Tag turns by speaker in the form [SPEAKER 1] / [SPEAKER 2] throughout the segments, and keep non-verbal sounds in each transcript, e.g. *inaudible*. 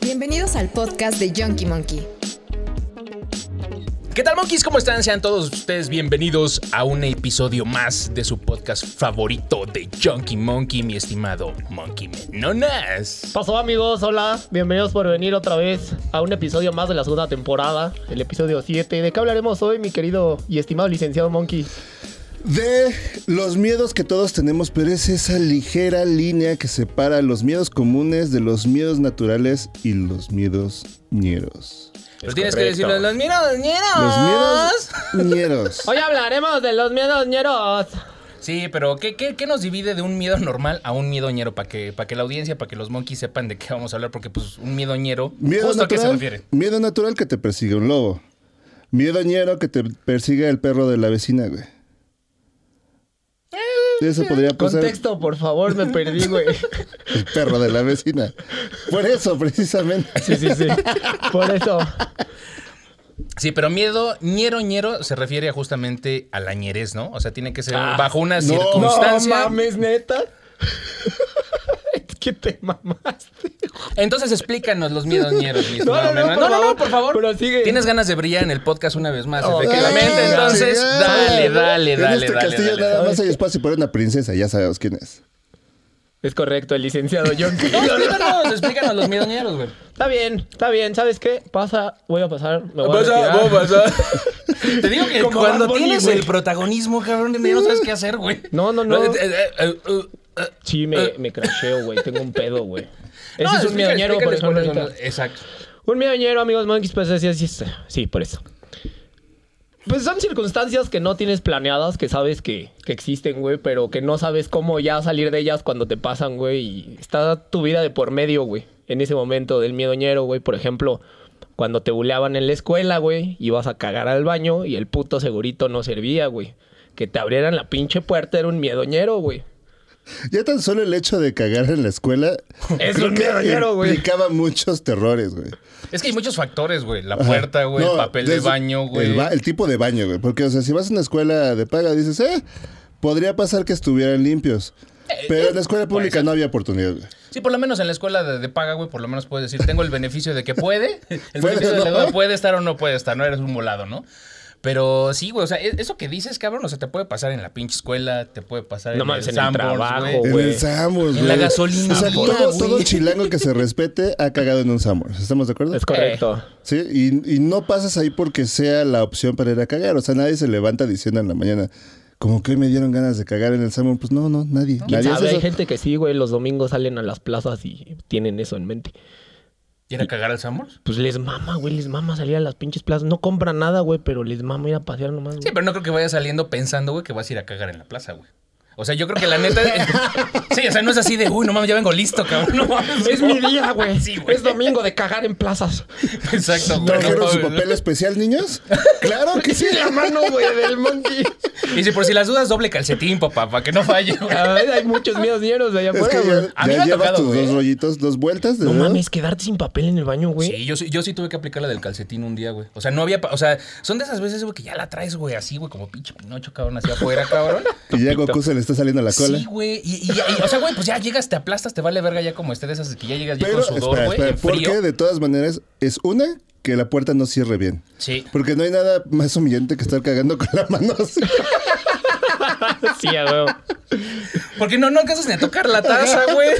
[SPEAKER 1] Bienvenidos al podcast de Junkie Monkey.
[SPEAKER 2] ¿Qué tal, monkeys? ¿Cómo están? Sean todos ustedes bienvenidos a un episodio más de su podcast favorito de Junkie Monkey, mi estimado Monkey Menonas.
[SPEAKER 3] Pasó amigos, hola, bienvenidos por venir otra vez a un episodio más de la segunda temporada, el episodio 7. ¿De qué hablaremos hoy, mi querido y estimado licenciado Monkey?
[SPEAKER 4] de los miedos que todos tenemos, pero es esa ligera línea que separa los miedos comunes de los miedos naturales y los miedos ñeros.
[SPEAKER 2] Los tienes que decirlo, los miedos, miedos.
[SPEAKER 4] Los
[SPEAKER 2] *laughs*
[SPEAKER 4] miedos ñeros.
[SPEAKER 3] Hoy hablaremos de los miedos ñeros.
[SPEAKER 2] Sí, pero ¿qué, qué, qué nos divide de un miedo normal a un miedoñero? Para que, para que la audiencia, para que los monkeys sepan de qué vamos a hablar, porque pues un miedoñero,
[SPEAKER 4] Miedo
[SPEAKER 2] justo a qué se
[SPEAKER 4] natural-
[SPEAKER 2] refiere.
[SPEAKER 4] Miedo natural que te persigue un lobo. Miedo ñero que te persigue el perro de la vecina, güey.
[SPEAKER 2] Eh,
[SPEAKER 4] Eso podría pasar
[SPEAKER 3] Contexto, por favor, me perdí, güey.
[SPEAKER 4] el perro de la vecina. Por
[SPEAKER 2] *laughs*
[SPEAKER 4] eso, precisamente.
[SPEAKER 3] *laughs* Sí, sí, sí. Por eso.
[SPEAKER 2] Sí, pero miedo ñero ñero se refiere justamente a la ñerez, ¿no? O sea, tiene que ser
[SPEAKER 3] Ah,
[SPEAKER 2] bajo una
[SPEAKER 4] no,
[SPEAKER 2] circunstancia.
[SPEAKER 3] No mames, neta. Es que te mamaste.
[SPEAKER 2] Entonces explícanos los miedos ñeros, mi
[SPEAKER 3] *laughs* No,
[SPEAKER 2] estimado
[SPEAKER 3] no, no,
[SPEAKER 2] Mena.
[SPEAKER 3] por favor, pero sigue.
[SPEAKER 2] Tienes ganas de brillar en el podcast una vez más,
[SPEAKER 3] Oh,
[SPEAKER 2] efectivamente.
[SPEAKER 3] sí,
[SPEAKER 2] Entonces,
[SPEAKER 4] sí,
[SPEAKER 2] dale,
[SPEAKER 4] sí.
[SPEAKER 2] dale,
[SPEAKER 4] En
[SPEAKER 2] dale,
[SPEAKER 4] este
[SPEAKER 2] dale,
[SPEAKER 4] castillo
[SPEAKER 2] dale.
[SPEAKER 4] nada más hay espacio para una princesa, ya sabemos quién es.
[SPEAKER 3] Es correcto, el licenciado John.
[SPEAKER 2] No, explícanos, explícanos los miedos ñeros, güey.
[SPEAKER 3] *laughs* Está bien, está bien. ¿Sabes qué? Pasa, voy a pasar. Me voy a retirar.
[SPEAKER 2] ah. Te digo que
[SPEAKER 3] Como
[SPEAKER 2] cuando
[SPEAKER 3] Bad Bunny,
[SPEAKER 2] tienes
[SPEAKER 3] güey.
[SPEAKER 2] el protagonismo, cabrón, ya no sabes qué hacer, güey.
[SPEAKER 3] No, no, no.
[SPEAKER 2] Eh, eh, eh, eh, eh.
[SPEAKER 3] Sí, me, me crasheo, güey. Tengo un
[SPEAKER 2] *laughs*
[SPEAKER 3] pedo, güey. Ese
[SPEAKER 2] No,
[SPEAKER 3] es un
[SPEAKER 2] explica-
[SPEAKER 3] miedoñero, por
[SPEAKER 2] explícales cuáles
[SPEAKER 3] ejemplo.
[SPEAKER 2] son
[SPEAKER 3] ahorita.
[SPEAKER 2] los- Exacto.
[SPEAKER 3] Un miedoñero, amigos monkeys, pues así es. Sí, sí, por eso. Pues son circunstancias que no tienes planeadas, que sabes que, que existen, güey, pero que no sabes cómo ya salir de ellas cuando te pasan, güey. Y está tu vida de por medio, güey. En ese momento del miedoñero, güey, por ejemplo, cuando te buleaban en la escuela, güey, ibas a cagar al baño y el puto segurito no servía, güey. Que te abrieran la pinche puerta era un miedoñero, güey.
[SPEAKER 4] Ya tan solo el hecho de cagar en
[SPEAKER 2] *laughs*
[SPEAKER 4] la escuela
[SPEAKER 3] Es
[SPEAKER 4] creo
[SPEAKER 3] un
[SPEAKER 4] que
[SPEAKER 3] miedoñero, güey.
[SPEAKER 4] implicaba muchos terrores, güey.
[SPEAKER 2] Es que hay muchos factores, güey. La puerta, güey,
[SPEAKER 4] No,
[SPEAKER 2] el papel de
[SPEAKER 4] desde-
[SPEAKER 2] baño, güey.
[SPEAKER 4] El, ba- el tipo de baño, güey. Porque, o sea, si vas a una escuela de paga, dices, eh, podría pasar que estuvieran limpios.
[SPEAKER 2] Eh,
[SPEAKER 4] Pero en la escuela pública no había oportunidad, güey.
[SPEAKER 2] Sí, por lo menos en la escuela de, de paga, güey, por lo menos puedes decir, tengo el beneficio de que puede. El
[SPEAKER 4] Puede,
[SPEAKER 2] beneficio de la
[SPEAKER 4] ¿no?
[SPEAKER 2] duda puede estar o no puede estar, no eres un volado, ¿no? Pero sí, güey, o sea, e- eso que dices, cabrón, o sea, te puede pasar en la pinche escuela, te puede pasar
[SPEAKER 3] No
[SPEAKER 2] en,
[SPEAKER 3] mames,
[SPEAKER 2] el
[SPEAKER 3] en el
[SPEAKER 2] Sanborns, güey.
[SPEAKER 3] trabajo, güey.
[SPEAKER 4] En el Samos,
[SPEAKER 2] En la gasolina,
[SPEAKER 4] O sea,
[SPEAKER 2] güey. *laughs*
[SPEAKER 4] todo, todo chilango que se respete ha cagado en un Samos. ¿Estamos de acuerdo?
[SPEAKER 3] Es correcto.
[SPEAKER 2] Eh.
[SPEAKER 4] Sí, y, y no pasas ahí porque sea la opción para ir a cagar. O sea, nadie se levanta diciendo en la mañana, como que hoy me dieron ganas de cagar en el salmón. Pues no, no, nadie.
[SPEAKER 3] ¿Quién
[SPEAKER 4] nadie hace
[SPEAKER 3] sabe? Hay
[SPEAKER 4] eso.
[SPEAKER 3] gente que sí, güey, los domingos salen a las plazas y tienen eso en mente.
[SPEAKER 2] ¿Y era cagar al Sanborns?
[SPEAKER 3] Pues les mama, güey, les mama salir a las pinches plazas. No compran nada, güey, pero les mama ir a pasear nomás.
[SPEAKER 2] Sí,
[SPEAKER 3] güey.
[SPEAKER 2] pero no creo que vayas saliendo pensando, güey, que vas a ir a cagar en la plaza, güey. O sea, yo creo que la neta. *laughs* sí, o sea, no es así de, uy, no mames, ya vengo listo, cabrón. No mames,
[SPEAKER 3] Es
[SPEAKER 2] no.
[SPEAKER 3] mi día, güey.
[SPEAKER 2] Sí, güey.
[SPEAKER 3] Es domingo de cagar en plazas.
[SPEAKER 2] Exacto, güey. no
[SPEAKER 4] ¿Trajeron su
[SPEAKER 2] mames.
[SPEAKER 4] papel especial,
[SPEAKER 2] *laughs*
[SPEAKER 4] niños? ¡Claro que sí!
[SPEAKER 3] la mano, güey, del monkey.
[SPEAKER 2] Y si por si las dudas, doble calcetín, papá, para que no falle, güey.
[SPEAKER 3] A ver, hay muchos miedos ñeros allá
[SPEAKER 4] Es que
[SPEAKER 3] afuera, güey.
[SPEAKER 2] A
[SPEAKER 4] ya,
[SPEAKER 2] mí
[SPEAKER 4] ya
[SPEAKER 2] me ha
[SPEAKER 4] llevas
[SPEAKER 2] tocado, ¿eh?
[SPEAKER 4] tus
[SPEAKER 2] güey.
[SPEAKER 4] dos rollitos, dos vueltas. De
[SPEAKER 3] No
[SPEAKER 4] verdad.
[SPEAKER 3] mames, quedarte sin papel en el baño, güey.
[SPEAKER 2] Sí, yo sí, yo sí tuve que aplicar la del calcetín un día, güey. O sea, no había. pa- O sea, son de esas veces, güey, que ya la traes, güey, así, güey, como pinche pinocho, cabrón, hacia afuera, cabrón.
[SPEAKER 4] *laughs* Y ya Goku se le está saliendo la cola.
[SPEAKER 2] Sí, güey. Y, y- y- o sea, güey, pues ya llegas, te aplastas, te vale verga ya como esté de esas que ya llegas ya con
[SPEAKER 4] Pero,
[SPEAKER 2] sudor,
[SPEAKER 4] espera,
[SPEAKER 2] güey,
[SPEAKER 4] espera,
[SPEAKER 2] en
[SPEAKER 4] porque
[SPEAKER 2] frío.
[SPEAKER 4] de todas maneras es una que la puerta no cierre bien.
[SPEAKER 2] Sí.
[SPEAKER 4] Porque no hay nada más humillante que estar cagando con la mano así.
[SPEAKER 3] Sí, güey.
[SPEAKER 2] Porque no, no alcanzas ni a tocar la taza, güey.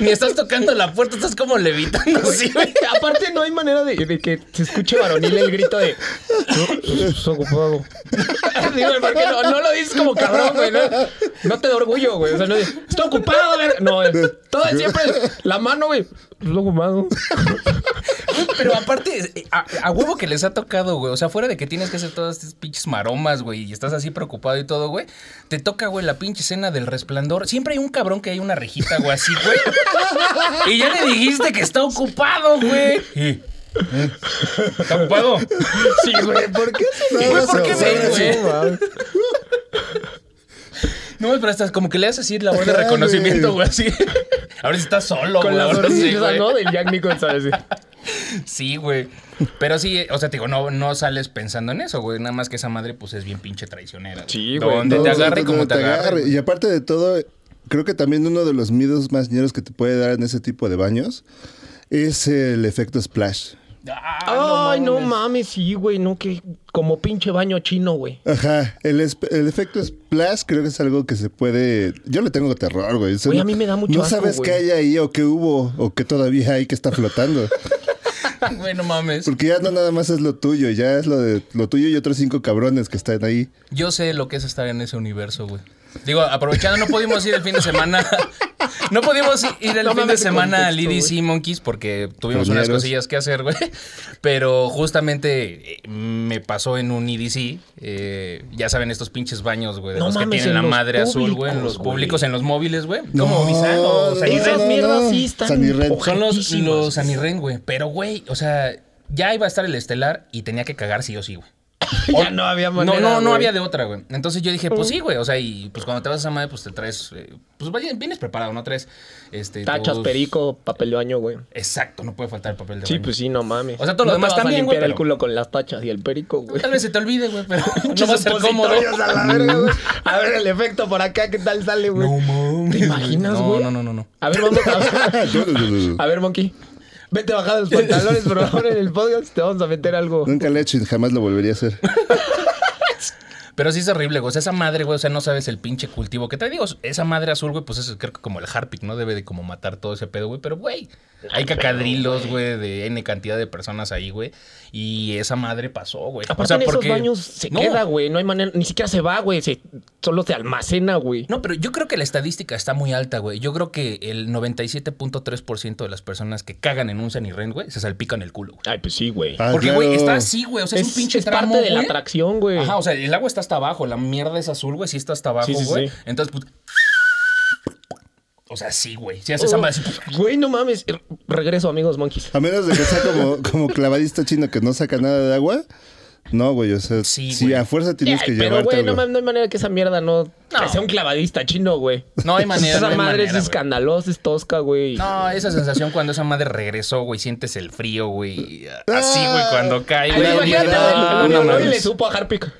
[SPEAKER 2] Ni estás tocando la puerta, estás como
[SPEAKER 4] *laughs*
[SPEAKER 2] levitando así, güey.
[SPEAKER 3] *laughs* Aparte, no hay manera de, de que se escuche varonil el grito de. "Soy ocupado". *laughs* Sí, güey, porque no, no lo dices como cabrón, güey. No, No te da orgullo, güey. O sea, no dices, estoy ocupado, güey. No, güey. todo siempre es la mano, güey. Estoy ocupado.
[SPEAKER 2] Pero aparte, eh, a, a huevo que les ha tocado, güey. O sea, fuera de que tienes que hacer todas estas pinches maromas, güey, y estás así preocupado y todo, güey. Te toca, güey, la pinche escena del resplandor. Siempre hay un cabrón que hay una rejita, güey, así, güey. Y ya le dijiste que está ocupado, güey. eh, ¿Está ocupado?
[SPEAKER 3] Sí, güey. *laughs* ¿Por qué se
[SPEAKER 4] Nada
[SPEAKER 2] Güey,
[SPEAKER 4] más
[SPEAKER 2] ¿por
[SPEAKER 4] se
[SPEAKER 2] qué
[SPEAKER 4] abre
[SPEAKER 2] ven,
[SPEAKER 4] así.
[SPEAKER 2] güey? No, güey, pero hasta como que le haces así la voz de reconocimiento, güey, así. A ver si está solo,
[SPEAKER 3] Con
[SPEAKER 2] güey.
[SPEAKER 3] la
[SPEAKER 2] ahora sí,
[SPEAKER 3] sonrisa,
[SPEAKER 2] güey.
[SPEAKER 3] Ah, ¿no? Del Jack Nicholson. así.
[SPEAKER 2] Sí, güey. Pero sí, eh, o sea, te digo, no, no sales pensando en eso, güey. Nada más que esa madre, pues es bien pinche traicionera.
[SPEAKER 3] Sí, güey.
[SPEAKER 2] Donde
[SPEAKER 4] No,
[SPEAKER 2] te
[SPEAKER 4] no,
[SPEAKER 2] agarre,
[SPEAKER 4] no,
[SPEAKER 2] como
[SPEAKER 4] no,
[SPEAKER 2] te agarre.
[SPEAKER 4] Y aparte de todo, creo que también uno de los miedos más ñeros que te puede dar en ese tipo de baños es el efecto splash.
[SPEAKER 2] Ah,
[SPEAKER 3] Ay, no
[SPEAKER 2] mames.
[SPEAKER 3] mames, sí, güey, no, que como pinche baño chino, güey.
[SPEAKER 4] Ajá, el, es- el efecto splash creo que es algo que se puede... Yo le tengo terror, güey. O sea,
[SPEAKER 3] Güey, a
[SPEAKER 4] no-
[SPEAKER 3] mí me da mucho
[SPEAKER 4] No
[SPEAKER 3] asco,
[SPEAKER 4] sabes
[SPEAKER 3] güey.
[SPEAKER 4] qué hay ahí o qué hubo o qué todavía hay que
[SPEAKER 3] *laughs*
[SPEAKER 4] está flotando.
[SPEAKER 2] *laughs* Güey, no mames.
[SPEAKER 4] Porque ya no nada más es lo tuyo, ya es lo de lo tuyo y otros cinco cabrones que están ahí.
[SPEAKER 2] Yo sé lo que es estar en ese universo, güey. Digo, aprovechando, no pudimos ir el fin de semana. *laughs* no pudimos ir el
[SPEAKER 3] No
[SPEAKER 2] fin de
[SPEAKER 3] mames, qué
[SPEAKER 2] semana al
[SPEAKER 3] contexto,
[SPEAKER 2] EDC Monkeys porque tuvimos unas
[SPEAKER 4] Pioneros.
[SPEAKER 2] cosillas que hacer, güey. *laughs* Pero justamente eh, me pasó en un EDC. eh, ya saben, estos pinches baños, güey, de
[SPEAKER 3] No
[SPEAKER 2] los que
[SPEAKER 3] mames,
[SPEAKER 2] tienen
[SPEAKER 3] en
[SPEAKER 2] la
[SPEAKER 3] los
[SPEAKER 2] madre azul, güey, en
[SPEAKER 3] públicos,
[SPEAKER 2] los públicos,
[SPEAKER 3] güey.
[SPEAKER 2] en los móviles, güey. Como Bizano, o sea,
[SPEAKER 3] no,
[SPEAKER 2] Irren.
[SPEAKER 3] esas mierdas sí están
[SPEAKER 4] San Irren.
[SPEAKER 3] ojo.
[SPEAKER 2] Son los,
[SPEAKER 3] Ojetísimas.
[SPEAKER 2] los Anirren, güey. Pero, güey, o sea, ya iba a estar el estelar y tenía que cagar sí o sí, güey.
[SPEAKER 3] *laughs* Ya no había
[SPEAKER 2] No,
[SPEAKER 3] manera,
[SPEAKER 2] no, no
[SPEAKER 3] güey.
[SPEAKER 2] había de otra, güey. Entonces yo dije, pues sí, güey. O sea, y pues cuando te vas a esa madre, pues te traes. eh, pues vaya, vienes preparado, ¿no? Traes. Este,
[SPEAKER 3] Tachas,
[SPEAKER 2] tus-
[SPEAKER 3] perico, papel Pues, de baño, güey.
[SPEAKER 2] Exacto, no puede faltar el papel de
[SPEAKER 3] Sí,
[SPEAKER 2] baño.
[SPEAKER 3] pues sí, no mames.
[SPEAKER 2] O sea, todo lo
[SPEAKER 3] No te
[SPEAKER 2] demás
[SPEAKER 3] vas a
[SPEAKER 2] también, güey,
[SPEAKER 3] limpiar
[SPEAKER 2] pero-
[SPEAKER 3] el culo con las tachas y el perico, *laughs* güey.
[SPEAKER 2] Tal vez se te olvide, güey, pero no va a ser cómodo.
[SPEAKER 3] Supositorios A,
[SPEAKER 4] Mm.
[SPEAKER 3] la verga, güey. A ver el efecto por acá, ¿qué tal sale, güey?
[SPEAKER 2] mames.
[SPEAKER 3] ¿Te imaginas,
[SPEAKER 2] No,
[SPEAKER 3] güey?
[SPEAKER 2] No, no, no, no.
[SPEAKER 3] A ver, vamos
[SPEAKER 4] *laughs*
[SPEAKER 3] a... a ver, Monkey. Vete bajado los pantalones, por favor, en el podcast. Te vamos a meter algo.
[SPEAKER 4] Nunca lo he hecho y jamás lo volvería a hacer.
[SPEAKER 2] Pero sí es horrible, güey. O sea, esa madre, güey, o sea, no sabes el pinche cultivo que te digo. Esa madre azul, güey, pues es creo que como el Harpic, ¿no? Debe de como matar todo ese pedo, güey. Pero, güey, hay cacadrilos, güey, de N cantidad de personas ahí, güey. Y esa madre pasó, güey.
[SPEAKER 3] Aparte, en esos baños se
[SPEAKER 2] No,
[SPEAKER 3] queda, güey. No hay manera... Ni siquiera se va, güey. se- Solo se almacena, güey.
[SPEAKER 2] No, pero yo creo que la estadística está muy alta, güey. Yo creo que el 97.3% de las personas que cagan en un Sanirren, güey, se salpican el culo, güey.
[SPEAKER 3] Ay, pues sí, güey.
[SPEAKER 4] Ah,
[SPEAKER 2] Porque,
[SPEAKER 4] claro.
[SPEAKER 2] güey, está así, güey. O sea, es, un pinche tramo,
[SPEAKER 3] parte de la
[SPEAKER 2] güey.
[SPEAKER 3] atracción, güey.
[SPEAKER 2] Ajá, o sea, el agua está hasta abajo, la mierda es azul, güey, sí está hasta abajo,
[SPEAKER 3] Sí, sí,
[SPEAKER 2] güey.
[SPEAKER 3] sí.
[SPEAKER 2] Entonces, pues... O sea, sí, güey. Si haces
[SPEAKER 3] Uh.
[SPEAKER 2] esa madre... así,
[SPEAKER 3] Güey, no mames. Eh, Regreso, amigos monkeys.
[SPEAKER 4] A menos de que sea como, como clavadista chino que no saca nada de agua. No, güey, o sea,
[SPEAKER 2] Sí,
[SPEAKER 4] si
[SPEAKER 2] güey.
[SPEAKER 4] a fuerza tienes
[SPEAKER 3] Ay,
[SPEAKER 4] que
[SPEAKER 3] pero,
[SPEAKER 4] llevarte
[SPEAKER 3] güey, no
[SPEAKER 4] algo.
[SPEAKER 3] mames, no hay manera que esa mierda no...
[SPEAKER 2] No.
[SPEAKER 3] Que sea un clavadista chino, güey.
[SPEAKER 2] No hay manera,
[SPEAKER 3] Esa
[SPEAKER 2] no hay
[SPEAKER 3] madre es
[SPEAKER 2] manera, güey.
[SPEAKER 3] escandalosa, es tosca, güey.
[SPEAKER 2] No, esa sensación cuando esa madre regresó, güey, sientes el frío, güey. ah, Así, güey, cuando cae,
[SPEAKER 3] Ay,
[SPEAKER 2] güey.
[SPEAKER 4] la
[SPEAKER 3] güey, imagínate,
[SPEAKER 4] unidad,
[SPEAKER 3] güey,
[SPEAKER 2] no,
[SPEAKER 4] la
[SPEAKER 3] güey,
[SPEAKER 4] mames.
[SPEAKER 3] le supo a Harpic.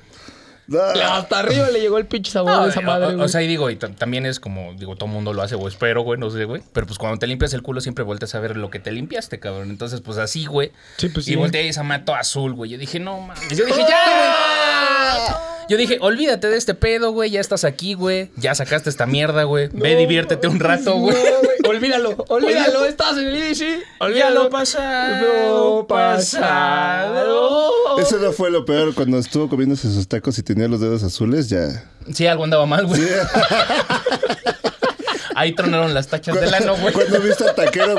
[SPEAKER 4] Ah,
[SPEAKER 3] Le- Hasta arriba le llegó el pinche sabor
[SPEAKER 2] No,
[SPEAKER 3] de esa
[SPEAKER 2] o-
[SPEAKER 3] madre,
[SPEAKER 2] o-
[SPEAKER 3] güey.
[SPEAKER 2] o, sea, y digo, y tam- también es como, digo, todo mundo lo hace, güey, espero, güey, no sé, güey. Pero pues cuando te limpias el culo siempre volteas a ver lo que te limpiaste, cabrón. Entonces, pues así, güey.
[SPEAKER 3] Sí, pues,
[SPEAKER 2] Y
[SPEAKER 3] sí.
[SPEAKER 2] volteé y esa mato azul, güey. Yo dije, no mames. Yo dije, ya, güey. Yo dije, olvídate de este pedo, güey. Ya estás aquí, güey. Ya sacaste esta mierda, güey. Ve, diviértete un rato, güey. *laughs*
[SPEAKER 3] No, *laughs* olvídalo, olvídalo, estás en el IDC. Olvídalo.
[SPEAKER 2] Olvídalo pasado.
[SPEAKER 3] Lo pasado.
[SPEAKER 4] Eso no fue lo peor. Cuando estuvo comiéndose sus tacos y tenía los dedos azules, ya.
[SPEAKER 2] Sí, algo andaba mal, güey. *laughs* Ahí tronaron las tachas de lano,
[SPEAKER 3] *laughs*
[SPEAKER 2] güey.
[SPEAKER 4] Cuando viste al taquero,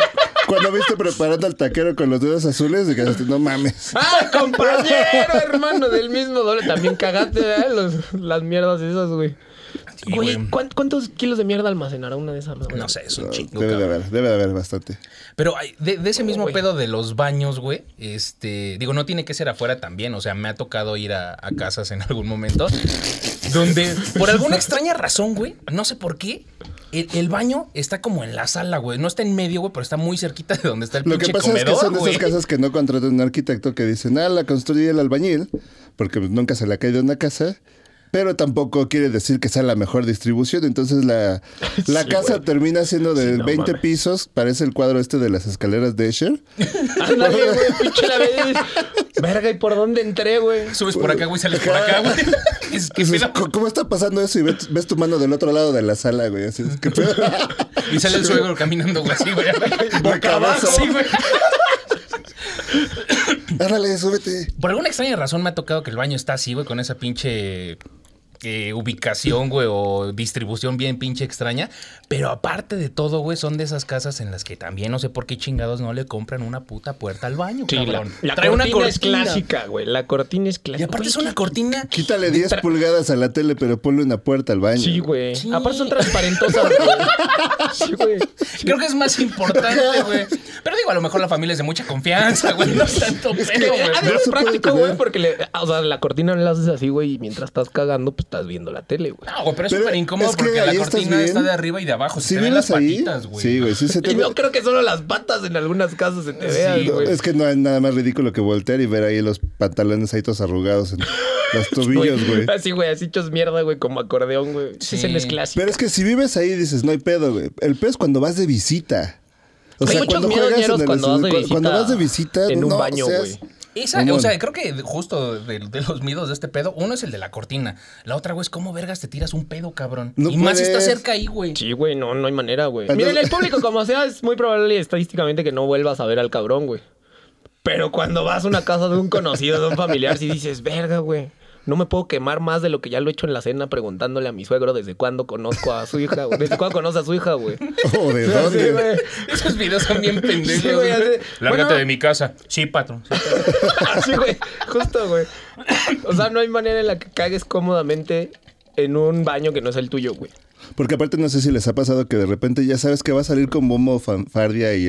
[SPEAKER 4] cuando viste preparando al taquero con los dedos azules, de que no mames.
[SPEAKER 3] *laughs* ¡Ah, compañero, hermano! Del mismo doble. También cagaste, ¿verdad? Los- las mierdas esas, güey.
[SPEAKER 2] Sí,
[SPEAKER 3] Güey,
[SPEAKER 2] güey.
[SPEAKER 3] ¿cuán- ¿cuántos kilos de mierda almacenará una de esas? güey?
[SPEAKER 2] No sé, es un Ah, chingo,
[SPEAKER 4] Debe de
[SPEAKER 2] cabrón.
[SPEAKER 4] haber, debe de haber bastante.
[SPEAKER 2] Pero ay, de, de ese mismo
[SPEAKER 3] Uy.
[SPEAKER 2] pedo de los baños, güey, este, digo, no tiene que ser afuera también, o sea, me ha tocado ir a, a casas en algún momento, donde por alguna extraña razón, güey, no sé por qué, el, el baño está como en la sala, güey, no está en medio, güey, pero está muy cerquita de donde está el
[SPEAKER 4] Lo que
[SPEAKER 2] pinche
[SPEAKER 4] pasa es
[SPEAKER 2] comedor,
[SPEAKER 4] que son de
[SPEAKER 2] güey.
[SPEAKER 4] esas casas que no contratan un arquitecto que dicen, ah, la construye el albañil, porque pues, nunca se le ha caído una casa, pero tampoco quiere decir que sea la mejor distribución. Entonces la,
[SPEAKER 3] *laughs*
[SPEAKER 4] la
[SPEAKER 3] Sí,
[SPEAKER 4] casa
[SPEAKER 3] güey.
[SPEAKER 4] termina siendo de
[SPEAKER 3] Sí, no
[SPEAKER 4] 20
[SPEAKER 3] mames.
[SPEAKER 4] pisos, parece el cuadro este de las escaleras
[SPEAKER 3] *laughs*
[SPEAKER 4] de Escher.
[SPEAKER 3] Ándale, güey, pinche la vez. Verga, ¿y por dónde entré, güey?
[SPEAKER 2] Subes por acá, güey, sales por acá, güey. Es que
[SPEAKER 4] Dices,
[SPEAKER 2] pedo.
[SPEAKER 4] "Co- ¿Cómo está pasando eso? Y ves, ves tu mano del otro lado de la sala, güey. Así
[SPEAKER 3] *laughs*
[SPEAKER 4] es que
[SPEAKER 2] Y sale el suegro caminando, güey, así,
[SPEAKER 4] *laughs*
[SPEAKER 2] güey.
[SPEAKER 4] Boca abajo.
[SPEAKER 2] Sí, güey.
[SPEAKER 4] *laughs* Ándale, súbete.
[SPEAKER 2] Por alguna extraña razón me ha tocado que el baño está así, güey, con esa pinche eh, ubicación, güey, o distribución bien pinche extraña. Pero aparte de todo, güey, son de esas casas en las que también no sé por qué chingados no le compran una puta puerta al baño,
[SPEAKER 3] Sí, la,
[SPEAKER 2] cabrón.
[SPEAKER 3] la
[SPEAKER 2] Trae
[SPEAKER 3] cortina
[SPEAKER 2] una
[SPEAKER 3] es clásica, güey. La cortina es clásica.
[SPEAKER 2] Y aparte
[SPEAKER 3] Güey,
[SPEAKER 2] es una
[SPEAKER 3] qué-
[SPEAKER 2] cortina.
[SPEAKER 4] Quítale 10 pulgadas a la tele, pero ponle una puerta al baño.
[SPEAKER 3] Sí, güey.
[SPEAKER 2] Sí.
[SPEAKER 3] Aparte son
[SPEAKER 2] *laughs*
[SPEAKER 3] transparentosas, güey. Sí, güey.
[SPEAKER 2] Creo que es más importante, güey. Pero digo, a lo mejor la familia es de mucha confianza, güey. No es tanto pedo,
[SPEAKER 3] Que,
[SPEAKER 2] güey.
[SPEAKER 3] además
[SPEAKER 4] se
[SPEAKER 3] es
[SPEAKER 4] puede
[SPEAKER 3] práctico,
[SPEAKER 4] tener.
[SPEAKER 3] güey, porque le- o sea, la cortina la haces así, güey, y mientras estás cagando, pues estás viendo la tele, güey.
[SPEAKER 2] No, güey, pero es
[SPEAKER 4] Pero
[SPEAKER 2] súper incómodo
[SPEAKER 4] es que
[SPEAKER 2] porque la
[SPEAKER 4] ahí estás
[SPEAKER 2] cortina
[SPEAKER 4] bien.
[SPEAKER 2] está de arriba y de abajo. Se
[SPEAKER 4] Si
[SPEAKER 2] te ven las
[SPEAKER 4] vienes ahí,
[SPEAKER 2] patitas, güey.
[SPEAKER 4] sí, güey,
[SPEAKER 2] *laughs*
[SPEAKER 4] sí se te
[SPEAKER 3] Y
[SPEAKER 4] ve-
[SPEAKER 3] no creo que solo las patas en algunas casas se te
[SPEAKER 2] Sí,
[SPEAKER 3] vean, güey.
[SPEAKER 4] Es que no hay nada más ridículo que voltear y ver ahí los pantalones ahí todos arrugados en
[SPEAKER 2] *laughs*
[SPEAKER 4] los tobillos, güey.
[SPEAKER 3] Así, güey, así hechos mierda, güey, como acordeón, güey. Sí.
[SPEAKER 2] Sí.
[SPEAKER 3] Ese es clásico.
[SPEAKER 4] Pero es que si vives ahí dices, no hay pedo, güey. El pedo es cuando vas de visita. O
[SPEAKER 3] Hay muchos miedos ñeros cuando vas de
[SPEAKER 4] cu-
[SPEAKER 3] visita
[SPEAKER 4] cuando vas de visita,
[SPEAKER 3] en un
[SPEAKER 4] no
[SPEAKER 3] baño,
[SPEAKER 4] seas-
[SPEAKER 3] güey.
[SPEAKER 4] *laughs*
[SPEAKER 2] Esa,
[SPEAKER 4] Mamón.
[SPEAKER 2] o sea, creo que justo de, de los miedos de este pedo, uno es el de la cortina. La otra, güey, es cómo vergas te tiras un pedo, cabrón.
[SPEAKER 4] No
[SPEAKER 2] y más si está
[SPEAKER 4] puedes.
[SPEAKER 2] cerca ahí, güey.
[SPEAKER 3] Sí, güey, no, no hay manera, güey.
[SPEAKER 4] Entonces-
[SPEAKER 3] Miren, el público, como sea, es muy probable estadísticamente que no vuelvas a ver al cabrón, güey. Pero cuando vas a una casa de un conocido, de un familiar, si dices, verga, güey, no me puedo quemar más de lo que ya lo he hecho en la cena preguntándole a mi suegro desde cuándo conozco a su hija, güey. Desde cuándo conoce a su hija, güey.
[SPEAKER 4] ¿O Oh, de
[SPEAKER 3] Sí,
[SPEAKER 4] dónde?
[SPEAKER 3] güey.
[SPEAKER 2] *laughs* Esos videos son bien pendejos.
[SPEAKER 3] Sí, güey,
[SPEAKER 2] güey.
[SPEAKER 3] así-
[SPEAKER 2] Lárgate
[SPEAKER 3] Bueno.
[SPEAKER 2] de mi casa. Sí, patrón. Sí, patrón.
[SPEAKER 3] Así, güey. Justo, güey. O sea, no hay manera en la que cagues cómodamente en un baño que no es el tuyo, güey.
[SPEAKER 4] Porque aparte no sé si les ha pasado que de repente ya sabes que va a salir con bombo, fanfardia y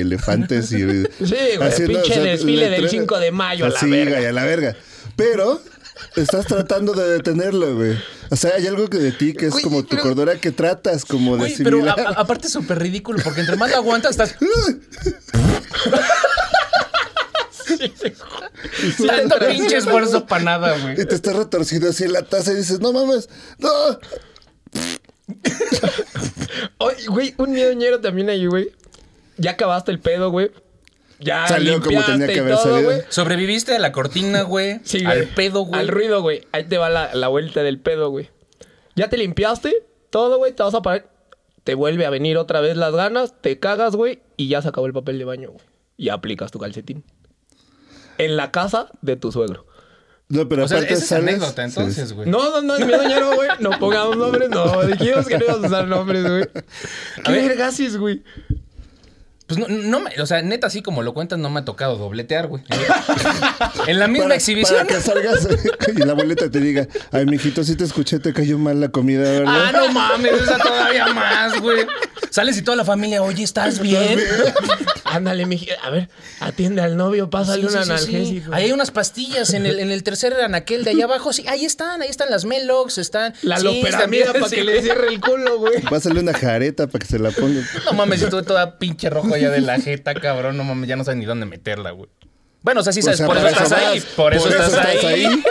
[SPEAKER 3] *laughs*
[SPEAKER 4] elefantes y...
[SPEAKER 3] Sí, güey.
[SPEAKER 4] haciendo,
[SPEAKER 3] pinche
[SPEAKER 4] o sea,
[SPEAKER 3] desfile del
[SPEAKER 4] letrero-
[SPEAKER 3] 5 de mayo a la
[SPEAKER 4] Así,
[SPEAKER 3] verga.
[SPEAKER 4] güey, a la verga. Pero estás tratando de detenerlo, güey. O sea, hay algo que de ti que es
[SPEAKER 2] Güey,
[SPEAKER 4] como tu
[SPEAKER 2] pero-
[SPEAKER 4] cordura que tratas como de
[SPEAKER 2] Güey, pero a-
[SPEAKER 4] similar.
[SPEAKER 2] a- aparte es súper ridículo porque entre más lo aguantas,
[SPEAKER 4] *laughs*
[SPEAKER 2] estás.
[SPEAKER 3] *laughs*
[SPEAKER 2] Tanto pinche esfuerzo para nada, güey.
[SPEAKER 4] *laughs* Y te estás retorcido así en la taza y dices, no mames, no.
[SPEAKER 3] Oye, güey, un miedo ñero también ahí, güey. Ya acabaste el pedo, güey. Ya
[SPEAKER 4] Salió como
[SPEAKER 3] limpiaste
[SPEAKER 4] tenía que
[SPEAKER 3] y
[SPEAKER 4] haber
[SPEAKER 3] todo,
[SPEAKER 4] salido.
[SPEAKER 3] güey.
[SPEAKER 2] Sobreviviste a la cortina, güey.
[SPEAKER 3] Sí, güey.
[SPEAKER 2] al pedo, güey.
[SPEAKER 3] Al ruido, güey. Ahí te va la, la vuelta del pedo, güey. Ya te limpiaste todo, güey. Te vas a parar. Te vuelve a venir otra vez las ganas. Te cagas, güey. Y ya se acabó el papel de baño, güey. Y aplicas tu calcetín. En la casa de tu suegro.
[SPEAKER 4] No, pero
[SPEAKER 2] O sea,
[SPEAKER 4] aparte
[SPEAKER 2] esa es
[SPEAKER 4] sales-
[SPEAKER 2] anécdota, entonces, güey.
[SPEAKER 3] No, no, no, es miedo ñero, güey. No pongamos nombres, no. Dijimos que no ibas a usar nombres, güey. Qué
[SPEAKER 2] ver.
[SPEAKER 3] vergasis, güey.
[SPEAKER 2] Pues no, no me, o sea, neta, así como lo cuentas, no me ha tocado dobletear,
[SPEAKER 4] *laughs*
[SPEAKER 2] güey. en la misma
[SPEAKER 4] Para,
[SPEAKER 2] exhibición.
[SPEAKER 4] para que
[SPEAKER 3] *laughs*
[SPEAKER 4] salgas *laughs* y la abuelita te diga, ay, mijito, sí te escuché, te cayó mal la comida, ¿verdad?
[SPEAKER 2] Ah, no mames, esa todavía más, güey. Sales y toda la familia, oye, ¿estás bien?
[SPEAKER 3] *laughs* Ándale, mi A ver, atiende al novio,
[SPEAKER 2] Sí,
[SPEAKER 3] pásale un
[SPEAKER 2] sí, sí, sí.
[SPEAKER 3] analgésico.
[SPEAKER 2] Ahí hay unas pastillas en el, en el tercer anaquel de allá abajo. Sí, ahí están, ahí están las Melox, están.
[SPEAKER 3] La
[SPEAKER 2] sí,
[SPEAKER 3] loperamida
[SPEAKER 2] también,
[SPEAKER 3] para
[SPEAKER 2] sí.
[SPEAKER 3] que le cierre el culo, güey.
[SPEAKER 4] Pásale una jareta para que se la ponga.
[SPEAKER 2] No mames, estuve toda pinche rojo allá de la jeta, cabrón. No mames, ya no sabes ni dónde meterla, güey. Bueno, o sea, sí
[SPEAKER 4] O
[SPEAKER 2] sabes,
[SPEAKER 4] sea,
[SPEAKER 2] por eso
[SPEAKER 4] para
[SPEAKER 2] estás
[SPEAKER 4] vas,
[SPEAKER 2] ahí. Por eso estás ahí.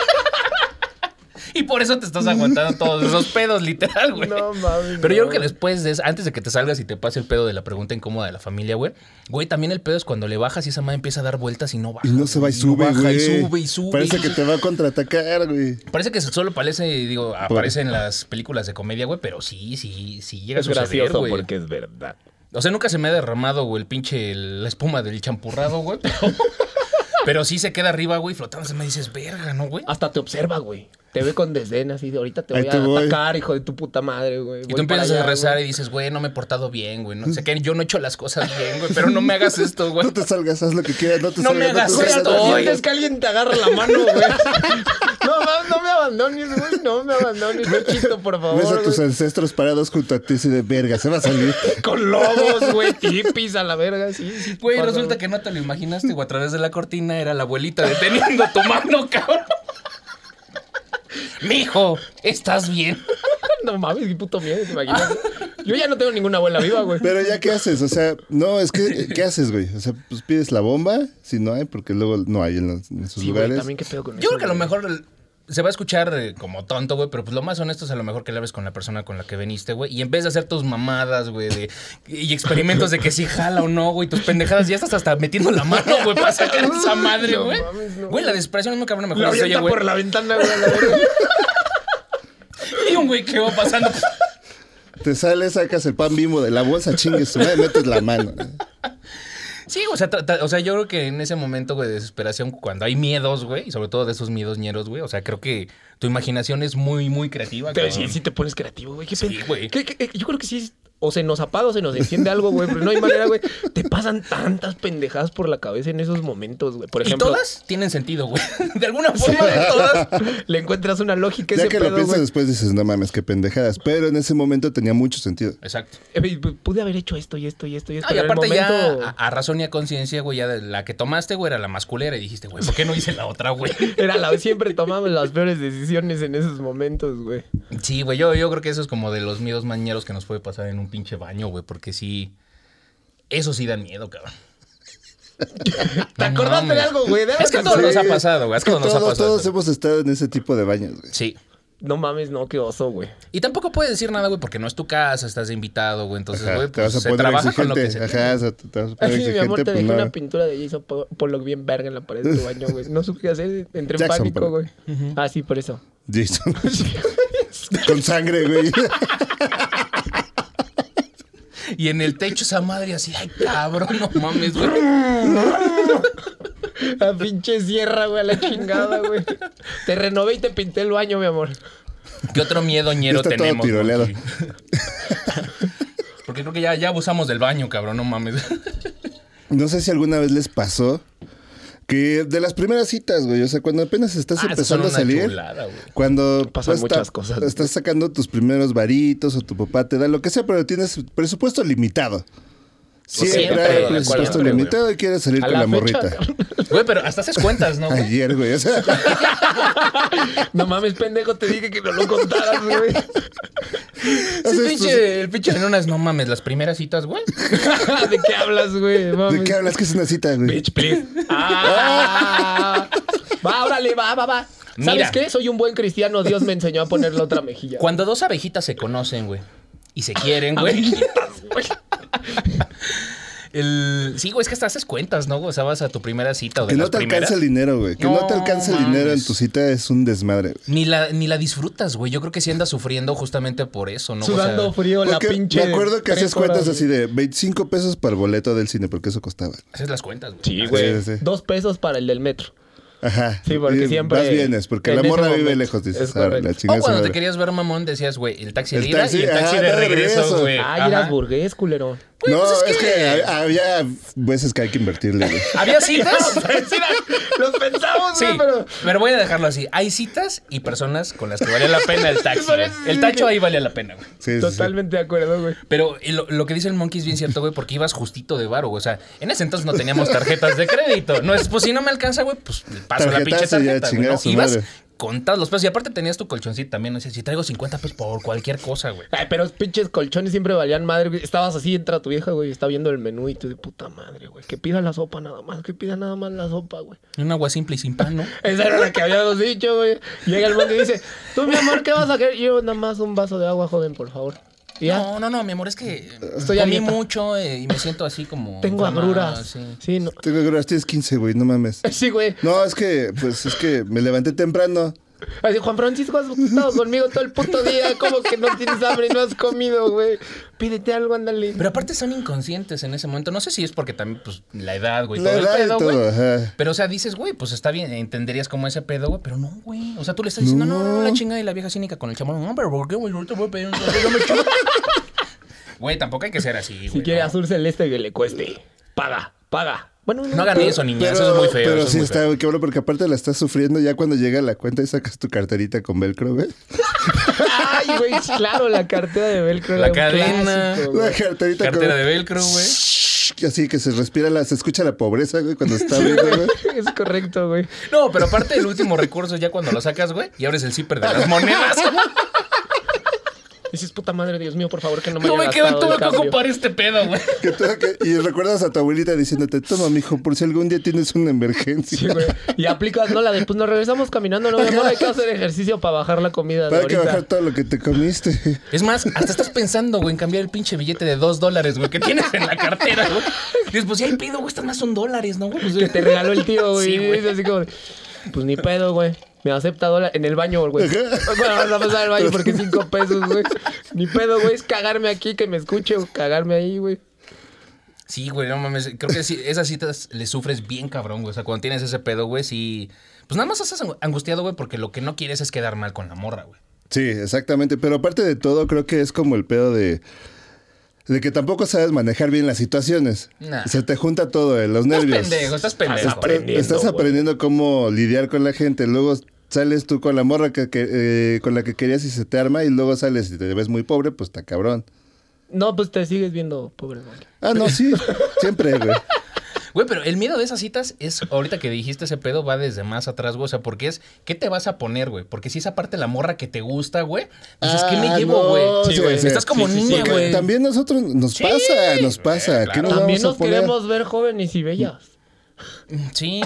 [SPEAKER 2] Y por eso te estás aguantando todos esos pedos, literal, güey.
[SPEAKER 3] No mames,
[SPEAKER 2] Pero yo creo
[SPEAKER 3] no.
[SPEAKER 2] que después de eso, antes de que te salgas y te pase el pedo de la pregunta incómoda de la familia, güey. Güey, también el pedo es cuando le bajas y esa madre empieza a dar vueltas y no baja.
[SPEAKER 4] Y no se va y
[SPEAKER 2] güey,
[SPEAKER 4] sube,
[SPEAKER 2] baja
[SPEAKER 4] güey.
[SPEAKER 2] y sube y sube.
[SPEAKER 4] Parece
[SPEAKER 2] y
[SPEAKER 4] que
[SPEAKER 2] sube.
[SPEAKER 4] te va a contraatacar, güey.
[SPEAKER 2] Parece que solo parece, digo, aparece en las películas de comedia, güey, pero sí, sí, sí llega
[SPEAKER 3] Es
[SPEAKER 2] a suceder,
[SPEAKER 3] gracioso
[SPEAKER 2] güey.
[SPEAKER 3] porque es verdad.
[SPEAKER 2] O sea, nunca se me ha derramado, güey, el pinche, el- la espuma del champurrado, güey. Pero, *laughs* pero sí se queda arriba, güey, flotando. Se me dices, verga, ¿no, güey?
[SPEAKER 3] Hasta te observa, güey. Te ve con desdén así de ahorita te
[SPEAKER 4] Ahí
[SPEAKER 3] voy
[SPEAKER 4] te
[SPEAKER 3] a
[SPEAKER 4] voy.
[SPEAKER 3] atacar, hijo de tu puta madre, güey. Mm.
[SPEAKER 2] Y tú empiezas a rezar y dices, güey, no me he portado bien, güey. ¿no? sé que yo no he hecho las cosas bien, güey, pero no me
[SPEAKER 3] *laughs*
[SPEAKER 2] hagas esto, güey.
[SPEAKER 4] No te salgas, haz lo que quieras, no te
[SPEAKER 2] No me
[SPEAKER 4] salgas.
[SPEAKER 2] hagas
[SPEAKER 4] no te salgas.
[SPEAKER 2] esto, güey.
[SPEAKER 3] Es que alguien te agarra la mano,
[SPEAKER 4] *laughs*
[SPEAKER 3] güey. No, mames, no me abandones, güey. No me abandones. Luchito, por
[SPEAKER 4] Ves
[SPEAKER 3] favor,
[SPEAKER 4] a tus
[SPEAKER 3] güey.
[SPEAKER 4] ancestros parados junto a ti así de verga, se va a salir.
[SPEAKER 3] Con lobos, güey. Tipis a la verga. Sí, sí.
[SPEAKER 2] Güey,
[SPEAKER 3] pasa,
[SPEAKER 2] resulta que no te lo imaginaste, güey. A través de la cortina era la abuelita deteniendo tu mano, cabrón. *laughs* Mijo, ¿estás bien?
[SPEAKER 3] *laughs* No mames, qué puto miedo, ¿te imaginas? Yo ya no tengo ninguna abuela viva, güey.
[SPEAKER 4] Pero ya, ¿qué haces? O sea, no, es que, ¿qué haces, güey? O sea, pues pides la bomba, si no hay, porque luego no hay en, los- en sus
[SPEAKER 3] Sí, güey,
[SPEAKER 4] lugares.
[SPEAKER 3] también qué pedo con
[SPEAKER 2] Yo
[SPEAKER 3] eso,
[SPEAKER 2] creo que a lo
[SPEAKER 3] güey?
[SPEAKER 2] mejor el- se va a escuchar eh, como tonto, güey, pero pues lo más honesto es a lo mejor que le hables con la persona con la que veniste, güey. Y en vez de hacer tus mamadas, güey, de- y experimentos de que si jala o no, güey, tus pendejadas, ya estás hasta metiendo la mano, güey, para
[SPEAKER 3] *laughs*
[SPEAKER 2] sacar esa madre,
[SPEAKER 3] No
[SPEAKER 2] güey.
[SPEAKER 3] mames, no.
[SPEAKER 2] Güey, la desesperación no cabrón
[SPEAKER 3] La
[SPEAKER 2] mejor. dice, oye,
[SPEAKER 3] avienta
[SPEAKER 2] güey.
[SPEAKER 3] por la ventana, güey. a la verga.
[SPEAKER 2] Y un güey que va pasando.
[SPEAKER 4] Te sales, sacas el pan bimbo de la bolsa, chingues, *laughs* tu madre, metes la mano.
[SPEAKER 2] Sí, o sea, tra- tra- o sea, yo creo que en ese momento, güey, de desesperación, cuando hay miedos, güey, y sobre todo de esos miedos ñeros, güey, o sea, creo que tu imaginación es muy, muy creativa,
[SPEAKER 3] Pero
[SPEAKER 2] Ah, cabrón.
[SPEAKER 3] sí, sí te pones creativo, güey. ¿Qué
[SPEAKER 2] Sí,
[SPEAKER 3] pedo?
[SPEAKER 2] güey.
[SPEAKER 3] ¿Qué- qué- Yo creo que sí es o se nos apaga o se nos enciende algo, güey. Pero no hay manera, güey. Te pasan tantas pendejadas por la cabeza en esos momentos, güey. Por
[SPEAKER 2] Y
[SPEAKER 3] ejemplo, *laughs*
[SPEAKER 2] todas tienen sentido, güey. *laughs* De alguna forma, de todas.
[SPEAKER 3] le encuentras una lógica a
[SPEAKER 4] Ya
[SPEAKER 3] ese
[SPEAKER 4] que
[SPEAKER 3] pedo,
[SPEAKER 4] lo piensas
[SPEAKER 3] güey.
[SPEAKER 4] después dices, no mames, qué pendejadas. Pero en ese momento tenía mucho sentido.
[SPEAKER 2] Exacto.
[SPEAKER 3] Eh, Pude haber hecho esto y esto y esto y esto.
[SPEAKER 2] No, y
[SPEAKER 3] pero en el
[SPEAKER 2] aparte
[SPEAKER 3] momento-
[SPEAKER 2] ya a, a razón y a conciencia, güey, ya de la que tomaste, güey, era la más culera y dijiste, güey, ¿por qué no hice la otra, güey?
[SPEAKER 3] Era la, siempre tomamos las peores decisiones en esos momentos, güey.
[SPEAKER 2] *laughs* Sí, güey, yo, yo creo que eso es como de los miedos mañeros que nos puede pasar en un pinche baño, güey, porque sí, eso sí da miedo, cabrón.
[SPEAKER 3] ¿Te acordaste
[SPEAKER 2] mames.
[SPEAKER 3] de algo, güey? De algo
[SPEAKER 2] Es que
[SPEAKER 3] que-
[SPEAKER 2] todo nos
[SPEAKER 4] Sí,
[SPEAKER 2] ha pasado, güey,
[SPEAKER 4] es que
[SPEAKER 2] todo nos ha
[SPEAKER 4] todos,
[SPEAKER 2] pasado.
[SPEAKER 4] todos hemos estado en ese tipo de baños, güey.
[SPEAKER 2] Sí.
[SPEAKER 3] No mames, no, qué oso, güey.
[SPEAKER 2] Y tampoco puedes decir nada, güey, porque no es tu casa, estás de invitado, güey, entonces,
[SPEAKER 4] Ajá,
[SPEAKER 2] güey,
[SPEAKER 4] te vas
[SPEAKER 2] pues,
[SPEAKER 4] a
[SPEAKER 2] se
[SPEAKER 4] poner
[SPEAKER 2] trabaja con lo que
[SPEAKER 4] exigente.
[SPEAKER 2] se
[SPEAKER 4] Ajá, o sea, te te vas a poner
[SPEAKER 3] Ay, mi amor,
[SPEAKER 4] exigente.
[SPEAKER 3] te
[SPEAKER 4] pues
[SPEAKER 3] dejé una
[SPEAKER 4] no.
[SPEAKER 3] pintura de Jason Po- Pollock bien verga en la pared de tu baño, güey. No supe qué hacer, entré en
[SPEAKER 4] Jackson
[SPEAKER 3] pánico, güey.
[SPEAKER 4] Pollock.
[SPEAKER 3] Ah, sí, por eso.
[SPEAKER 4] Jason.
[SPEAKER 3] *laughs*
[SPEAKER 4] con sangre, güey.
[SPEAKER 2] Y en el techo esa madre así, ay, cabrón, no mames, güey. *laughs*
[SPEAKER 3] La pinche sierra, güey, a la chingada, güey. Te renové y te pinté el baño, mi amor.
[SPEAKER 2] ¿Qué otro miedo ñero
[SPEAKER 4] Está todo
[SPEAKER 2] tenemos? güey?
[SPEAKER 4] tiroleado.
[SPEAKER 2] Porque creo que ya, ya abusamos del baño, cabrón, no mames. *laughs*
[SPEAKER 4] No sé si alguna vez les pasó que de las primeras citas, güey, o sea, cuando apenas estás
[SPEAKER 2] Ah,
[SPEAKER 4] empezando a
[SPEAKER 2] son una
[SPEAKER 4] salir,
[SPEAKER 2] chulada, güey.
[SPEAKER 4] cuando
[SPEAKER 3] Pasan
[SPEAKER 4] está-
[SPEAKER 3] muchas cosas.
[SPEAKER 4] estás sacando tus primeros varitos o tu papá te da lo que sea, pero tienes presupuesto limitado.
[SPEAKER 2] Pues
[SPEAKER 4] Siempre,
[SPEAKER 2] siempre,
[SPEAKER 4] hay
[SPEAKER 2] de acuerdo,
[SPEAKER 4] presupuesto
[SPEAKER 2] siempre, güey.
[SPEAKER 4] limitado y quieres salir
[SPEAKER 3] A
[SPEAKER 4] con la,
[SPEAKER 3] la fecha,
[SPEAKER 4] morrita.
[SPEAKER 2] Güey, pero hasta haces cuentas, ¿no? güey?
[SPEAKER 4] Ayer, güey,
[SPEAKER 2] *laughs*
[SPEAKER 4] o sea,
[SPEAKER 3] *laughs* No mames, pendejo, te dije que no lo contaras, güey.
[SPEAKER 2] Sí,
[SPEAKER 4] haces
[SPEAKER 2] pinche- el pinche en unas, no mames, las primeras citas, güey.
[SPEAKER 3] Ah, ¿De qué hablas, güey?
[SPEAKER 4] tus-
[SPEAKER 3] Mames.
[SPEAKER 4] ¿De qué hablas? que es una cita, güey?
[SPEAKER 3] *laughs* Bitch, please.
[SPEAKER 4] *laughs*
[SPEAKER 3] Ah. va, órale, va, va, va.
[SPEAKER 2] Mira.
[SPEAKER 3] ¿Sabes qué? Soy un buen cristiano. Dios me enseñó a poner la otra mejilla.
[SPEAKER 2] Cuando dos abejitas se conocen, güey, y se quieren, güey. *laughs* El... Sí, güey, es que hasta haces cuentas, ¿no? güey? O sea, vas a tu primera cita o de
[SPEAKER 4] Que no
[SPEAKER 2] las
[SPEAKER 4] te
[SPEAKER 2] primeras.
[SPEAKER 4] alcanza el dinero, güey. Que no, te
[SPEAKER 2] No
[SPEAKER 4] alcanza el dinero en
[SPEAKER 2] mames.
[SPEAKER 4] tu cita es un desmadre. güey.
[SPEAKER 2] Ni la, ni la disfrutas, güey. Yo creo que sí andas sufriendo justamente por eso, ¿no? O sea,
[SPEAKER 3] Sudando frío, la
[SPEAKER 4] Porque
[SPEAKER 3] pinche.
[SPEAKER 4] me acuerdo que
[SPEAKER 3] tres
[SPEAKER 4] hacías cuentas
[SPEAKER 3] horas,
[SPEAKER 4] así de 25 pesos para el boleto del cine, porque eso costaba.
[SPEAKER 2] haces las cuentas, güey.
[SPEAKER 3] Sí, güey.
[SPEAKER 4] Sí, sí, sí.
[SPEAKER 3] Dos pesos para el del metro.
[SPEAKER 4] Ajá.
[SPEAKER 3] Sí, porque
[SPEAKER 4] Y
[SPEAKER 3] siempre-
[SPEAKER 4] Vas vienes, porque
[SPEAKER 3] en
[SPEAKER 4] la
[SPEAKER 3] ese
[SPEAKER 4] morra vive
[SPEAKER 3] momento.
[SPEAKER 4] lejos, dices.
[SPEAKER 3] Es
[SPEAKER 4] "Ahora,
[SPEAKER 3] correcto.
[SPEAKER 4] la
[SPEAKER 2] O
[SPEAKER 4] chingada
[SPEAKER 2] cuando
[SPEAKER 4] madre".
[SPEAKER 2] Oh, te querías ver mamón, decías, güey, el taxi de
[SPEAKER 4] El
[SPEAKER 2] ida
[SPEAKER 4] taxi,
[SPEAKER 2] y el taxi
[SPEAKER 4] ah,
[SPEAKER 2] de
[SPEAKER 4] de
[SPEAKER 2] regreso,
[SPEAKER 4] regreso.
[SPEAKER 2] güey.
[SPEAKER 3] Ay, Ah, eras
[SPEAKER 2] Ajá.
[SPEAKER 3] burgués, culero.
[SPEAKER 4] No,
[SPEAKER 2] pues es
[SPEAKER 4] es
[SPEAKER 2] que-
[SPEAKER 4] que, ha- había veces que hay que invertirle, güey.
[SPEAKER 2] Había
[SPEAKER 3] *laughs*
[SPEAKER 2] citas.
[SPEAKER 3] Los pensamos,
[SPEAKER 2] Sí,
[SPEAKER 3] güey, pero.
[SPEAKER 2] pero voy a dejarlo así. Hay citas y personas con las que vale la pena
[SPEAKER 3] *laughs*
[SPEAKER 2] el taxi. güey. El tacho ahí vale la pena, güey.
[SPEAKER 4] Sí, sí, sí.
[SPEAKER 3] Totalmente de acuerdo, güey.
[SPEAKER 2] Pero eh, lo, lo que dice el Monkey es bien cierto, güey, porque ibas justito de varo, güey. O sea, en ese entonces no teníamos tarjetas de crédito. No es, pues si no me alcanza, güey, pues le paso la pinche
[SPEAKER 4] Tarjetazo y ya
[SPEAKER 2] tarjeta. güey,
[SPEAKER 4] chingar a
[SPEAKER 2] ¿no?
[SPEAKER 4] su
[SPEAKER 2] Ibas
[SPEAKER 4] madre.
[SPEAKER 2] contados los pesos. Y aparte tenías tu colchoncito también. No sé, si traigo 50 pesos por cualquier cosa, güey.
[SPEAKER 3] Ay, pero los pinches colchones siempre valían madre, güey. Estabas así, entra tu vieja, güey, está viendo el menú y tú de puta madre, güey. Que pida la sopa nada más, que pida nada más la sopa, güey.
[SPEAKER 2] Un agua simple y sin pan, ¿no?
[SPEAKER 3] Esa era la que habíamos dicho, güey. Llega el monje y dice, tú, mi amor, ¿qué vas a querer? Yo nada más un vaso de agua, joven, por favor. Y ya,
[SPEAKER 2] No, no, no, mi amor, es que
[SPEAKER 3] Estoy a
[SPEAKER 2] comí
[SPEAKER 3] dieta.
[SPEAKER 2] mucho eh, y me siento así como...
[SPEAKER 3] tengo
[SPEAKER 2] inflamado,
[SPEAKER 3] agruras.
[SPEAKER 2] sí.
[SPEAKER 3] Sí, no.
[SPEAKER 4] Tengo que grabar, tienes 15, güey, no mames.
[SPEAKER 3] Sí, güey.
[SPEAKER 4] No, es que, pues, es que me levanté temprano.
[SPEAKER 3] Así, Juan Francisco, has estado conmigo todo el puto día. ¿Cómo que no tienes hambre y no has comido, güey? Pídete algo, ándale.
[SPEAKER 2] Pero aparte son inconscientes en ese momento. No sé si es porque también, pues, la edad, güey,
[SPEAKER 4] La
[SPEAKER 2] todo
[SPEAKER 4] edad
[SPEAKER 2] el
[SPEAKER 4] y
[SPEAKER 2] pedo, güey.
[SPEAKER 4] todo, ajá.
[SPEAKER 2] Pero, o sea, dices, güey, pues está bien, entenderías como ese pedo, güey, pero no, güey. O sea, tú le estás diciendo, no, no, no, la chinga y la vieja cínica con el chamón. No, pero ¿por qué, güey? Ahorita voy a pedir un yo
[SPEAKER 4] *laughs*
[SPEAKER 2] me chingo". Güey, tampoco hay que ser así, güey.
[SPEAKER 3] Si quiere
[SPEAKER 2] ¿no?
[SPEAKER 3] azul celeste que le cueste. Paga, paga. Bueno,
[SPEAKER 2] No hagan eso, niñas, eso es muy feo.
[SPEAKER 4] Pero
[SPEAKER 2] eso es
[SPEAKER 4] sí
[SPEAKER 2] muy
[SPEAKER 4] está,
[SPEAKER 2] feo.
[SPEAKER 4] güey, qué bueno, porque aparte la estás sufriendo ya cuando llega la cuenta y sacas tu carterita con velcro, güey.
[SPEAKER 3] Ay, güey, claro, la cartera de velcro.
[SPEAKER 2] La
[SPEAKER 3] era un
[SPEAKER 2] cadena.
[SPEAKER 3] clásico,
[SPEAKER 4] La
[SPEAKER 3] güey.
[SPEAKER 4] carterita con
[SPEAKER 2] Cartera de velcro, güey.
[SPEAKER 4] Así que se respira, la, se escucha la pobreza, güey, cuando está abriendo, güey.
[SPEAKER 3] Es correcto, güey.
[SPEAKER 2] No, pero aparte el último recurso ya cuando lo sacas, güey, y abres el zipper de las
[SPEAKER 4] *laughs*
[SPEAKER 2] monedas.
[SPEAKER 3] Dices, puta madre, Dios mío, por favor, que no me
[SPEAKER 2] No me
[SPEAKER 3] haya
[SPEAKER 2] quedo,
[SPEAKER 3] gastado
[SPEAKER 2] tuve
[SPEAKER 3] el
[SPEAKER 2] que
[SPEAKER 3] cambio.
[SPEAKER 2] ocupar este pedo, güey.
[SPEAKER 4] Que todo que- y recuerdas a tu abuelita diciéndote, toma, mijo, por si algún día tienes una emergencia.
[SPEAKER 3] Sí, güey. Y aplicas, no, la de, pues nos regresamos caminando, no, mi amor, hay que hacer ejercicio para bajar la comida de
[SPEAKER 4] Para que
[SPEAKER 3] ahorita.
[SPEAKER 4] bajar todo lo que te comiste.
[SPEAKER 2] Es más, hasta estás pensando, güey, en cambiar el pinche billete de dos dólares, güey, que tienes en la cartera, güey. Dices, pues ya hay pedo, güey, estas más son dólares, ¿no, güey? Pues,
[SPEAKER 3] Que te regaló el tío, güey.
[SPEAKER 2] Sí,
[SPEAKER 3] Y
[SPEAKER 2] güey.
[SPEAKER 3] dices así como, de, pues ni pedo, güey. Me acepta dólar en el baño, güey. Bueno, vamos a pasar al baño porque cinco pesos, güey. Ni pedo, güey. Es cagarme aquí, que me escuche, o cagarme ahí, güey.
[SPEAKER 2] Sí, güey, no mames. Creo que sí, esas citas le sufres bien cabrón, güey. O sea, cuando tienes ese pedo, güey, sí. Pues nada más estás angu- angustiado, güey, porque lo que no quieres es quedar mal con la morra, güey.
[SPEAKER 4] Sí, exactamente. Pero aparte de todo, creo que es como el pedo de. de que tampoco sabes manejar bien las situaciones.
[SPEAKER 2] Nah.
[SPEAKER 4] Se te junta todo, eh, los
[SPEAKER 2] Estás
[SPEAKER 4] nervios.
[SPEAKER 2] pendejo, estás pendejo.
[SPEAKER 3] Estás pendejo. aprendiendo,
[SPEAKER 4] Estás
[SPEAKER 3] güey.
[SPEAKER 4] aprendiendo cómo lidiar con la gente. Luego sales tú con la morra que, que, eh, con la que querías y se te arma. Y luego sales y te ves muy pobre, pues está cabrón.
[SPEAKER 3] No, pues te sigues viendo pobre, güey.
[SPEAKER 4] Ah, no, sí. Siempre, güey.
[SPEAKER 2] Güey, pero el miedo de esas citas es, ahorita que dijiste ese pedo, va desde más atrás, güey. O sea, porque es, ¿qué te vas a poner, güey? Porque si esa parte la morra que te gusta, güey, dices, ¿qué me
[SPEAKER 4] Ah,
[SPEAKER 2] llevo,
[SPEAKER 4] no,
[SPEAKER 2] güey?
[SPEAKER 4] sí, güey, sí.
[SPEAKER 2] Estás como
[SPEAKER 3] Sí, sí, sí,
[SPEAKER 2] niña,
[SPEAKER 4] Porque
[SPEAKER 2] güey.
[SPEAKER 4] También nosotros nos
[SPEAKER 2] Sí.
[SPEAKER 4] pasa, nos pasa.
[SPEAKER 2] Eh,
[SPEAKER 4] ¿Qué
[SPEAKER 2] claro.
[SPEAKER 4] nos
[SPEAKER 3] También
[SPEAKER 4] vamos
[SPEAKER 3] nos
[SPEAKER 4] a poner?
[SPEAKER 3] queremos ver jóvenes y bellas. *laughs*
[SPEAKER 2] Sí.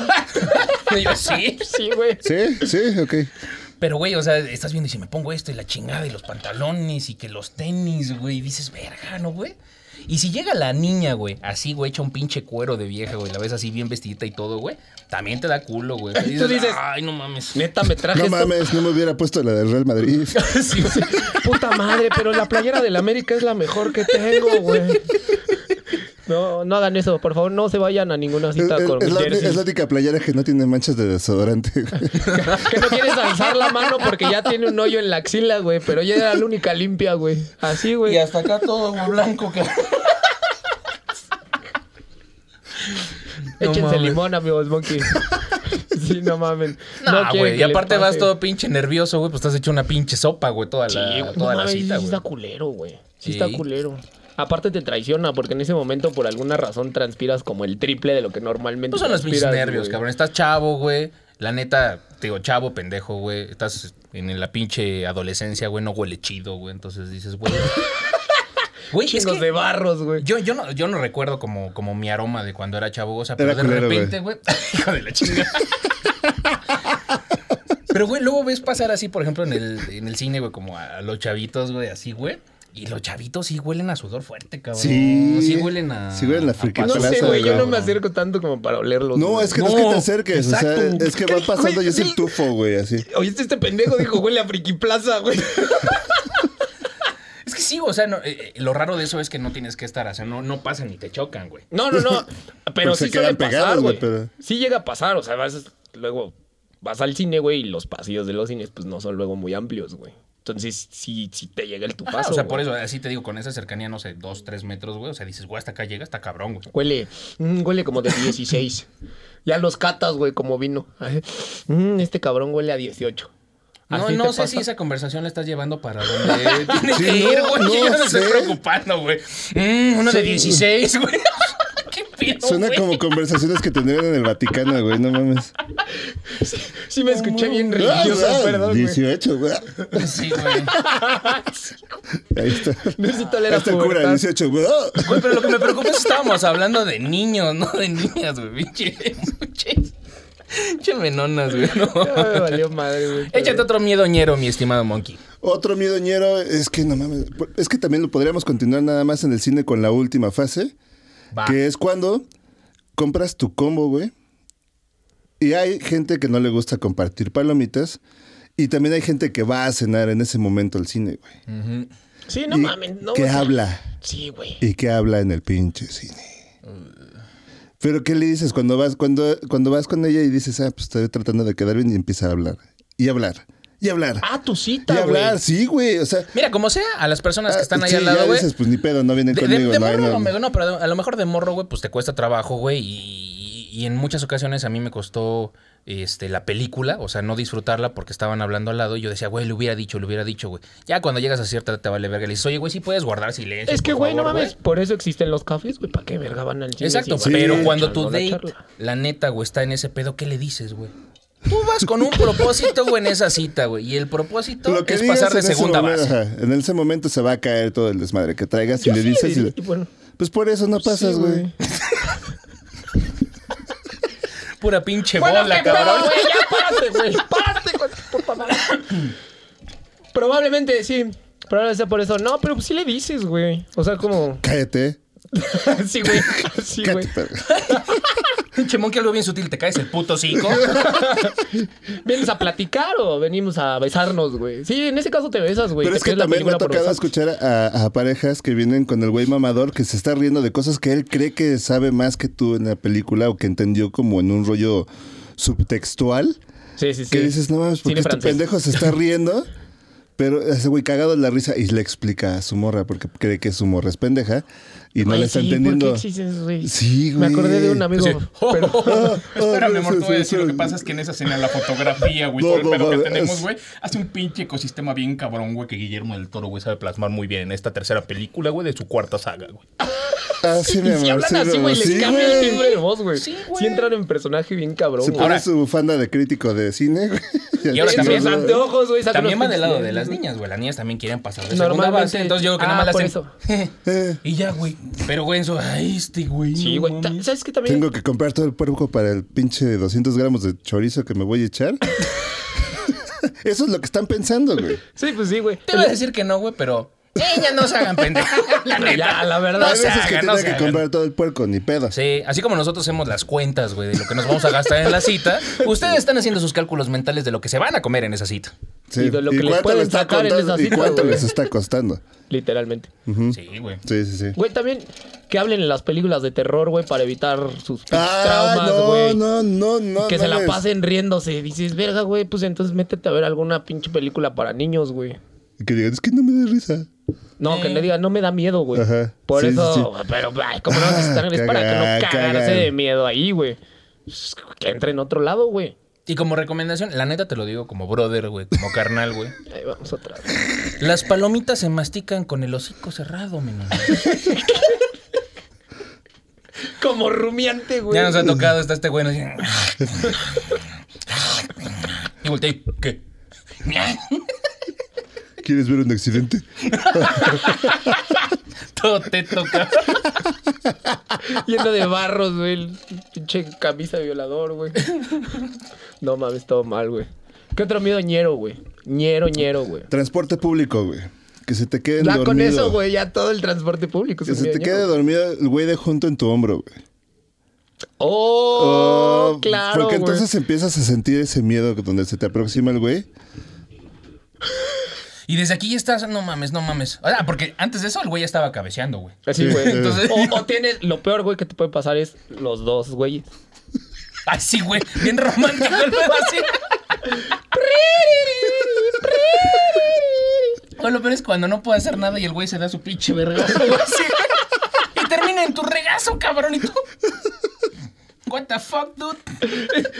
[SPEAKER 2] Y yo, sí.
[SPEAKER 3] Sí, güey.
[SPEAKER 4] *laughs* Sí, sí, ok.
[SPEAKER 2] Pero, güey, o sea, estás viendo y si me pongo esto y la chingada y los pantalones y que los tenis, güey. y Dices, verga, ¿no, güey? Y si llega la niña, güey, así, güey, hecha un pinche cuero de vieja, güey, la ves así bien vestidita y todo, güey, también te da culo, güey. Y
[SPEAKER 3] Tú dices,
[SPEAKER 2] ay, no mames.
[SPEAKER 3] *laughs* Neta, me traje
[SPEAKER 4] No
[SPEAKER 3] esto.
[SPEAKER 4] mames, no me hubiera puesto la del
[SPEAKER 3] *laughs*
[SPEAKER 4] Real Madrid.
[SPEAKER 2] *laughs* Sí, sí.
[SPEAKER 3] Puta madre, pero la playera del América es la mejor que tengo, güey. No, no hagan eso, por favor, no se vayan a ninguna
[SPEAKER 4] Es,
[SPEAKER 3] cita
[SPEAKER 4] es-
[SPEAKER 3] con
[SPEAKER 4] es la,
[SPEAKER 3] jersey.
[SPEAKER 4] es la única playera que no tiene manchas de
[SPEAKER 3] *laughs*
[SPEAKER 4] desodorante. güey.
[SPEAKER 3] Que no quieres alzar la mano porque ya tiene un hoyo en la axila, güey, pero ella era la única limpia, güey. Así, güey.
[SPEAKER 2] Y hasta acá todo güey, blanco, cabrón. No
[SPEAKER 3] Échense
[SPEAKER 2] mames.
[SPEAKER 3] limón, amigos, monkey. *laughs* Sí, no mamen.
[SPEAKER 2] No,
[SPEAKER 3] quieren
[SPEAKER 2] Ah, güey.
[SPEAKER 3] que
[SPEAKER 2] y
[SPEAKER 3] les
[SPEAKER 2] aparte vas
[SPEAKER 3] pase.
[SPEAKER 2] todo pinche nervioso, güey. Pues estás hecho una pinche sopa, güey. Toda
[SPEAKER 3] Sí,
[SPEAKER 2] la,
[SPEAKER 3] güey, no
[SPEAKER 2] toda la
[SPEAKER 3] mames,
[SPEAKER 2] cita, güey.
[SPEAKER 3] sí está culero, güey. Sí, está
[SPEAKER 2] Sí.
[SPEAKER 3] culero. Aparte te traiciona porque en ese momento por alguna razón transpiras como el triple de lo que normalmente
[SPEAKER 2] No Pues son los pinches
[SPEAKER 3] transpiras,
[SPEAKER 2] nervios,
[SPEAKER 3] güey.
[SPEAKER 2] cabrón. Estás chavo, güey. La neta, te digo, chavo, pendejo, güey. Estás en la pinche adolescencia, güey. No huele chido, güey. Entonces dices, güey. *laughs* Güey, es
[SPEAKER 3] Chingos
[SPEAKER 2] que
[SPEAKER 3] de barros, güey.
[SPEAKER 2] yo, yo, no, yo no recuerdo como, como mi aroma de cuando era chavo. O sea, pero
[SPEAKER 4] Era
[SPEAKER 2] de
[SPEAKER 4] culero,
[SPEAKER 2] repente, güey. *laughs* Hijo de la chingada. *laughs* Pero, güey, luego ves pasar así, por ejemplo, en el, en el cine, güey, como a los chavitos, güey, así, güey. Y los chavitos sí huelen a sudor fuerte, cabrón.
[SPEAKER 4] Sí.
[SPEAKER 2] Sí huelen a.
[SPEAKER 4] Sí huelen a friki
[SPEAKER 3] No
[SPEAKER 2] paso.
[SPEAKER 4] plaza,
[SPEAKER 3] sé, güey, yo no
[SPEAKER 4] cabrón.
[SPEAKER 3] me acerco tanto como para olerlos.
[SPEAKER 4] No,
[SPEAKER 3] güey.
[SPEAKER 4] es que no, es que
[SPEAKER 2] No,
[SPEAKER 4] te acerques. O
[SPEAKER 2] exacto.
[SPEAKER 4] sea, es que va pasando y es el tufo, güey, así.
[SPEAKER 3] Oíste, este pendejo dijo, huele a Friki Plaza, güey.
[SPEAKER 2] Es que sí, o sea, no, eh, eh, lo raro de eso es que no tienes que estar, o sea, no, no pasan ni te chocan, güey.
[SPEAKER 3] No, no,
[SPEAKER 4] *laughs*
[SPEAKER 3] no. Pero
[SPEAKER 4] Pues se
[SPEAKER 3] sí suele
[SPEAKER 4] quedan pegados,
[SPEAKER 3] pasar, güey.
[SPEAKER 4] güey, pero-
[SPEAKER 3] Sí llega a pasar, o sea, vas, luego vas al cine, güey, y los pasillos de los cines pues no son luego muy amplios, güey. Entonces, sí, sí te llega el tupazo,
[SPEAKER 2] Ajá, Ah, o sea,
[SPEAKER 3] güey.
[SPEAKER 2] por eso, así te digo, con esa cercanía, no sé, dos, tres metros, güey. O sea, dices, güey, hasta acá llega, está cabrón, güey.
[SPEAKER 3] Huele, mm, huele como de 16. Ya los catas, güey, como vino. Ay, mm, este cabrón huele a 18.
[SPEAKER 2] No,
[SPEAKER 3] Así
[SPEAKER 2] no
[SPEAKER 3] te
[SPEAKER 2] sé
[SPEAKER 3] pasa.
[SPEAKER 2] si esa conversación la estás llevando para
[SPEAKER 4] *laughs*
[SPEAKER 2] donde tiene
[SPEAKER 4] Sí,
[SPEAKER 2] que
[SPEAKER 4] no,
[SPEAKER 2] ir, güey.
[SPEAKER 4] no
[SPEAKER 2] yo ya me estoy
[SPEAKER 4] sé.
[SPEAKER 2] preocupando, güey. Mm, uno de
[SPEAKER 4] Sí.
[SPEAKER 2] 16, güey. *laughs* Qué pedo,
[SPEAKER 4] Suena
[SPEAKER 2] güey.
[SPEAKER 4] como conversaciones que tenían en el Vaticano, güey, no mames.
[SPEAKER 3] Sí me escuché bien
[SPEAKER 4] Ah,
[SPEAKER 3] religiosa,
[SPEAKER 4] ah,
[SPEAKER 3] perdón, *laughs* güey.
[SPEAKER 4] 18, güey.
[SPEAKER 2] Sí, güey.
[SPEAKER 4] Ahí está.
[SPEAKER 3] Necesito leer
[SPEAKER 4] Ahí
[SPEAKER 3] a
[SPEAKER 4] está el cura,
[SPEAKER 3] pubertad.
[SPEAKER 4] 18, güey. Ah.
[SPEAKER 2] Güey, pero lo que me preocupa es que estábamos hablando de niños, no de niñas, güey. Pinche, pinche- pinche menonas, güey. No.
[SPEAKER 3] Ya
[SPEAKER 4] *laughs*
[SPEAKER 3] me valió madre, güey.
[SPEAKER 2] Échate otro miedoñero, mi estimado Monkey.
[SPEAKER 4] Otro miedoñero es que no mames. Es que también lo podríamos continuar nada más en el cine con la última fase.
[SPEAKER 2] Va.
[SPEAKER 4] Que es cuando compras tu combo, güey. Y hay gente que no le gusta compartir palomitas. Y también hay gente que va a cenar en ese momento al cine, güey.
[SPEAKER 3] Sí, no
[SPEAKER 4] Y
[SPEAKER 3] mames, no.
[SPEAKER 4] que
[SPEAKER 3] o sea,
[SPEAKER 4] habla.
[SPEAKER 3] Sí, güey.
[SPEAKER 4] Y que habla en el pinche cine. Pero ¿qué le dices cuando vas, cuando, cuando vas con ella y dices, ah, pues estoy tratando de quedar bien y empieza a hablar? Y hablar. Y hablar.
[SPEAKER 3] Ah, tu
[SPEAKER 4] y
[SPEAKER 3] cita, güey.
[SPEAKER 4] hablar, sí, güey. O sea,
[SPEAKER 2] Mira, como sea, a las personas que están ahí
[SPEAKER 4] Ah, sí,
[SPEAKER 2] al
[SPEAKER 4] ya
[SPEAKER 2] lado, güey.
[SPEAKER 4] dices, pues ni pedo, no vienen
[SPEAKER 2] De, de-
[SPEAKER 4] conmigo.
[SPEAKER 2] de
[SPEAKER 4] no,
[SPEAKER 2] morro,
[SPEAKER 4] no,
[SPEAKER 2] a lo
[SPEAKER 4] no.
[SPEAKER 2] mejor- no, pero a lo mejor de morro, güey, pues te cuesta trabajo, güey. Y, y en muchas ocasiones a mí me costó este, la película, o sea, no disfrutarla porque estaban hablando al lado. Y yo decía, güey, le hubiera dicho, le hubiera dicho, güey. Ya cuando llegas a cierta edad te vale verga. Le dices, oye, güey, sí puedes guardar silencio.
[SPEAKER 3] Es que,
[SPEAKER 2] por
[SPEAKER 3] güey, no
[SPEAKER 2] favor,
[SPEAKER 3] mames. Por eso existen los cafés, güey. ¿Para qué verga van al cine?
[SPEAKER 2] Exacto,
[SPEAKER 4] Sí,
[SPEAKER 3] si van a
[SPEAKER 2] pero
[SPEAKER 4] sí.
[SPEAKER 2] cuando
[SPEAKER 3] echar
[SPEAKER 2] tu
[SPEAKER 3] la
[SPEAKER 2] date,
[SPEAKER 3] charla?
[SPEAKER 2] la neta, güey, está en ese pedo, ¿qué le dices, güey? Tú vas con un propósito, güey, en esa cita, güey. Y el propósito
[SPEAKER 4] Lo que
[SPEAKER 2] es
[SPEAKER 4] digas
[SPEAKER 2] pasar de
[SPEAKER 4] en ese
[SPEAKER 2] segunda
[SPEAKER 4] momento,
[SPEAKER 2] base.
[SPEAKER 4] ajá, en ese momento se va a caer todo el desmadre que traigas y
[SPEAKER 3] Yo
[SPEAKER 4] le
[SPEAKER 3] sí
[SPEAKER 4] dices. y
[SPEAKER 3] diría,
[SPEAKER 4] le-
[SPEAKER 3] bueno,
[SPEAKER 4] pues por eso no pasas,
[SPEAKER 3] sí,
[SPEAKER 4] güey.
[SPEAKER 2] Pura pinche
[SPEAKER 3] Bueno,
[SPEAKER 2] bola,
[SPEAKER 3] qué
[SPEAKER 2] cabrón.
[SPEAKER 3] pedo, güey, ya párate, güey. Párate con tu puta madre. Probablemente, sí. Probablemente sea por eso. No, pero pues sí le dices, güey. O sea,
[SPEAKER 4] *laughs*
[SPEAKER 3] como.
[SPEAKER 4] Cállate.
[SPEAKER 3] Sí, güey. Sí, güey.
[SPEAKER 4] Cállate, perro.
[SPEAKER 2] Pinche monkey, algo bien sutil, te caes el puto
[SPEAKER 4] *laughs*
[SPEAKER 2] hocico.
[SPEAKER 3] ¿Vienes a platicar o venimos a besarnos, güey? Sí, en ese caso te besas, güey.
[SPEAKER 4] Pero
[SPEAKER 3] Te
[SPEAKER 4] es que
[SPEAKER 3] pierdes la
[SPEAKER 4] también me
[SPEAKER 3] película
[SPEAKER 4] ha
[SPEAKER 3] por
[SPEAKER 4] tocado
[SPEAKER 3] besar.
[SPEAKER 4] escuchar a, a parejas que vienen con el güey mamador que se está riendo de cosas que él cree que sabe más que tú en la película o que entendió como en un rollo subtextual.
[SPEAKER 3] Sí, sí, sí.
[SPEAKER 4] Que dices, no mames,
[SPEAKER 3] Cine
[SPEAKER 4] porque este
[SPEAKER 3] francés.
[SPEAKER 4] pendejo se está riendo. Pero ese güey cagado de la risa y le explica a su morra porque cree que su morra es pendeja y no
[SPEAKER 3] Ay,
[SPEAKER 4] le está
[SPEAKER 3] sí, ¿por qué
[SPEAKER 4] entendiendo.
[SPEAKER 3] exiges, güey?
[SPEAKER 4] Sí,
[SPEAKER 3] Me
[SPEAKER 4] güey.
[SPEAKER 3] acordé de un amigo.
[SPEAKER 2] Sí.
[SPEAKER 3] *laughs* pero-
[SPEAKER 2] "Oh,
[SPEAKER 4] *laughs*
[SPEAKER 2] Espérame, amor,
[SPEAKER 4] sí,
[SPEAKER 2] te voy a
[SPEAKER 4] sí,
[SPEAKER 2] decir lo
[SPEAKER 4] sí.
[SPEAKER 2] que pasa es que en esa escena la fotografía, güey,
[SPEAKER 4] No,
[SPEAKER 2] todo el
[SPEAKER 4] no,
[SPEAKER 2] pedo que
[SPEAKER 4] mames,
[SPEAKER 2] tenemos,
[SPEAKER 4] es-
[SPEAKER 2] güey, hace un pinche ecosistema bien cabrón, güey, que Guillermo del Toro, güey, sabe plasmar muy bien en esta tercera película, güey, de su cuarta saga, güey.
[SPEAKER 4] Ah, sí,
[SPEAKER 3] *laughs*
[SPEAKER 4] mi
[SPEAKER 3] Y si
[SPEAKER 4] amor,
[SPEAKER 3] hablan
[SPEAKER 4] sí, mi
[SPEAKER 3] así,
[SPEAKER 4] amor.
[SPEAKER 3] güey, les
[SPEAKER 4] Sí,
[SPEAKER 3] cambia el
[SPEAKER 4] güey.
[SPEAKER 3] timbre de voz, güey.
[SPEAKER 2] Sí,
[SPEAKER 3] Sí,
[SPEAKER 2] güey.
[SPEAKER 3] entran en personaje bien cabrón,
[SPEAKER 4] Se
[SPEAKER 3] güey.
[SPEAKER 4] pone
[SPEAKER 2] Ahora-
[SPEAKER 4] su bufanda de crítico de cine. güey.
[SPEAKER 2] *laughs* Y ahora
[SPEAKER 4] Sí,
[SPEAKER 2] también-
[SPEAKER 4] sí,
[SPEAKER 3] Sus
[SPEAKER 4] sí.
[SPEAKER 3] anteojos, güey. sacan
[SPEAKER 2] También
[SPEAKER 3] unos
[SPEAKER 2] va del lado de
[SPEAKER 3] pinches
[SPEAKER 2] las
[SPEAKER 3] lentes.
[SPEAKER 2] niñas, güey. Las niñas también quieren pasar de segunda
[SPEAKER 3] Normalmente-
[SPEAKER 2] base. Entonces yo creo que nada
[SPEAKER 3] Ah,
[SPEAKER 2] más
[SPEAKER 3] por
[SPEAKER 2] le hacen.
[SPEAKER 3] eso.
[SPEAKER 2] *laughs*
[SPEAKER 4] Eh,
[SPEAKER 2] Y ya, güey. Pero, güey, eso. Ay, este, güey.
[SPEAKER 3] Sí,
[SPEAKER 2] no
[SPEAKER 3] güey. Ta-
[SPEAKER 2] mames.
[SPEAKER 3] ¿Sabes qué también?
[SPEAKER 4] Tengo que comprar todo el puerco para el pinche de 200 gramos de chorizo que me voy a echar. *laughs* Eso es lo que están pensando, güey.
[SPEAKER 3] Sí, pues sí, güey.
[SPEAKER 2] Te iba a decir que no, güey, pero. Niñas, no se hagan pendejas. *laughs* La neta.
[SPEAKER 3] Ya, la verdad.
[SPEAKER 2] No
[SPEAKER 4] Hay
[SPEAKER 2] se
[SPEAKER 4] veces que
[SPEAKER 2] hagan, no
[SPEAKER 4] tiene
[SPEAKER 2] se
[SPEAKER 4] que
[SPEAKER 2] hagan.
[SPEAKER 4] comprar todo el puerco, ni pedo.
[SPEAKER 2] Sí, así como nosotros hacemos las cuentas, güey, de lo que nos vamos a gastar en la *laughs* cita, ustedes están haciendo sus cálculos mentales de lo que se van a comer en esa cita.
[SPEAKER 4] Sí.
[SPEAKER 3] Y de lo que les
[SPEAKER 4] cuánto
[SPEAKER 3] pueden
[SPEAKER 4] le está
[SPEAKER 3] sacar en
[SPEAKER 4] contando-
[SPEAKER 3] esa
[SPEAKER 4] ¿Y
[SPEAKER 3] cita,
[SPEAKER 4] cuánto
[SPEAKER 3] güey?
[SPEAKER 4] les está costando?
[SPEAKER 3] Literalmente.
[SPEAKER 2] Sí, güey.
[SPEAKER 4] Sí, sí, sí.
[SPEAKER 3] Güey, también que hablen en las películas de terror, güey, para evitar sus pinches
[SPEAKER 4] Ah,
[SPEAKER 3] traumas,
[SPEAKER 4] no,
[SPEAKER 3] güey.
[SPEAKER 4] no, no, no.
[SPEAKER 3] que
[SPEAKER 4] no
[SPEAKER 3] se la
[SPEAKER 4] les-
[SPEAKER 3] pasen riéndose. Dices, verga, güey, pues entonces métete a ver alguna pinche película para niños, güey.
[SPEAKER 4] Y Que digan, es que no me da risa.
[SPEAKER 3] No, que le diga, no me da miedo, güey.
[SPEAKER 4] Eh. Ajá.
[SPEAKER 3] Por
[SPEAKER 4] Sí,
[SPEAKER 3] eso,
[SPEAKER 4] sí,
[SPEAKER 3] pero, ay, como no vas a estar,
[SPEAKER 4] *laughs*
[SPEAKER 3] es para
[SPEAKER 4] Cagar,
[SPEAKER 3] que no cagarse
[SPEAKER 4] cagar.
[SPEAKER 3] de miedo ahí, güey. Pues, Que entre en otro lado, güey.
[SPEAKER 2] Y como recomendación, la neta te lo digo como brother, güey, como carnal, güey.
[SPEAKER 3] Ahí vamos otra vez. *laughs*
[SPEAKER 2] Las palomitas se mastican con el hocico cerrado, mi niño.
[SPEAKER 3] Como rumiante, güey.
[SPEAKER 2] Ya nos ha tocado, está este güey. nos dice, Y volteé, ¿qué?
[SPEAKER 4] ¿Quieres ver un accidente?
[SPEAKER 2] Todo te toca.
[SPEAKER 3] Lleno de barros, güey. el Pinche camisa de violador, güey. No mames, todo mal, güey. ¿Qué otro miedo ñero, güey? ñero, ñero, güey.
[SPEAKER 4] Transporte público, güey. Que se te queden
[SPEAKER 3] Ya
[SPEAKER 4] dormido.
[SPEAKER 3] con eso, güey, ya todo el transporte público. es
[SPEAKER 4] Que
[SPEAKER 3] un
[SPEAKER 4] se
[SPEAKER 3] miedo
[SPEAKER 4] te quede
[SPEAKER 3] ñero.
[SPEAKER 4] dormido el güey de junto en tu hombro, güey.
[SPEAKER 3] Oh,
[SPEAKER 4] Oh,
[SPEAKER 3] claro,
[SPEAKER 4] Porque
[SPEAKER 3] güey.
[SPEAKER 4] entonces empiezas a sentir ese miedo que donde se te aproxima el güey.
[SPEAKER 2] Y desde aquí ya estás, no mames, no mames. Ah, porque antes de eso el güey ya estaba cabeceando, güey. Oh.
[SPEAKER 3] Así, güey.
[SPEAKER 4] *laughs*
[SPEAKER 2] Entonces-
[SPEAKER 3] O, o tienes, lo peor, güey, que te puede pasar es los dos, güey.
[SPEAKER 2] Ay, sí, güey. Bien romántico el pedo así. O lo peor es cuando no puede hacer nada y el güey se da su pinche vergazo, güey. así. Y termina en tu regazo, cabrón. Y tú. What the fuck, dude.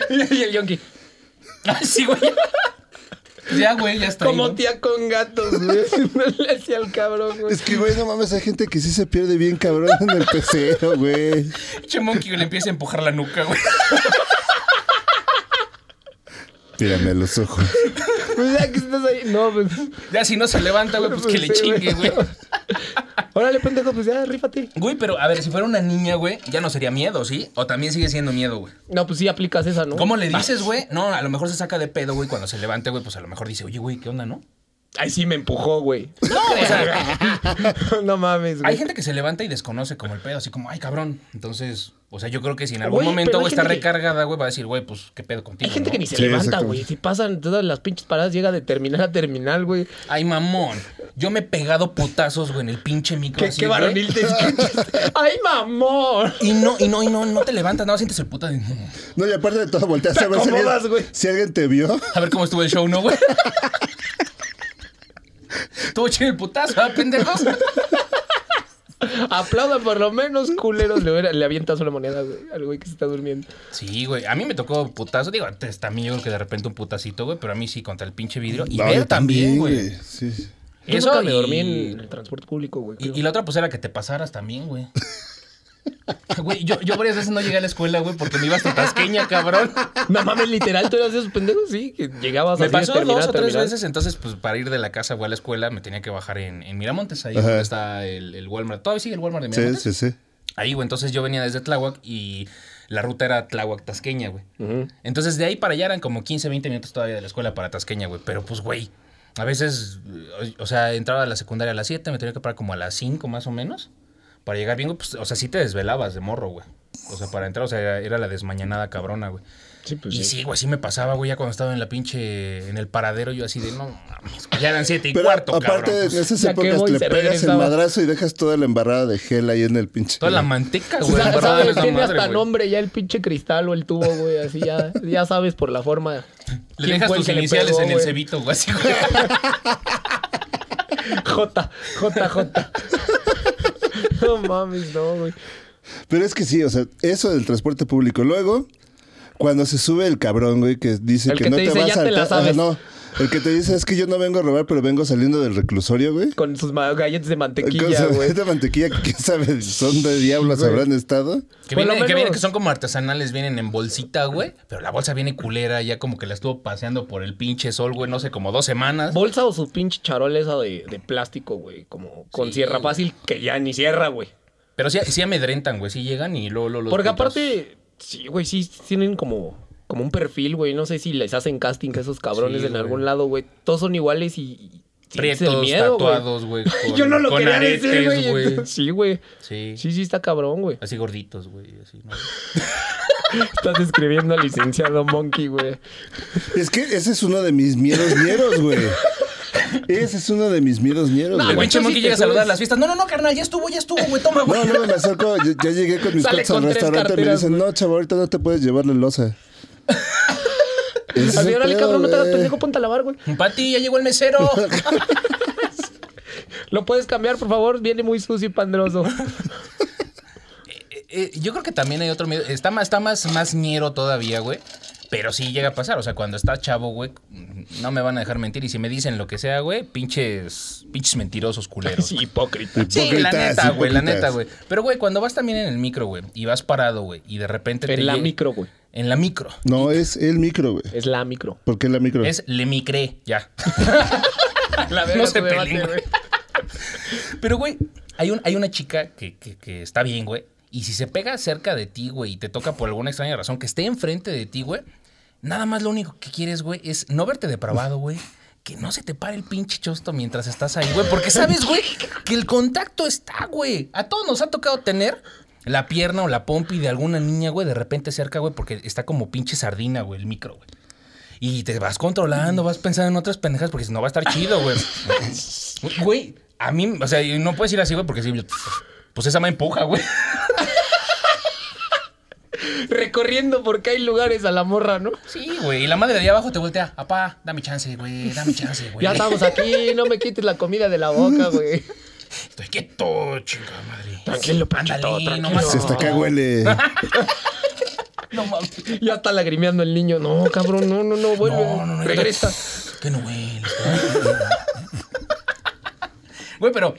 [SPEAKER 3] y el yonki.
[SPEAKER 2] Ay, sí, güey. Ya, güey, ya está. ahí,
[SPEAKER 3] Como
[SPEAKER 2] ¿no?
[SPEAKER 3] tía con gatos, *laughs* güey. No le hacía al cabrón, güey.
[SPEAKER 4] Es que, güey, no mames, hay gente que sí se pierde bien cabrón en el pecero, güey.
[SPEAKER 2] Pinche monkey le empieza a empujar la nuca, güey.
[SPEAKER 4] Mírame a los ojos.
[SPEAKER 3] Pues ya que estás ahí. No, pues.
[SPEAKER 2] Ya si no se levanta, güey, pues que le
[SPEAKER 3] sí,
[SPEAKER 2] chingue, güey.
[SPEAKER 3] *laughs* Órale, pendejo, pues ya, rífate.
[SPEAKER 2] Güey, pero a ver, si fuera una niña, güey, ya no sería miedo, ¿sí? O también sigue siendo miedo, güey.
[SPEAKER 3] No, pues sí aplicas esa, ¿no?
[SPEAKER 2] ¿Cómo le dices, güey? No, a lo mejor se saca de pedo, güey, cuando se levante, güey, pues a lo mejor dice, oye, güey, ¿qué onda, no?
[SPEAKER 3] Ay, sí me empujó, güey.
[SPEAKER 2] No, *laughs* o sea, *laughs*
[SPEAKER 3] no mames, güey.
[SPEAKER 2] hay gente que se levanta y desconoce como el pedo, así como, ay, cabrón. Entonces, o sea, yo creo que si en algún
[SPEAKER 3] Güey,
[SPEAKER 2] momento,
[SPEAKER 3] pero hay
[SPEAKER 2] güey, está
[SPEAKER 3] gente que-
[SPEAKER 2] recargada, güey, va a decir, güey, pues, ¿qué pedo contigo?
[SPEAKER 3] Hay gente
[SPEAKER 2] no?
[SPEAKER 3] que ni se
[SPEAKER 4] Sí,
[SPEAKER 3] levanta,
[SPEAKER 4] exactamente.
[SPEAKER 3] güey. Si pasan todas las pinches paradas, llega de terminal a terminal, güey.
[SPEAKER 2] Ay, mamón, yo me he pegado putazos, güey, en el pinche micro
[SPEAKER 3] Qué,
[SPEAKER 2] así,
[SPEAKER 3] qué
[SPEAKER 2] güey.
[SPEAKER 3] varonil te escuchas. *laughs* ¡Ay, mamón!
[SPEAKER 2] Y no, y no, y no, no te levantas, nada, más sientes el puta de... *laughs*
[SPEAKER 4] No, y aparte de todo, volteas
[SPEAKER 3] Te
[SPEAKER 4] a ver si
[SPEAKER 3] acomodas,
[SPEAKER 4] alguien,
[SPEAKER 3] güey.
[SPEAKER 4] si alguien te vio.
[SPEAKER 2] A ver cómo estuvo el show, ¿no, güey? *laughs* Estuvo chido el putazo, ¿ah, pendejos?
[SPEAKER 3] Aplaudan por lo menos, culeros. Le, hubiera- le avientas una moneda, güey, al güey que se está durmiendo.
[SPEAKER 2] Sí, güey. A mí me tocó putazo. Digo, antes también yo creo que de repente un putacito, güey. Pero a mí sí, contra el pinche vidrio. Y
[SPEAKER 4] No,
[SPEAKER 2] ver
[SPEAKER 4] yo
[SPEAKER 2] también, güey.
[SPEAKER 4] Sí. sí.
[SPEAKER 3] Yo
[SPEAKER 2] Eso
[SPEAKER 3] nunca me
[SPEAKER 2] y-
[SPEAKER 3] dormí en el transporte público, güey. creo.
[SPEAKER 2] Y, y la otra pues era que te pasaras también, güey. *laughs* Güey, yo, yo varias veces no llegué a la escuela, güey, porque me iba hasta Tasqueña, cabrón.
[SPEAKER 3] No mames, literal, tú eras de esos pendejos, sí, que llegabas
[SPEAKER 2] Me
[SPEAKER 3] así de
[SPEAKER 2] pasó
[SPEAKER 3] terminal
[SPEAKER 2] dos
[SPEAKER 3] a
[SPEAKER 2] o tres
[SPEAKER 3] terminal.
[SPEAKER 2] veces, entonces, pues, para ir de la casa, güey, a la escuela, me tenía que bajar en, en Miramontes, ahí
[SPEAKER 4] Ajá.
[SPEAKER 2] donde está el, el Walmart. Todavía sigue el Walmart de
[SPEAKER 4] Sí,
[SPEAKER 2] Miramontes.
[SPEAKER 4] sí, sí.
[SPEAKER 2] Ahí, güey, entonces yo venía desde Tláhuac y la ruta era Tláhuac-Tasqueña, güey.
[SPEAKER 3] Ujú.
[SPEAKER 2] Entonces de ahí para allá eran como 15, 20 minutos todavía de la escuela para Tasqueña, güey. Pero pues, güey, a veces, eh, o o sea, entraba a la secundaria a las 7, me tenía que parar como a las 5 más o menos para llegar bien, güey. Pues, o sea, sí te desvelabas de morro, güey. O sea, para entrar, o sea, era, era la desmañanada cabrona, güey.
[SPEAKER 3] Sí, pues
[SPEAKER 2] y sí, güey, sí me pasaba, güey, ya cuando estaba en la pinche, en el paradero, yo así de, no, mames, güey, ya eran 7 y
[SPEAKER 4] Pero
[SPEAKER 2] cuarto,
[SPEAKER 4] aparte,
[SPEAKER 2] cabrón.
[SPEAKER 4] en
[SPEAKER 2] pues.
[SPEAKER 4] esas
[SPEAKER 3] Ya que
[SPEAKER 4] épocas
[SPEAKER 3] voy,
[SPEAKER 4] le
[SPEAKER 3] se
[SPEAKER 4] pegas el
[SPEAKER 3] regresaba.
[SPEAKER 4] embarrazo y dejas toda la embarrada de gel ahí en el pinche.
[SPEAKER 2] Toda la manteca, güey,
[SPEAKER 3] Sa-
[SPEAKER 2] embarrada de
[SPEAKER 3] sabes,
[SPEAKER 2] esa
[SPEAKER 3] tiene
[SPEAKER 2] madre,
[SPEAKER 3] hasta
[SPEAKER 2] güey.
[SPEAKER 3] nombre ya el pinche cristal o el tubo, güey, así ya, ya sabes por la forma.
[SPEAKER 2] Le
[SPEAKER 3] ¿Quién
[SPEAKER 2] dejas
[SPEAKER 3] fue el
[SPEAKER 2] tus
[SPEAKER 3] que le
[SPEAKER 2] iniciales
[SPEAKER 3] pegó,
[SPEAKER 2] en el
[SPEAKER 3] güey?
[SPEAKER 2] cebito, güey. Así, güey.
[SPEAKER 3] J, J, J. *laughs* No mames, no, güey.
[SPEAKER 4] Pero es que sí, o sea, eso del transporte público. Luego, cuando se sube el cabrón, güey, que dice
[SPEAKER 3] El
[SPEAKER 4] que,
[SPEAKER 3] que
[SPEAKER 4] no
[SPEAKER 3] te
[SPEAKER 4] te,
[SPEAKER 3] dice,
[SPEAKER 4] va a
[SPEAKER 3] "Ya te la
[SPEAKER 4] saltar.
[SPEAKER 3] sabes".
[SPEAKER 4] no, el que te dice es que yo no vengo a robar, pero vengo saliendo del reclusorio, güey.
[SPEAKER 3] Con sus ma- galletas de mantequilla,
[SPEAKER 4] Con
[SPEAKER 3] güey.
[SPEAKER 4] de mantequilla, que quién sabe, son de diablos
[SPEAKER 3] güey.
[SPEAKER 4] habrán estado.
[SPEAKER 2] Que,
[SPEAKER 3] Por lo
[SPEAKER 2] viene, que viene-
[SPEAKER 3] menos.
[SPEAKER 2] que son como artesanales, vienen en bolsita, güey. Pero la bolsa viene culera, ya como que la estuvo paseando por el pinche sol, güey, no sé, como dos semanas.
[SPEAKER 3] Bolsa o su pinche charola esa de, de plástico, güey. Como con
[SPEAKER 2] Sí,
[SPEAKER 3] sierra
[SPEAKER 2] güey.
[SPEAKER 3] fácil, que ya ni sierra, güey.
[SPEAKER 2] Pero sí, sí amedrentan, güey. Sí llegan y luego, luego los
[SPEAKER 3] Porque
[SPEAKER 2] putos-
[SPEAKER 3] aparte, sí, güey, sí tienen como, como un perfil, güey. No sé si les hacen casting a esos cabrones
[SPEAKER 2] Sí,
[SPEAKER 3] en
[SPEAKER 2] güey.
[SPEAKER 3] algún lado, güey. Todos son iguales y. y tienes el
[SPEAKER 2] Prietos,
[SPEAKER 3] miedo, güey.
[SPEAKER 2] tatuados, güey. con-
[SPEAKER 3] *laughs* Yo no lo
[SPEAKER 2] con
[SPEAKER 3] quería decir,
[SPEAKER 2] aretes,
[SPEAKER 3] güey. entonces- Sí, güey.
[SPEAKER 2] *laughs* Sí.
[SPEAKER 3] Sí, sí, está cabrón, güey.
[SPEAKER 2] Así gorditos, güey. Así, ¿no? Ah,
[SPEAKER 3] Estás escribiendo al licenciado Monkey, güey.
[SPEAKER 4] Es que ese es uno de mis miedos ñeros, güey. Ese es uno de mis miedos ñeros,
[SPEAKER 3] No,
[SPEAKER 2] El
[SPEAKER 4] güey.
[SPEAKER 3] güey,
[SPEAKER 2] pinche
[SPEAKER 3] tú sí
[SPEAKER 2] monkey
[SPEAKER 3] te
[SPEAKER 2] llega a saludar
[SPEAKER 3] subes.
[SPEAKER 2] las fiestas. No, no, no, carnal, ya estuvo, ya estuvo, güey.
[SPEAKER 3] *laughs*
[SPEAKER 2] Toma, güey.
[SPEAKER 4] No, no, me acerco, yo- ya llegué con mis
[SPEAKER 3] Sale
[SPEAKER 4] cuates
[SPEAKER 3] con
[SPEAKER 4] al
[SPEAKER 3] tres
[SPEAKER 4] restaurante y me
[SPEAKER 3] carteras,
[SPEAKER 4] dicen,
[SPEAKER 3] güey.
[SPEAKER 4] no, chavo, ahorita no te puedes llevar la losa.
[SPEAKER 3] *laughs*
[SPEAKER 4] Ese es
[SPEAKER 3] Así,
[SPEAKER 4] el
[SPEAKER 3] órale,
[SPEAKER 4] pedo,
[SPEAKER 3] cabrón, no te hagas
[SPEAKER 4] güey.
[SPEAKER 3] pendejo, ponte a lavar, güey.
[SPEAKER 2] Pati, ya llegó el
[SPEAKER 3] *laughs*
[SPEAKER 2] mesero.
[SPEAKER 3] Lo puedes cambiar, por favor. Viene muy sucio y pandroso.
[SPEAKER 2] Eh, eh, yo creo que también hay otro miedo. Está más, está más, más ñero todavía, güey. Pero sí llega a pasar. O sea, cuando está chavo, güey, no me van a dejar mentir. Y si me dicen lo que sea, güey, pinches, pinches mentirosos culeros.
[SPEAKER 3] *laughs* Sí, hipócrita.
[SPEAKER 2] Sí, la
[SPEAKER 4] Hipócritas,
[SPEAKER 2] neta, güey, la neta,
[SPEAKER 4] hipócritas.
[SPEAKER 2] güey. Pero, güey, cuando vas también en el micro, güey, y vas parado, güey, y de repente te
[SPEAKER 3] En la
[SPEAKER 2] lle-
[SPEAKER 3] micro, güey.
[SPEAKER 2] En la micro.
[SPEAKER 4] No, es el micro, güey.
[SPEAKER 3] Es la micro.
[SPEAKER 4] ¿Por qué la micro?
[SPEAKER 2] Es le micré, *laughs* ya.
[SPEAKER 3] La
[SPEAKER 2] verga No se tu debate, peleen, güey. Pero, güey, hay, un, hay una chica que, que- que está bien, güey. Y si se pega cerca de ti, güey, y te toca por alguna extraña razón, que esté enfrente de ti, güey, nada más lo único que quieres, güey, es no verte depravado, güey. Que no se te pare el pinche chosto mientras estás ahí, güey. Porque sabes, güey, que el contacto está, güey. A todos nos ha tocado tener la pierna o la pompi de alguna niña, güey, de repente cerca, güey, porque está como pinche sardina, güey, el micro, güey. Y te vas controlando, vas pensando en otras pendejas porque si no va a estar chido, güey. Güey, a mí, o sea, y no puedes ir así, güey, porque si. Pues esa me empuja, güey.
[SPEAKER 3] Recorriendo porque hay lugares a la morra, ¿no?
[SPEAKER 2] Sí, güey. Y la madre de ahí abajo te voltea. Apá, dame chance, güey. Dame chance, güey.
[SPEAKER 3] Ya estamos aquí, no me quites la comida de la
[SPEAKER 4] *laughs*
[SPEAKER 3] boca, güey.
[SPEAKER 2] Estoy quieto, chingada madre.
[SPEAKER 3] Tranquilo, Panchito,
[SPEAKER 2] Ándale,
[SPEAKER 3] tranquilo.
[SPEAKER 2] más-
[SPEAKER 4] *laughs* Se está acá huele.
[SPEAKER 2] No mames.
[SPEAKER 3] Ya está lagrimeando el niño. No, cabrón, no, no, no, vuelve.
[SPEAKER 2] No, no, no.
[SPEAKER 3] Regresa.
[SPEAKER 2] Que no hueles. *laughs* Güey, pero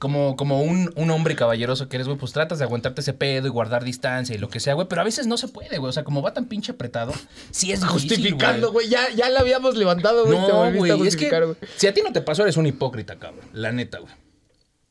[SPEAKER 2] como, como un, un hombre caballeroso que eres, güey, pues tratas de aguantarte ese pedo y guardar distancia y lo que sea, güey. Pero a veces no se puede, güey. O sea, como va tan pinche apretado, sí es difícil,
[SPEAKER 3] Justificando, güey. Ya, ya la habíamos levantado, güey. te
[SPEAKER 2] No,
[SPEAKER 3] volviste a
[SPEAKER 2] güey, es que
[SPEAKER 3] justificar, güey.
[SPEAKER 2] si a ti no te pasó, eres un hipócrita, cabrón. La neta, güey.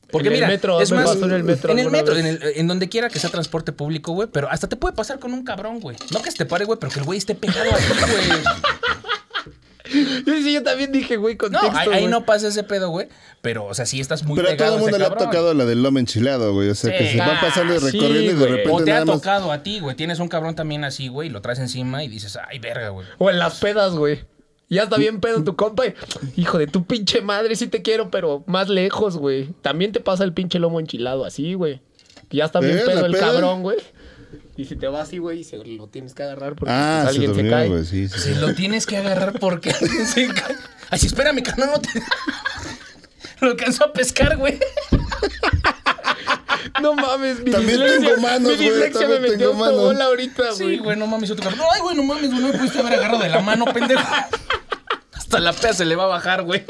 [SPEAKER 2] Porque
[SPEAKER 3] En el
[SPEAKER 2] mira,
[SPEAKER 3] metro,
[SPEAKER 2] es
[SPEAKER 3] me
[SPEAKER 2] más,
[SPEAKER 3] pasó en el metro
[SPEAKER 2] en, el
[SPEAKER 3] alguna
[SPEAKER 2] metro,
[SPEAKER 3] vez.
[SPEAKER 2] en, el- en donde quiera que sea transporte público, güey, pero hasta te puede pasar con un cabrón, güey. No que se te pare, güey, pero que el güey esté pegado a ti, güey.
[SPEAKER 3] Sí, sí, yo también dije, güey,
[SPEAKER 2] No,
[SPEAKER 3] contexto.
[SPEAKER 2] ahí, ahí
[SPEAKER 3] güey.
[SPEAKER 2] no pasa ese pedo, güey, pero o sea, sí estás muy
[SPEAKER 4] Pero a
[SPEAKER 2] pegado
[SPEAKER 4] todo el mundo
[SPEAKER 2] ese
[SPEAKER 4] le ha
[SPEAKER 2] cabrón.
[SPEAKER 4] tocado la del lomo enchilado, güey. O sea, que
[SPEAKER 2] Sí.
[SPEAKER 4] se van pasando y
[SPEAKER 3] Ah, sí,
[SPEAKER 4] recorriendo y de
[SPEAKER 3] güey.
[SPEAKER 2] O
[SPEAKER 4] repente
[SPEAKER 2] te ha
[SPEAKER 4] nada más.
[SPEAKER 2] tocado a ti, güey. Tienes un cabrón también así, güey, y lo traes encima y dices, ay, verga, güey.
[SPEAKER 3] O en las pedas, güey. Ya está bien
[SPEAKER 4] Mm.
[SPEAKER 3] pedo tu compa. y, Hijo de tu pinche madre, sí te quiero, pero más lejos, güey. También te pasa el pinche lomo enchilado así, güey. Que Ya está bien
[SPEAKER 4] Eh,
[SPEAKER 3] pedo
[SPEAKER 4] la
[SPEAKER 3] el
[SPEAKER 4] peda.
[SPEAKER 3] cabrón, güey. Y si te va así, güey, se lo tienes que agarrar porque
[SPEAKER 4] Ah,
[SPEAKER 3] pues,
[SPEAKER 4] se
[SPEAKER 3] alguien se,
[SPEAKER 4] durmió,
[SPEAKER 3] cae.
[SPEAKER 4] güey. Sí, sí,
[SPEAKER 2] Se
[SPEAKER 4] sí.
[SPEAKER 2] lo tienes que agarrar porque *laughs* alguien se cae. Ay, sí, espérame, carnal, no te. *laughs* Lo alcanzó a pescar, güey.
[SPEAKER 3] No mames, mi
[SPEAKER 4] También
[SPEAKER 3] dislexia,
[SPEAKER 4] tengo manos,
[SPEAKER 3] mi
[SPEAKER 4] güey,
[SPEAKER 3] dislexia me
[SPEAKER 4] también
[SPEAKER 3] metió
[SPEAKER 4] tengo manos.
[SPEAKER 3] autobola
[SPEAKER 4] Ah,
[SPEAKER 3] ahorita,
[SPEAKER 2] Sí,
[SPEAKER 3] güey.
[SPEAKER 2] güey, no mames, otro cabrón. Ay, güey, no mames, güey, no me pudiste haber agarrado de la mano, pendejo. *laughs* Hasta la pea se le va a bajar, güey.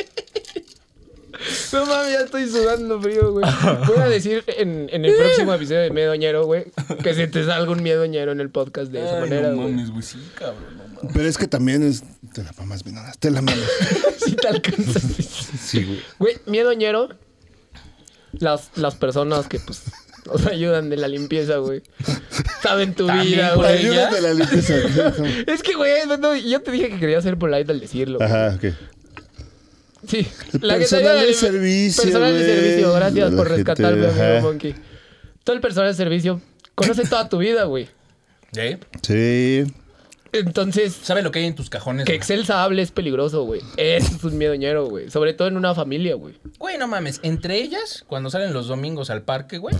[SPEAKER 3] No mames, ya estoy sudando frío, güey. Voy a decir en, en el próximo episodio de Miedoñero, güey, que se te salga un miedoñero en el podcast de esa manera, güey.
[SPEAKER 2] güey, sí, cabrón, no mames.
[SPEAKER 4] Pero es que también es. Te la mamas, venonas. Te
[SPEAKER 2] *laughs*
[SPEAKER 4] la mamas.
[SPEAKER 3] Si te alcanzas.
[SPEAKER 4] Sí, güey.
[SPEAKER 3] Güey, miedoñero. Las, las personas que, pues, nos ayudan de la limpieza, güey. Saben tu
[SPEAKER 2] También,
[SPEAKER 3] vida,
[SPEAKER 2] por
[SPEAKER 3] güey.
[SPEAKER 2] ellas.
[SPEAKER 4] Ayúdate
[SPEAKER 2] *laughs*
[SPEAKER 4] la limpieza.
[SPEAKER 3] Es que, güey, no, no, yo te dije que quería ser polite al decirlo. güey.
[SPEAKER 4] Ajá, ok.
[SPEAKER 3] Sí. que te ayuda
[SPEAKER 4] Personal
[SPEAKER 3] a la
[SPEAKER 4] de
[SPEAKER 3] lim-
[SPEAKER 4] servicio.
[SPEAKER 3] Personal de
[SPEAKER 4] güey.
[SPEAKER 3] servicio, gracias
[SPEAKER 4] La
[SPEAKER 3] por
[SPEAKER 4] gente,
[SPEAKER 3] rescatarme,
[SPEAKER 4] ajá.
[SPEAKER 3] amigo Monkey. Todo el personal de servicio conoce toda tu vida, güey.
[SPEAKER 2] ¿Eh?
[SPEAKER 4] Sí.
[SPEAKER 3] Entonces,
[SPEAKER 2] ¿Sabe lo que hay en tus cajones?
[SPEAKER 3] que
[SPEAKER 2] güey?
[SPEAKER 3] Excelsa hable es peligroso, güey. Eso es un miedoñero, güey. Sobre todo en una familia, güey.
[SPEAKER 2] Güey, no mames. Entre ellas, cuando salen los domingos al parque, güey.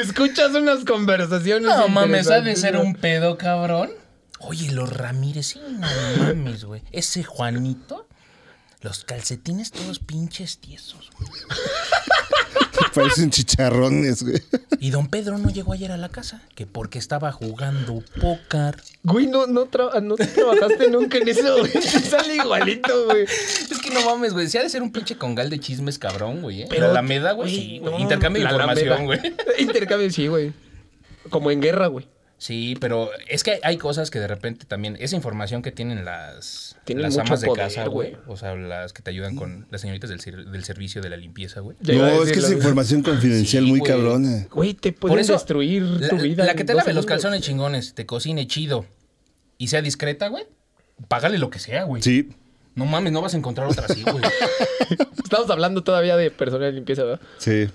[SPEAKER 3] Escuchas unas conversaciones.
[SPEAKER 2] No mames, ha de
[SPEAKER 3] interesantes,
[SPEAKER 2] ser
[SPEAKER 3] ¿no?
[SPEAKER 2] un pedo, cabrón. Oye, los Ramírez, sí, no mames, güey. Ese Juanito, los calcetines todos pinches tiesos, güey.
[SPEAKER 4] Parecen chicharrones, güey.
[SPEAKER 2] Y don Pedro no llegó ayer a la casa, que porque estaba jugando póker.
[SPEAKER 3] Güey, no, no, tra- no trabajaste nunca en eso, *laughs* güey. Te sale igualito, güey.
[SPEAKER 2] Es que no mames, güey. Se ha de ser un pinche congal de chismes, cabrón, güey. ¿eh?
[SPEAKER 3] Pero-
[SPEAKER 2] la Alameda, güey. sí, güey.
[SPEAKER 3] no,
[SPEAKER 2] Intercambio de
[SPEAKER 3] la Alameda.
[SPEAKER 2] información, *laughs* güey.
[SPEAKER 3] *laughs* Intercambio, sí, güey. Como en guerra, güey.
[SPEAKER 2] Sí, pero es que hay cosas que de repente también, esa información que tienen las,
[SPEAKER 3] Tienen
[SPEAKER 2] las
[SPEAKER 3] mucho
[SPEAKER 2] amas de
[SPEAKER 3] poder,
[SPEAKER 2] casa,
[SPEAKER 3] güey.
[SPEAKER 2] güey. O sea, las que te ayudan con las señoritas del, ser- del servicio de la limpieza, güey.
[SPEAKER 3] Ya iba a
[SPEAKER 4] No, es
[SPEAKER 3] decir
[SPEAKER 4] que es
[SPEAKER 3] lo mismo.
[SPEAKER 4] información confidencial
[SPEAKER 2] Sí,
[SPEAKER 4] muy
[SPEAKER 2] güey.
[SPEAKER 4] cabrona.
[SPEAKER 3] Güey, te pueden
[SPEAKER 2] eso,
[SPEAKER 3] destruir
[SPEAKER 2] La,
[SPEAKER 3] tu vida.
[SPEAKER 2] la
[SPEAKER 3] en
[SPEAKER 2] que te
[SPEAKER 3] dos
[SPEAKER 2] lave los
[SPEAKER 3] segundos.
[SPEAKER 2] calzones chingones, te cocine chido y sea discreta, güey. Págale lo que sea, güey.
[SPEAKER 4] Sí.
[SPEAKER 2] No mames, no vas a encontrar otra así,
[SPEAKER 4] *laughs*
[SPEAKER 2] güey.
[SPEAKER 3] Estamos hablando todavía de personal de limpieza, ¿verdad?
[SPEAKER 4] Sí.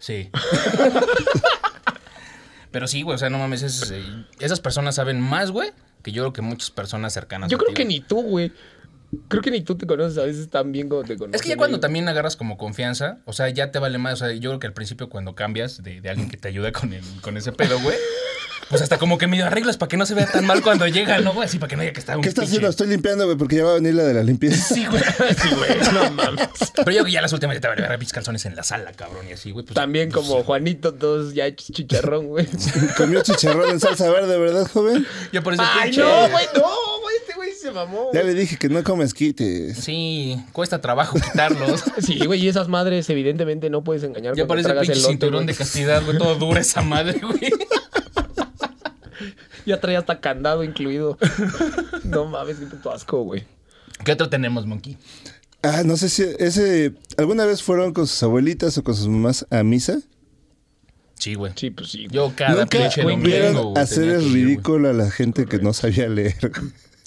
[SPEAKER 2] Sí. Pero sí, güey, o sea, no mames, es- eh, esas personas saben más, güey, que yo creo que muchas personas cercanas.
[SPEAKER 3] Yo
[SPEAKER 2] a
[SPEAKER 3] creo
[SPEAKER 2] ti,
[SPEAKER 3] que
[SPEAKER 2] güey.
[SPEAKER 3] ni tú, güey. Creo que ni tú te conoces a veces tan bien como te conoces.
[SPEAKER 2] Es que ya cuando
[SPEAKER 3] güey.
[SPEAKER 2] también agarras como confianza, o sea, ya te vale más. O sea, yo creo que al principio cuando cambias de, de alguien que te ayuda con, el, con ese pedo, güey, pues hasta como que medio arreglas para que no se vea tan mal cuando llega, ¿no, güey? Así para que no haya que estar un
[SPEAKER 4] ¿Qué estás
[SPEAKER 2] pinche-
[SPEAKER 4] haciendo? Estoy limpiando, güey, porque ya va a venir la de la limpieza.
[SPEAKER 2] Sí, güey.
[SPEAKER 3] *laughs* Sí,
[SPEAKER 2] *laughs*
[SPEAKER 3] güey, no mames.
[SPEAKER 2] Pero yo creo que ya las últimas ya te vale ver pinches calzones en la sala, cabrón, y así, güey. pues-
[SPEAKER 3] También como Juanito, todos ya hechos
[SPEAKER 2] *laughs*
[SPEAKER 3] chicharrón, güey.
[SPEAKER 4] *laughs* Comió chicharrón en salsa verde, ¿verdad, joven?
[SPEAKER 2] Ya por eso
[SPEAKER 3] Ay,
[SPEAKER 2] pinche-
[SPEAKER 3] no, güey, no, güey, este güey se mamó.
[SPEAKER 4] Ya
[SPEAKER 3] güey.
[SPEAKER 4] le dije que no comes quites.
[SPEAKER 2] Sí, cuesta trabajo quitarlos.
[SPEAKER 3] Sí, güey, y esas madres evidentemente no puedes engañar.
[SPEAKER 2] Ya
[SPEAKER 3] cuando
[SPEAKER 2] parece
[SPEAKER 3] tragas
[SPEAKER 2] pinche
[SPEAKER 3] elote,
[SPEAKER 2] cinturón
[SPEAKER 3] güey.
[SPEAKER 2] de castidad, güey. Todo dura esa madre, güey.
[SPEAKER 3] Ya traía hasta candado
[SPEAKER 4] *laughs*
[SPEAKER 3] incluido. No mames, qué puto asco, güey.
[SPEAKER 2] ¿Qué otro tenemos, Monkey?
[SPEAKER 4] Ah, no sé si ese. ¿Alguna vez fueron con sus abuelitas o con sus mamás a misa?
[SPEAKER 2] Sí, güey.
[SPEAKER 3] Sí, pues sí. güey.
[SPEAKER 2] Yo cada
[SPEAKER 4] Nunca
[SPEAKER 2] pinche domingo.
[SPEAKER 4] vieron
[SPEAKER 2] güey,
[SPEAKER 4] hacer
[SPEAKER 2] tenía que
[SPEAKER 4] el
[SPEAKER 2] ir, güey.
[SPEAKER 4] ridículo a la gente que no sabía leer.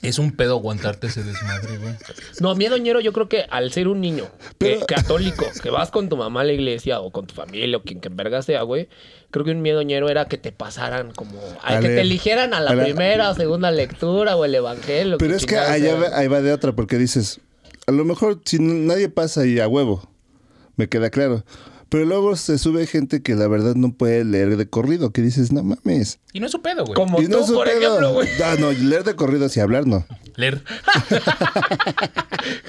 [SPEAKER 2] Es un pedo aguantarte ese desmadre, güey.
[SPEAKER 3] No, a mí doñero yo creo que al ser un niño que-
[SPEAKER 4] Pero-
[SPEAKER 3] católico, que vas con tu mamá a la iglesia o con tu familia o quien que verga sea, güey, creo que un miedoñero era que te pasaran como... A,
[SPEAKER 4] A
[SPEAKER 3] que
[SPEAKER 4] leer.
[SPEAKER 3] te eligieran a la
[SPEAKER 4] A la-
[SPEAKER 3] primera o segunda lectura o el evangelio.
[SPEAKER 4] Pero es que
[SPEAKER 3] chingada
[SPEAKER 4] allá
[SPEAKER 3] sea.
[SPEAKER 4] va- ahí va de otra, porque dices, a lo mejor si n- nadie pasa y a huevo, me queda claro. Pero luego se sube gente que la verdad no puede leer de corrido, que dices, no mames.
[SPEAKER 2] Y no es un pedo, güey.
[SPEAKER 3] Como
[SPEAKER 4] Y no
[SPEAKER 3] tú,
[SPEAKER 4] es su
[SPEAKER 3] por
[SPEAKER 4] pedo.
[SPEAKER 3] ejemplo, güey.
[SPEAKER 4] Ah, no, leer de corrido y hablar no.
[SPEAKER 2] Leer.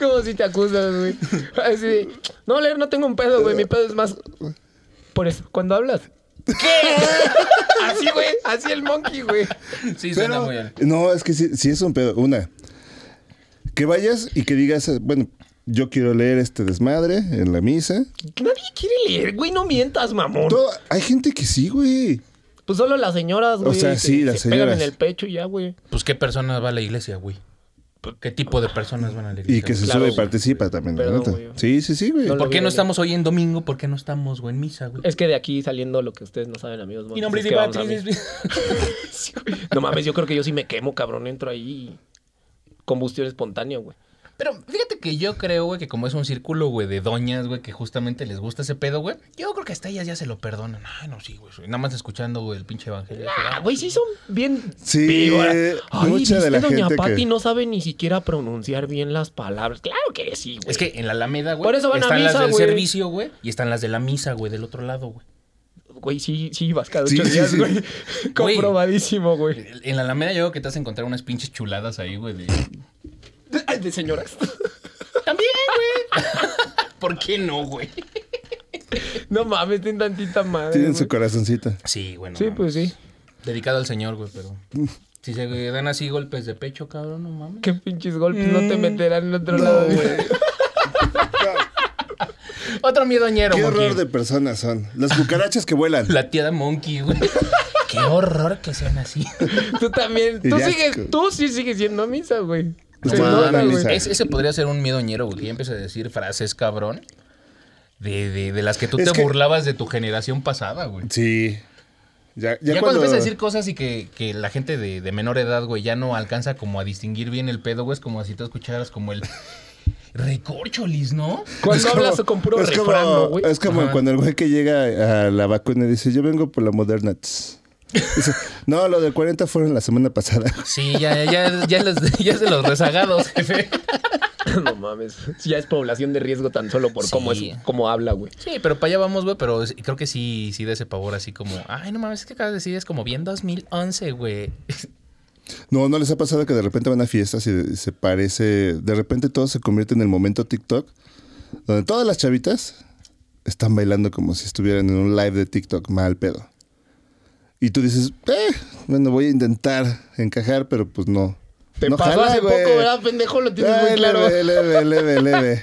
[SPEAKER 3] Como si te acusas, güey. Así de, no, leer, no tengo un pedo, güey. Mi pedo es más. Por eso, cuando hablas.
[SPEAKER 4] *laughs*
[SPEAKER 3] ¿Qué? Así, güey. Así el monkey, güey.
[SPEAKER 2] Sí, suena
[SPEAKER 4] Pero,
[SPEAKER 2] muy bien.
[SPEAKER 4] no, es que sí, sí es un pedo. Una, que vayas y que digas, eh, bueno, yo quiero leer este desmadre en la misa.
[SPEAKER 3] Nadie quiere leer, güey. No mientas, mamón.
[SPEAKER 4] Todo- hay gente que sí, güey.
[SPEAKER 3] Pues solo las señoras, güey.
[SPEAKER 4] sea,
[SPEAKER 3] que
[SPEAKER 4] sí, las
[SPEAKER 3] se pegan
[SPEAKER 4] señoras.
[SPEAKER 3] en el pecho y ya, güey.
[SPEAKER 2] Pues, ¿qué personas va a la iglesia, güey? ¿Qué tipo de personas van a la iglesia?
[SPEAKER 4] Y que se
[SPEAKER 3] Claro,
[SPEAKER 4] sube y
[SPEAKER 3] güey.
[SPEAKER 4] participa también. la
[SPEAKER 3] Perdón,
[SPEAKER 4] neta.
[SPEAKER 3] güey.
[SPEAKER 4] Sí, sí, sí, güey.
[SPEAKER 3] No
[SPEAKER 2] ¿Por
[SPEAKER 3] lo-
[SPEAKER 2] qué
[SPEAKER 3] Olvídalo.
[SPEAKER 2] no estamos hoy en domingo? ¿Por qué no estamos, güey, en misa, güey?
[SPEAKER 3] Es que de aquí saliendo lo que ustedes no saben, amigos.
[SPEAKER 2] Mi
[SPEAKER 3] monkeys,
[SPEAKER 2] nombre
[SPEAKER 3] es
[SPEAKER 2] es
[SPEAKER 3] que
[SPEAKER 2] Iván
[SPEAKER 3] vamos a
[SPEAKER 2] Tris-
[SPEAKER 3] misa. Sí, güey. No mames, yo creo que yo sí me quemo, cabrón. Entro ahí. y- Combustión espontánea, güey.
[SPEAKER 2] *laughs* Pero fíjate que yo creo, güey, que como es un círculo, güey, de doñas, güey, que justamente les gusta ese pedo, güey. Yo creo que hasta ellas ya se lo perdonan. Ay, no, sí, güey. Nada más escuchando, güey, el pinche evangelio.
[SPEAKER 3] Ah, güey, sí son bien.
[SPEAKER 4] Sí,
[SPEAKER 3] víboras. Ay,
[SPEAKER 4] mucha
[SPEAKER 3] ¿viste,
[SPEAKER 4] de la
[SPEAKER 3] Doña
[SPEAKER 4] gente
[SPEAKER 3] Pati
[SPEAKER 4] que-
[SPEAKER 3] no sabe ni siquiera pronunciar bien las palabras. Claro que sí, güey.
[SPEAKER 2] Es que en la Alameda, güey,
[SPEAKER 3] Por eso van a
[SPEAKER 2] están las
[SPEAKER 3] misa,
[SPEAKER 2] del
[SPEAKER 3] güey.
[SPEAKER 2] servicio, güey, y están las de la misa, güey, del otro lado, güey.
[SPEAKER 3] Güey, sí, sí, vas cada
[SPEAKER 4] Sí,
[SPEAKER 3] ocho
[SPEAKER 4] sí,
[SPEAKER 3] días,
[SPEAKER 4] sí.
[SPEAKER 3] güey. Comprobadísimo, güey.
[SPEAKER 2] En la Alameda yo creo que te vas a encontrar unas pinches chuladas ahí, güey. de- *laughs*
[SPEAKER 3] Ay, de señoras.
[SPEAKER 2] También, güey. ¿Por qué no, güey?
[SPEAKER 3] No mames, ten tantita madre.
[SPEAKER 4] Tienen su
[SPEAKER 3] güey.
[SPEAKER 4] corazoncito.
[SPEAKER 2] Sí, bueno.
[SPEAKER 3] Sí, pues sí.
[SPEAKER 2] Dedicado al señor, güey, pero. *laughs* Si se dan así golpes de pecho, cabrón, no mames.
[SPEAKER 3] Qué pinches golpes Mm. no te meterán en otro lado. güey.
[SPEAKER 2] Otro miedoñero,
[SPEAKER 4] Qué
[SPEAKER 2] monkey.
[SPEAKER 4] horror de personas son. Las cucarachas
[SPEAKER 3] *laughs*
[SPEAKER 4] que vuelan.
[SPEAKER 2] La tía de Monkey, güey. Qué horror que sean así.
[SPEAKER 3] Tú *laughs* también. Tú
[SPEAKER 4] Y ya,
[SPEAKER 3] sigues,
[SPEAKER 4] güey.
[SPEAKER 3] tú sí sigues siendo a misa, güey. Se
[SPEAKER 4] Ustedes no
[SPEAKER 3] nota,
[SPEAKER 4] van a
[SPEAKER 3] güey.
[SPEAKER 4] misa.
[SPEAKER 2] Es- ese podría ser un miedoñero, güey, que ya empieza a decir frases, cabrón. De, de- de las que tú
[SPEAKER 4] Es
[SPEAKER 2] te
[SPEAKER 4] que-
[SPEAKER 2] burlabas de tu generación pasada, güey.
[SPEAKER 4] Sí. Ya,
[SPEAKER 2] Ya,
[SPEAKER 4] ya
[SPEAKER 2] cuando
[SPEAKER 4] cuando-
[SPEAKER 2] empiezas a decir cosas y que, que la gente de, de menor edad, güey, ya no alcanza como a distinguir bien el pedo, güey, es como si tú escucharas como el recorcholis, ¿no?
[SPEAKER 3] Cuando
[SPEAKER 4] es como-
[SPEAKER 3] hablas con puro
[SPEAKER 4] es como-
[SPEAKER 3] refrano, güey.
[SPEAKER 4] Es como
[SPEAKER 2] Ajá.
[SPEAKER 4] cuando el güey que llega a la vacuna y dice, yo vengo por la Moderna. tss". Dice, no, lo de 40 fueron la semana pasada. *laughs*
[SPEAKER 2] Sí, ya, ya, ya, les- ya es de los rezagados, jefe.
[SPEAKER 3] no mames. *laughs* Ya es población de riesgo tan solo por cómo,
[SPEAKER 2] Sí.
[SPEAKER 3] es, cómo habla, güey.
[SPEAKER 2] Sí, pero para allá vamos, güey, pero es- creo que sí, sí da ese pavor así como, ay, no mames, es que acabas de decir, es como bien 2011, güey. *laughs*
[SPEAKER 4] No, ¿no les ha pasado que de repente van a fiestas y se parece... De repente todo se convierte en el momento TikTok, donde todas las chavitas están bailando como si estuvieran en un live de TikTok, mal pedo. Y tú dices, eh, bueno, voy a intentar encajar, pero pues no.
[SPEAKER 3] Te
[SPEAKER 4] no
[SPEAKER 3] pasó
[SPEAKER 4] jala,
[SPEAKER 3] hace
[SPEAKER 4] güey.
[SPEAKER 3] poco, ¿verdad, pendejo? Lo tienes muy
[SPEAKER 4] Ay,
[SPEAKER 3] claro.
[SPEAKER 4] Leve, leve, leve, leve.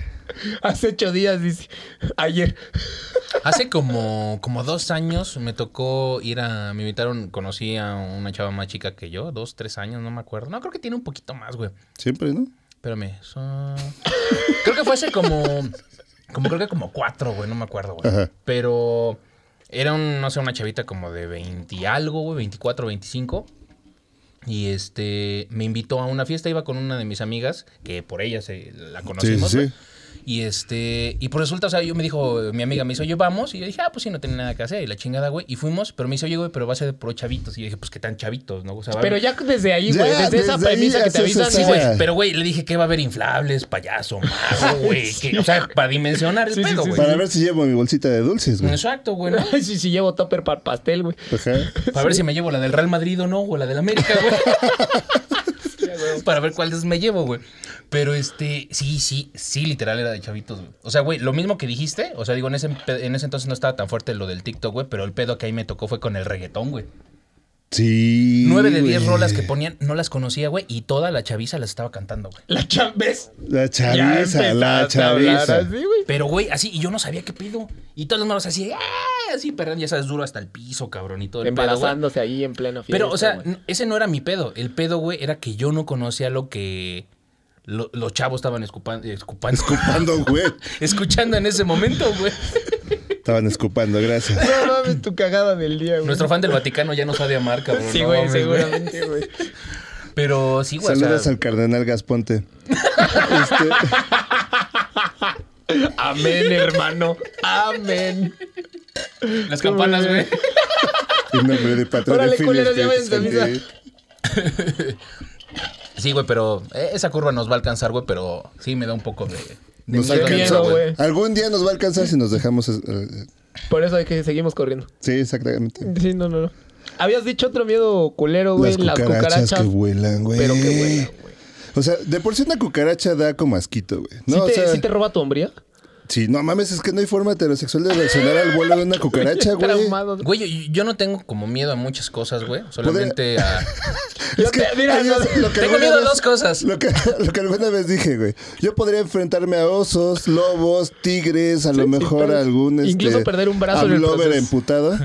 [SPEAKER 3] Hace ocho días, dice. Ayer.
[SPEAKER 2] Hace como, como dos años me tocó ir a. Me invitaron, conocí a una chava más chica que yo, dos, tres años, no me acuerdo. No, creo que tiene un poquito más, güey.
[SPEAKER 4] Siempre, ¿no?
[SPEAKER 2] Espérame. so- Creo que fue hace como. Como creo que como cuatro, güey, no me acuerdo, güey.
[SPEAKER 4] Ajá.
[SPEAKER 2] Pero era, un, no sé, una chavita como de 20 y algo, güey, 24, 25. Y este, me invitó a una fiesta, iba con una de mis amigas, que por ella se la conocimos.
[SPEAKER 4] sí, sí.
[SPEAKER 2] güey. Y este, y por resulta, o sea, yo me dijo, mi amiga me hizo, oye, vamos. Y yo dije, ah, pues sí, no tenía nada que hacer. Y la chingada, güey. Y fuimos, pero me hizo, oye, güey, pero va a ser de puro chavitos. Y yo dije, pues qué tan chavitos, ¿no? O sea, va a
[SPEAKER 3] Pero
[SPEAKER 2] haber-
[SPEAKER 3] ya desde ahí, güey.
[SPEAKER 4] Ya,
[SPEAKER 3] Desde, esa
[SPEAKER 4] desde ahí
[SPEAKER 3] premisa que te
[SPEAKER 4] haces
[SPEAKER 3] avisan, *laughs*
[SPEAKER 4] esa-
[SPEAKER 2] Sí,
[SPEAKER 3] güey.
[SPEAKER 2] güey, pero güey, le dije que va a haber inflables, payaso, mago, güey.
[SPEAKER 3] Sí.
[SPEAKER 2] que- O sea, para dimensionar el
[SPEAKER 3] Sí, sí,
[SPEAKER 2] pedo,
[SPEAKER 3] sí,
[SPEAKER 2] güey.
[SPEAKER 4] Para ver si llevo mi bolsita de dulces, güey.
[SPEAKER 2] Exacto, güey. ¿no?
[SPEAKER 3] Ay, sí, sí, llevo topper para pastel, güey.
[SPEAKER 4] Ajá.
[SPEAKER 3] *laughs*
[SPEAKER 2] Para ver si me llevo la del Real Madrid o no, o la del América, güey. Para ver cuáles me llevo, güey. Pero este, sí, sí, sí, literal era de chavitos, güey. O sea, güey, lo mismo que dijiste, o sea, digo, en ese, pe- en ese entonces no estaba tan fuerte lo del TikTok, güey, pero el pedo que ahí me tocó fue con el reggaetón, güey.
[SPEAKER 4] Sí.
[SPEAKER 2] Nueve de diez
[SPEAKER 4] güey.
[SPEAKER 2] rolas que ponían, no las conocía, güey, y toda la chaviza las estaba cantando, güey.
[SPEAKER 3] La chambes.
[SPEAKER 4] La chaviza, la chaviza.
[SPEAKER 3] Así, güey.
[SPEAKER 2] Pero, güey, así, y yo no sabía qué pedo. Y todos los manos así, ¡ah! Así, perdón, ya sabes, duro hasta el piso, cabrón, y todo el pedo, güey.
[SPEAKER 3] Embarazándose ahí en plena fiesta.
[SPEAKER 2] Pero, o sea,
[SPEAKER 3] güey.
[SPEAKER 2] n- ese no era mi pedo. El pedo, güey, era que yo no conocía lo que lo- los chavos estaban escupando, *laughs* escupando,
[SPEAKER 4] Escupando, güey.
[SPEAKER 2] escuchando en ese momento, güey.
[SPEAKER 4] Estaban escupando, gracias.
[SPEAKER 3] No mames, tu cagada del día, güey.
[SPEAKER 2] Nuestro fan del Vaticano ya nos ha de amar, cabrón.
[SPEAKER 3] Sí,
[SPEAKER 2] no
[SPEAKER 3] güey,
[SPEAKER 2] mames,
[SPEAKER 3] seguramente, güey.
[SPEAKER 2] Pero sí, güey. o sea,
[SPEAKER 4] Saludos al cardenal Gasponte. Este,
[SPEAKER 3] Amén, hermano. Amén.
[SPEAKER 2] las campanas, güey.
[SPEAKER 4] en nombre de patrón
[SPEAKER 3] Órale,
[SPEAKER 4] de
[SPEAKER 3] culeros, ya váyanse a misa.
[SPEAKER 2] Sí, güey, pero eh, esa curva nos va a alcanzar, güey, pero sí me da un poco de. de
[SPEAKER 4] Nos
[SPEAKER 2] miedo.
[SPEAKER 4] alcanzó.
[SPEAKER 3] miedo, güey.
[SPEAKER 4] Algún día nos va a alcanzar si nos dejamos. eh, eh,
[SPEAKER 3] Por eso hay que seguimos corriendo.
[SPEAKER 4] sí, exactamente.
[SPEAKER 3] Sí, no, no, no. Habías dicho otro miedo culero, güey.
[SPEAKER 4] Las cucarachas, que vuelan, güey.
[SPEAKER 3] Pero que vuelan, güey.
[SPEAKER 4] O sea, de por sí una cucaracha da como asquito, güey. No,
[SPEAKER 3] ¿Sí, te,
[SPEAKER 4] o sea,
[SPEAKER 3] sí te roba tu hombría?
[SPEAKER 4] sí, no mames, es que no hay forma heterosexual de reaccionar al vuelo de una
[SPEAKER 2] *laughs*
[SPEAKER 4] cucaracha, güey.
[SPEAKER 3] Traumado.
[SPEAKER 2] Güey, yo, yo no tengo como miedo a muchas cosas, güey. Solamente a.
[SPEAKER 3] Yo te- mira,
[SPEAKER 4] ellos-
[SPEAKER 3] no,
[SPEAKER 4] lo que
[SPEAKER 2] Tengo
[SPEAKER 4] alguna
[SPEAKER 2] miedo a
[SPEAKER 4] vez-
[SPEAKER 2] dos cosas.
[SPEAKER 4] Lo que, *laughs* lo que alguna vez dije, güey. Yo podría enfrentarme a osos, lobos, tigres, a lo mejor
[SPEAKER 3] pero-
[SPEAKER 4] a algún. Este,
[SPEAKER 3] incluso perder un brazo en el
[SPEAKER 4] lover
[SPEAKER 3] proceso.
[SPEAKER 4] emputado.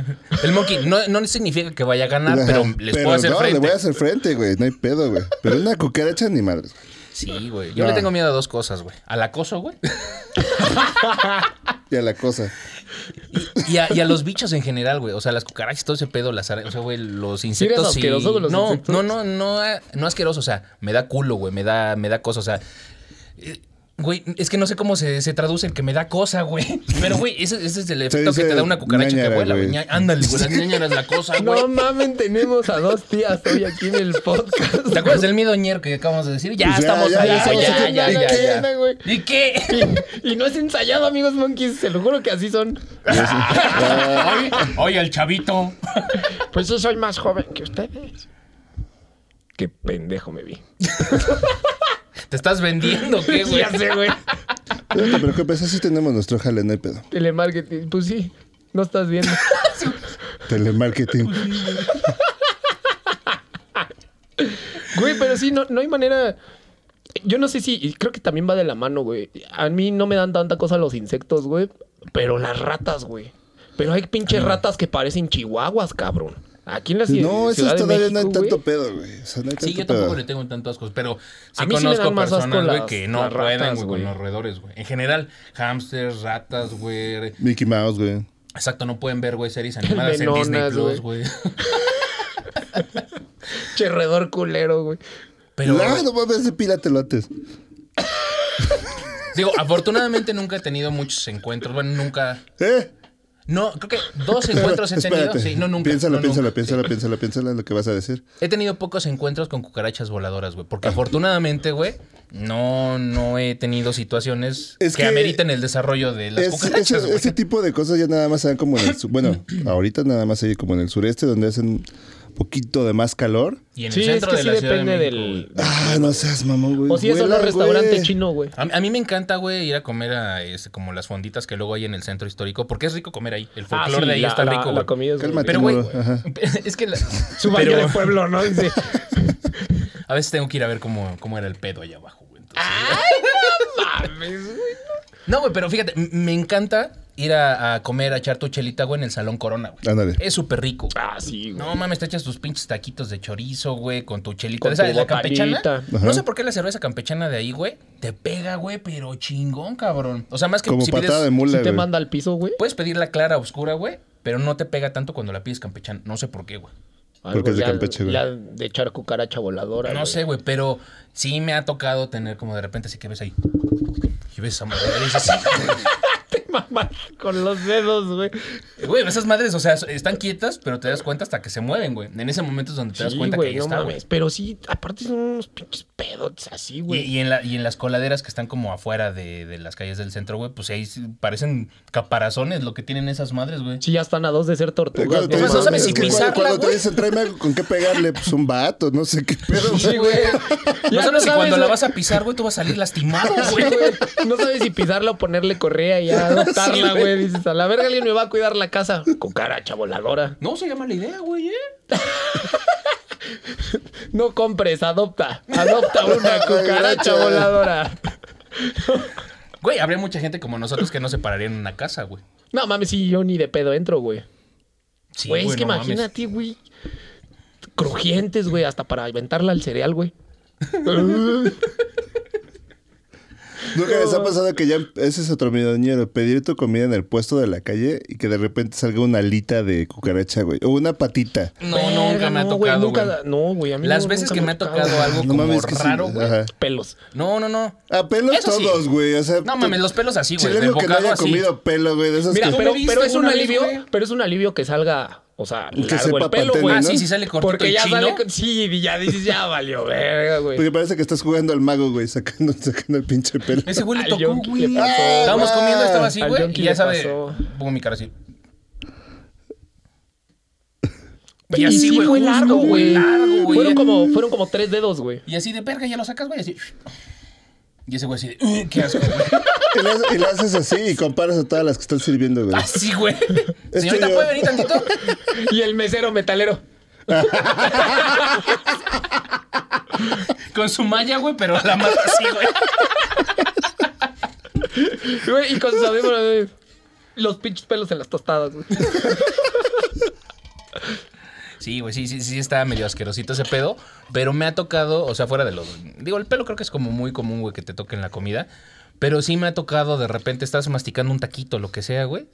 [SPEAKER 2] El monkey no, no significa que vaya a ganar,
[SPEAKER 4] Ajá.
[SPEAKER 2] Ah, pero les
[SPEAKER 4] Pero
[SPEAKER 2] puedo hacer
[SPEAKER 4] no,
[SPEAKER 2] frente.
[SPEAKER 4] Le voy a hacer frente, güey. No hay pedo, güey. Pero una cucaracha ni madre.
[SPEAKER 2] Sí, güey. Yo
[SPEAKER 4] No.
[SPEAKER 2] le tengo miedo a dos cosas, güey. Al acoso, güey.
[SPEAKER 4] Ya la cosa.
[SPEAKER 2] *laughs* Y, y a, y a los bichos en general, güey. O sea, las cucarachas, todo ese pedo, las arañas, o sea, güey, los
[SPEAKER 3] eres
[SPEAKER 2] insectos. sí.
[SPEAKER 3] asqueroso con los
[SPEAKER 2] no,
[SPEAKER 3] insectos?
[SPEAKER 2] no, no, no, eh, no asqueroso. O sea, me da culo, güey. Me da, me da cosa. O sea, eh, güey, es que no sé cómo se, se traduce el que me da cosa, güey. Pero, güey, ese, ese es el efecto que
[SPEAKER 4] dice
[SPEAKER 2] te da una cucaracha
[SPEAKER 4] ñañara,
[SPEAKER 2] que vuela, güey.
[SPEAKER 4] güey.
[SPEAKER 2] Ña- Ándale,
[SPEAKER 4] *laughs*
[SPEAKER 2] güey. Las ñañaras, la cosa,
[SPEAKER 3] *laughs*
[SPEAKER 2] güey.
[SPEAKER 3] No mamen, tenemos a dos tías hoy aquí en el podcast.
[SPEAKER 2] ¿Te acuerdas del miedo ñer que acabamos de decir? Ya,
[SPEAKER 3] Pues
[SPEAKER 4] Ya,
[SPEAKER 2] estamos
[SPEAKER 4] ya,
[SPEAKER 2] ahí,
[SPEAKER 4] ya,
[SPEAKER 2] güey,
[SPEAKER 4] estamos
[SPEAKER 2] ya,
[SPEAKER 4] aquí,
[SPEAKER 2] ya,
[SPEAKER 4] ya,
[SPEAKER 2] ya,
[SPEAKER 4] ya,
[SPEAKER 2] ya.
[SPEAKER 3] ya, güey.
[SPEAKER 2] ¿Y qué?
[SPEAKER 3] *laughs* Y, y no es ensayado, amigos monkeys. Se lo juro que así son. Ah.
[SPEAKER 2] Oye, oye, el chavito.
[SPEAKER 3] Pues yo soy más joven que ustedes. Qué pendejo me vi.
[SPEAKER 2] ¿Te estás vendiendo o qué, güey?
[SPEAKER 3] Ya sé, güey.
[SPEAKER 4] Pero no te preocupes, así tenemos nuestro jale, no hay pedo.
[SPEAKER 3] Telemarketing. Pues sí, no estás viendo. *laughs*
[SPEAKER 4] Telemarketing.
[SPEAKER 2] Pues
[SPEAKER 3] Güey, pero sí, no, no hay manera. Yo no sé si. y Creo que también va de la mano, güey. A mí no me dan tanta cosa los insectos, güey. Pero las ratas, güey. Pero hay pinches ratas que parecen chihuahuas, cabrón. Aquí en la ci- ciudad.
[SPEAKER 4] No, esos todavía no hay
[SPEAKER 3] hay
[SPEAKER 4] tanto pedo, güey. O sea, no hay tanto
[SPEAKER 2] Sí, yo
[SPEAKER 4] pedo.
[SPEAKER 2] tampoco le tengo tantos asco, pero sí
[SPEAKER 3] A mí sí me
[SPEAKER 2] conozco
[SPEAKER 3] dan más asco
[SPEAKER 2] personas, güey,
[SPEAKER 3] las-
[SPEAKER 2] que no
[SPEAKER 3] las ratas,
[SPEAKER 2] pueden, güey,
[SPEAKER 3] güey.
[SPEAKER 2] con los roedores, güey. En general, hamsters, ratas, güey.
[SPEAKER 4] Mickey Mouse, güey.
[SPEAKER 2] Exacto, no pueden ver, güey, series animadas en
[SPEAKER 3] Menonas,
[SPEAKER 2] Disney Plus, güey.
[SPEAKER 3] Cherredor culero, güey.
[SPEAKER 2] Pero,
[SPEAKER 4] no, no mames, depílatelo antes.
[SPEAKER 2] digo, afortunadamente nunca he tenido muchos encuentros. Bueno, nunca...
[SPEAKER 4] ¿Eh?
[SPEAKER 2] No, creo que dos encuentros he tenido.
[SPEAKER 4] Espérate.
[SPEAKER 2] Sí, no, nunca.
[SPEAKER 4] Piénsalo,
[SPEAKER 2] no,
[SPEAKER 4] piénsalo,
[SPEAKER 2] nunca,
[SPEAKER 4] piénsalo,
[SPEAKER 2] sí.
[SPEAKER 4] piénsalo, piénsalo en lo que vas a decir.
[SPEAKER 2] He tenido pocos encuentros con cucarachas voladoras, güey. Porque afortunadamente, güey, no, no he tenido situaciones
[SPEAKER 4] Es
[SPEAKER 2] que,
[SPEAKER 4] que-
[SPEAKER 2] ameriten el desarrollo de las
[SPEAKER 4] Es-
[SPEAKER 2] cucarachas,
[SPEAKER 4] ese-
[SPEAKER 2] güey.
[SPEAKER 4] ese tipo de cosas ya nada más se dan como en el su-
[SPEAKER 2] *clears throat*
[SPEAKER 4] Bueno, ahorita nada más hay como en el sureste, donde hacen poquito de más calor.
[SPEAKER 2] Y en
[SPEAKER 3] Sí,
[SPEAKER 2] el
[SPEAKER 3] es
[SPEAKER 2] centro
[SPEAKER 3] que
[SPEAKER 2] de
[SPEAKER 3] sí
[SPEAKER 2] la ciudad de
[SPEAKER 3] depende
[SPEAKER 2] México, güey.
[SPEAKER 3] del...
[SPEAKER 4] Ah, no seas mamón, güey.
[SPEAKER 3] O si es solo
[SPEAKER 4] Vuelan,
[SPEAKER 3] restaurante
[SPEAKER 4] güey.
[SPEAKER 3] chino, güey.
[SPEAKER 2] A, a mí me encanta, güey, ir a comer a este, como las fonditas que luego hay en el centro histórico, porque es rico comer ahí. El folclore de ahí
[SPEAKER 3] Ah, la-
[SPEAKER 2] está
[SPEAKER 3] la-
[SPEAKER 2] rico,
[SPEAKER 3] La
[SPEAKER 2] güey.
[SPEAKER 3] comida es muy
[SPEAKER 4] Cálmate,
[SPEAKER 2] Pero,
[SPEAKER 3] rica.
[SPEAKER 2] güey,
[SPEAKER 4] Moro, ajá.
[SPEAKER 2] *laughs* es que la-
[SPEAKER 3] Su baño
[SPEAKER 2] pero
[SPEAKER 3] de pueblo, ¿no? Dice,
[SPEAKER 2] a veces tengo que ir a ver cómo, cómo era el pedo allá abajo, güey. Entonces, ¿eh? No, güey, pero fíjate, m- me encanta ir a, a comer, a echar tu chelita, güey, en el Salón Corona, güey.
[SPEAKER 4] Ándale.
[SPEAKER 2] Es súper rico. güey.
[SPEAKER 3] ah, sí, güey.
[SPEAKER 2] No mames, te echas tus pinches taquitos de chorizo, güey, con tu chelita.
[SPEAKER 3] Con
[SPEAKER 2] ¿Esa
[SPEAKER 3] tu
[SPEAKER 2] de la campechana?
[SPEAKER 3] botanita.
[SPEAKER 4] Ajá.
[SPEAKER 2] No sé por qué la cerveza campechana de ahí, güey, te pega, güey, pero chingón, cabrón. O sea, más que
[SPEAKER 4] Como
[SPEAKER 2] si
[SPEAKER 4] patada
[SPEAKER 2] pides-
[SPEAKER 4] de mula,
[SPEAKER 3] Si te
[SPEAKER 4] güey.
[SPEAKER 3] manda al piso, güey.
[SPEAKER 2] Puedes pedir la clara oscura, güey, pero no te pega tanto cuando la pides campechana. No sé por qué, güey.
[SPEAKER 4] Porque es de
[SPEAKER 3] ya-
[SPEAKER 4] Campeche, güey.
[SPEAKER 3] Ya de echar cucaracha voladora.
[SPEAKER 2] No
[SPEAKER 3] güey.
[SPEAKER 2] sé, güey, pero sí me ha tocado tener como de repente así que ves ahí. Y ves esa madre. y dices,
[SPEAKER 3] Te mamas *laughs* con los dedos, güey.
[SPEAKER 2] Güey, esas madres, o sea, están quietas, pero te das cuenta hasta que se mueven, güey. En ese momento es donde te das
[SPEAKER 3] Sí,
[SPEAKER 2] cuenta
[SPEAKER 3] güey,
[SPEAKER 2] que ahí
[SPEAKER 3] no
[SPEAKER 2] está, güey.
[SPEAKER 3] mames. Pero sí, aparte son unos pinches pedotes así,
[SPEAKER 2] Y,
[SPEAKER 3] güey.
[SPEAKER 2] y en la, y en las coladeras que están como afuera de, de las calles del centro, güey, pues ahí sí parecen caparazones lo que tienen esas madres, güey.
[SPEAKER 3] Sí, ya están a dos de ser tortugas.
[SPEAKER 4] Cuando te
[SPEAKER 2] Es más,
[SPEAKER 3] mames.
[SPEAKER 2] no sabes si
[SPEAKER 4] cuando-
[SPEAKER 2] pisarla,
[SPEAKER 4] Cuando te
[SPEAKER 2] güey.
[SPEAKER 4] dicen, tráeme algo con qué pegarle, pues un vato, no sé qué pedo.
[SPEAKER 3] Sí, güey.
[SPEAKER 2] No
[SPEAKER 3] Ya
[SPEAKER 2] sabes si cuando la
[SPEAKER 3] güey.
[SPEAKER 2] vas a pisar, güey, tú vas a salir lastimado, güey.
[SPEAKER 3] *laughs* No sabes si pisarla o ponerle correa y adoptarla, güey. Dices, a la verga alguien me va a cuidar la casa. Cucaracha voladora.
[SPEAKER 2] No, se llama la idea, güey, ¿eh?
[SPEAKER 3] No compres, adopta. Adopta *laughs*
[SPEAKER 4] *laughs*
[SPEAKER 3] una cucaracha voladora.
[SPEAKER 2] Güey, habría mucha gente como nosotros que no se pararía en una casa, güey.
[SPEAKER 3] No mames, sí, yo ni de pedo entro, güey.
[SPEAKER 2] Sí,
[SPEAKER 3] Güey, es que
[SPEAKER 2] no mames.
[SPEAKER 3] imagínate, güey. Crujientes, güey, hasta para inventarla al cereal, güey. no
[SPEAKER 4] Nunca les ha pasado que ya em, ese es otro miedoñero, pedir tu comida en el puesto de la calle y que de repente salga una alita de cucaracha, güey, o una patita.
[SPEAKER 2] No, nunca me ha tocado,
[SPEAKER 3] nunca,
[SPEAKER 2] güey.
[SPEAKER 3] No, güey, a mí
[SPEAKER 2] Las
[SPEAKER 3] no,
[SPEAKER 2] veces
[SPEAKER 3] nunca
[SPEAKER 2] que me ha tocado algo
[SPEAKER 4] No
[SPEAKER 2] como
[SPEAKER 4] mames, que sí,
[SPEAKER 2] raro, güey.
[SPEAKER 4] ajá.
[SPEAKER 3] Pelos.
[SPEAKER 2] No, no, no.
[SPEAKER 4] A pelos
[SPEAKER 2] Eso sí.
[SPEAKER 4] todos, güey, o sea,
[SPEAKER 2] No mames, los pelos así, güey. De
[SPEAKER 4] chileno que no
[SPEAKER 2] bocado
[SPEAKER 4] haya
[SPEAKER 2] así.
[SPEAKER 4] comido pelo, güey, de esos
[SPEAKER 3] Mira,
[SPEAKER 2] tú
[SPEAKER 4] que...
[SPEAKER 2] me
[SPEAKER 3] pero,
[SPEAKER 2] viste
[SPEAKER 3] pero es un
[SPEAKER 2] una vez,
[SPEAKER 3] alivio,
[SPEAKER 2] güey.
[SPEAKER 3] pero es un alivio que salga, o sea,
[SPEAKER 4] Que
[SPEAKER 3] largo el pelo,
[SPEAKER 4] sepa patente,
[SPEAKER 3] güey.
[SPEAKER 2] Ah,
[SPEAKER 4] ¿no?
[SPEAKER 2] sí, sí sale cortito
[SPEAKER 3] Porque
[SPEAKER 2] el
[SPEAKER 3] ya
[SPEAKER 2] chino.
[SPEAKER 3] sale con... Sí, y ya dices, ya valió verga, güey.
[SPEAKER 4] Porque parece que estás jugando al mago, güey, sacando, *laughs* sacando el pinche pelo.
[SPEAKER 2] Ese güey le
[SPEAKER 3] Al
[SPEAKER 2] tocó,
[SPEAKER 3] Yonki
[SPEAKER 2] güey.
[SPEAKER 3] le pasó.
[SPEAKER 2] Estábamos
[SPEAKER 4] Ah,
[SPEAKER 2] comiendo, estaba así,
[SPEAKER 3] al
[SPEAKER 2] güey.
[SPEAKER 3] Yonki
[SPEAKER 2] Y ya
[SPEAKER 3] le
[SPEAKER 2] sabe.
[SPEAKER 3] pasó.
[SPEAKER 2] Pongo mi cara así.
[SPEAKER 3] *laughs* Y sí fue
[SPEAKER 2] justo,
[SPEAKER 3] largo, güey.
[SPEAKER 2] largo, güey.
[SPEAKER 3] Fueron como, fueron como tres dedos, güey.
[SPEAKER 2] Y así de verga, ya lo sacas, güey. Así. Y ese güey así de. "Ugh, Qué asco, güey. *laughs*
[SPEAKER 4] Y la, y la haces así y comparas a todas las que están sirviendo, güey.
[SPEAKER 2] Así, güey. Señorita,
[SPEAKER 4] yo.
[SPEAKER 2] ¿puede venir tantito?
[SPEAKER 3] Y el mesero metalero.
[SPEAKER 2] Con su malla, güey, pero la mata así, güey.
[SPEAKER 3] Güey, y con sus audífonos, güey, los pinches pelos en las tostadas, güey.
[SPEAKER 2] Sí, güey, sí, sí, sí, está medio asquerosito ese pedo. Pero me ha tocado, o sea, fuera de los. Digo, el pelo creo que es como muy común, güey, que te toque en la comida. Pero sí me ha tocado, de repente estás masticando un taquito, lo que sea, güey.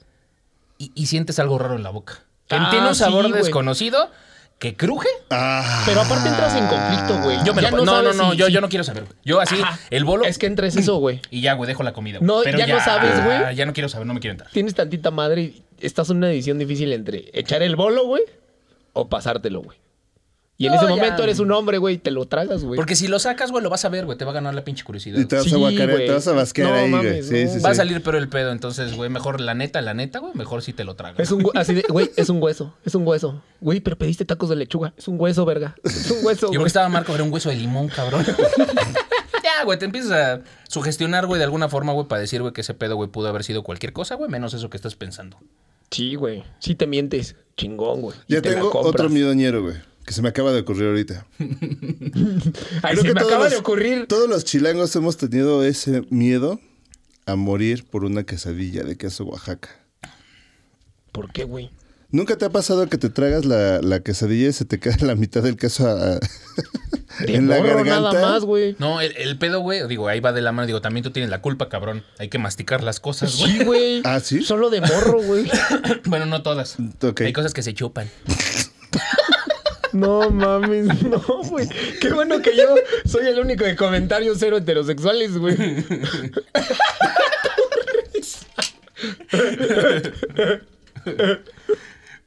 [SPEAKER 2] Y, y sientes algo raro en la boca. Que
[SPEAKER 3] Ah,
[SPEAKER 2] tiene un
[SPEAKER 3] sí,
[SPEAKER 2] sabor
[SPEAKER 3] güey.
[SPEAKER 2] desconocido, que cruje.
[SPEAKER 4] Ah.
[SPEAKER 3] Pero aparte entras en conflicto, güey.
[SPEAKER 2] Yo me
[SPEAKER 3] Ya
[SPEAKER 2] lo- No, no,
[SPEAKER 3] sabes
[SPEAKER 2] no,
[SPEAKER 3] si-
[SPEAKER 2] yo,
[SPEAKER 3] si-
[SPEAKER 2] yo no quiero saber, güey. Yo así,
[SPEAKER 3] Ajá.
[SPEAKER 2] el bolo.
[SPEAKER 3] Es que entres eso, güey.
[SPEAKER 2] Y ya, güey, dejo la comida.
[SPEAKER 3] No, ya no sabes, güey.
[SPEAKER 2] Ya no quiero saber, no me quiero entrar.
[SPEAKER 3] Tienes tantita madre y estás en una edición difícil entre echar el bolo, güey, o pasártelo, güey. Y en
[SPEAKER 2] No,
[SPEAKER 3] ese
[SPEAKER 2] ya.
[SPEAKER 3] momento eres un hombre, güey, y te lo tragas, güey.
[SPEAKER 2] Porque si lo sacas, güey, lo vas a ver, güey. Te va a ganar la pinche curiosidad.
[SPEAKER 4] Y te vas
[SPEAKER 3] Sí,
[SPEAKER 4] a guacarear,
[SPEAKER 3] güey.
[SPEAKER 4] te vas a basquear
[SPEAKER 3] No
[SPEAKER 4] ahí, güey.
[SPEAKER 3] mames,
[SPEAKER 4] sí,
[SPEAKER 3] no.
[SPEAKER 4] sí,
[SPEAKER 2] Va a
[SPEAKER 4] sí.
[SPEAKER 2] salir, pero el pedo. Entonces, güey, mejor la neta, la neta, güey, mejor si te lo tragas.
[SPEAKER 3] Es un hue- así de, güey, es un hueso, es un hueso. Güey, pero pediste tacos de lechuga. Es un hueso, verga. Es un hueso.
[SPEAKER 2] Yo creo que estaba Marco, era un hueso de limón,
[SPEAKER 3] *laughs*
[SPEAKER 2] cabrón. ya, güey, te empiezas a sugestionar, güey, de alguna forma, güey, para decir, güey, que ese pedo, güey, pudo haber sido cualquier cosa, güey, menos eso que estás pensando.
[SPEAKER 3] Sí, güey. Sí te mientes. Chingón, güey. Y
[SPEAKER 4] Ya
[SPEAKER 3] te la
[SPEAKER 4] tengo
[SPEAKER 3] compras.
[SPEAKER 4] otro miedoñero, güey, que se me acaba de ocurrir ahorita.
[SPEAKER 3] Ay, se
[SPEAKER 4] Creo que
[SPEAKER 3] me
[SPEAKER 4] todos
[SPEAKER 3] acaba de
[SPEAKER 4] los-
[SPEAKER 3] ocurrir.
[SPEAKER 4] Todos los chilangos hemos tenido ese miedo a morir por una quesadilla de queso Oaxaca.
[SPEAKER 3] ¿Por qué, güey?
[SPEAKER 4] ¿Nunca te ha pasado que te tragas la, la quesadilla y se te queda la mitad del queso a- a-
[SPEAKER 3] De
[SPEAKER 4] en la
[SPEAKER 3] morro
[SPEAKER 4] garganta?
[SPEAKER 3] nada más, güey.
[SPEAKER 2] No, el, el pedo, güey, digo, ahí va de la mano, digo, también tú tienes la culpa, cabrón. Hay que masticar las cosas, güey.
[SPEAKER 3] Sí, güey.
[SPEAKER 4] ¿Ah, sí?
[SPEAKER 3] Solo de morro, güey.
[SPEAKER 2] *coughs* bueno, no todas.
[SPEAKER 4] Ok.
[SPEAKER 2] Hay cosas que se chupan.
[SPEAKER 3] No mames, no, güey. Qué bueno que yo soy el único de comentarios cero heterosexuales, güey.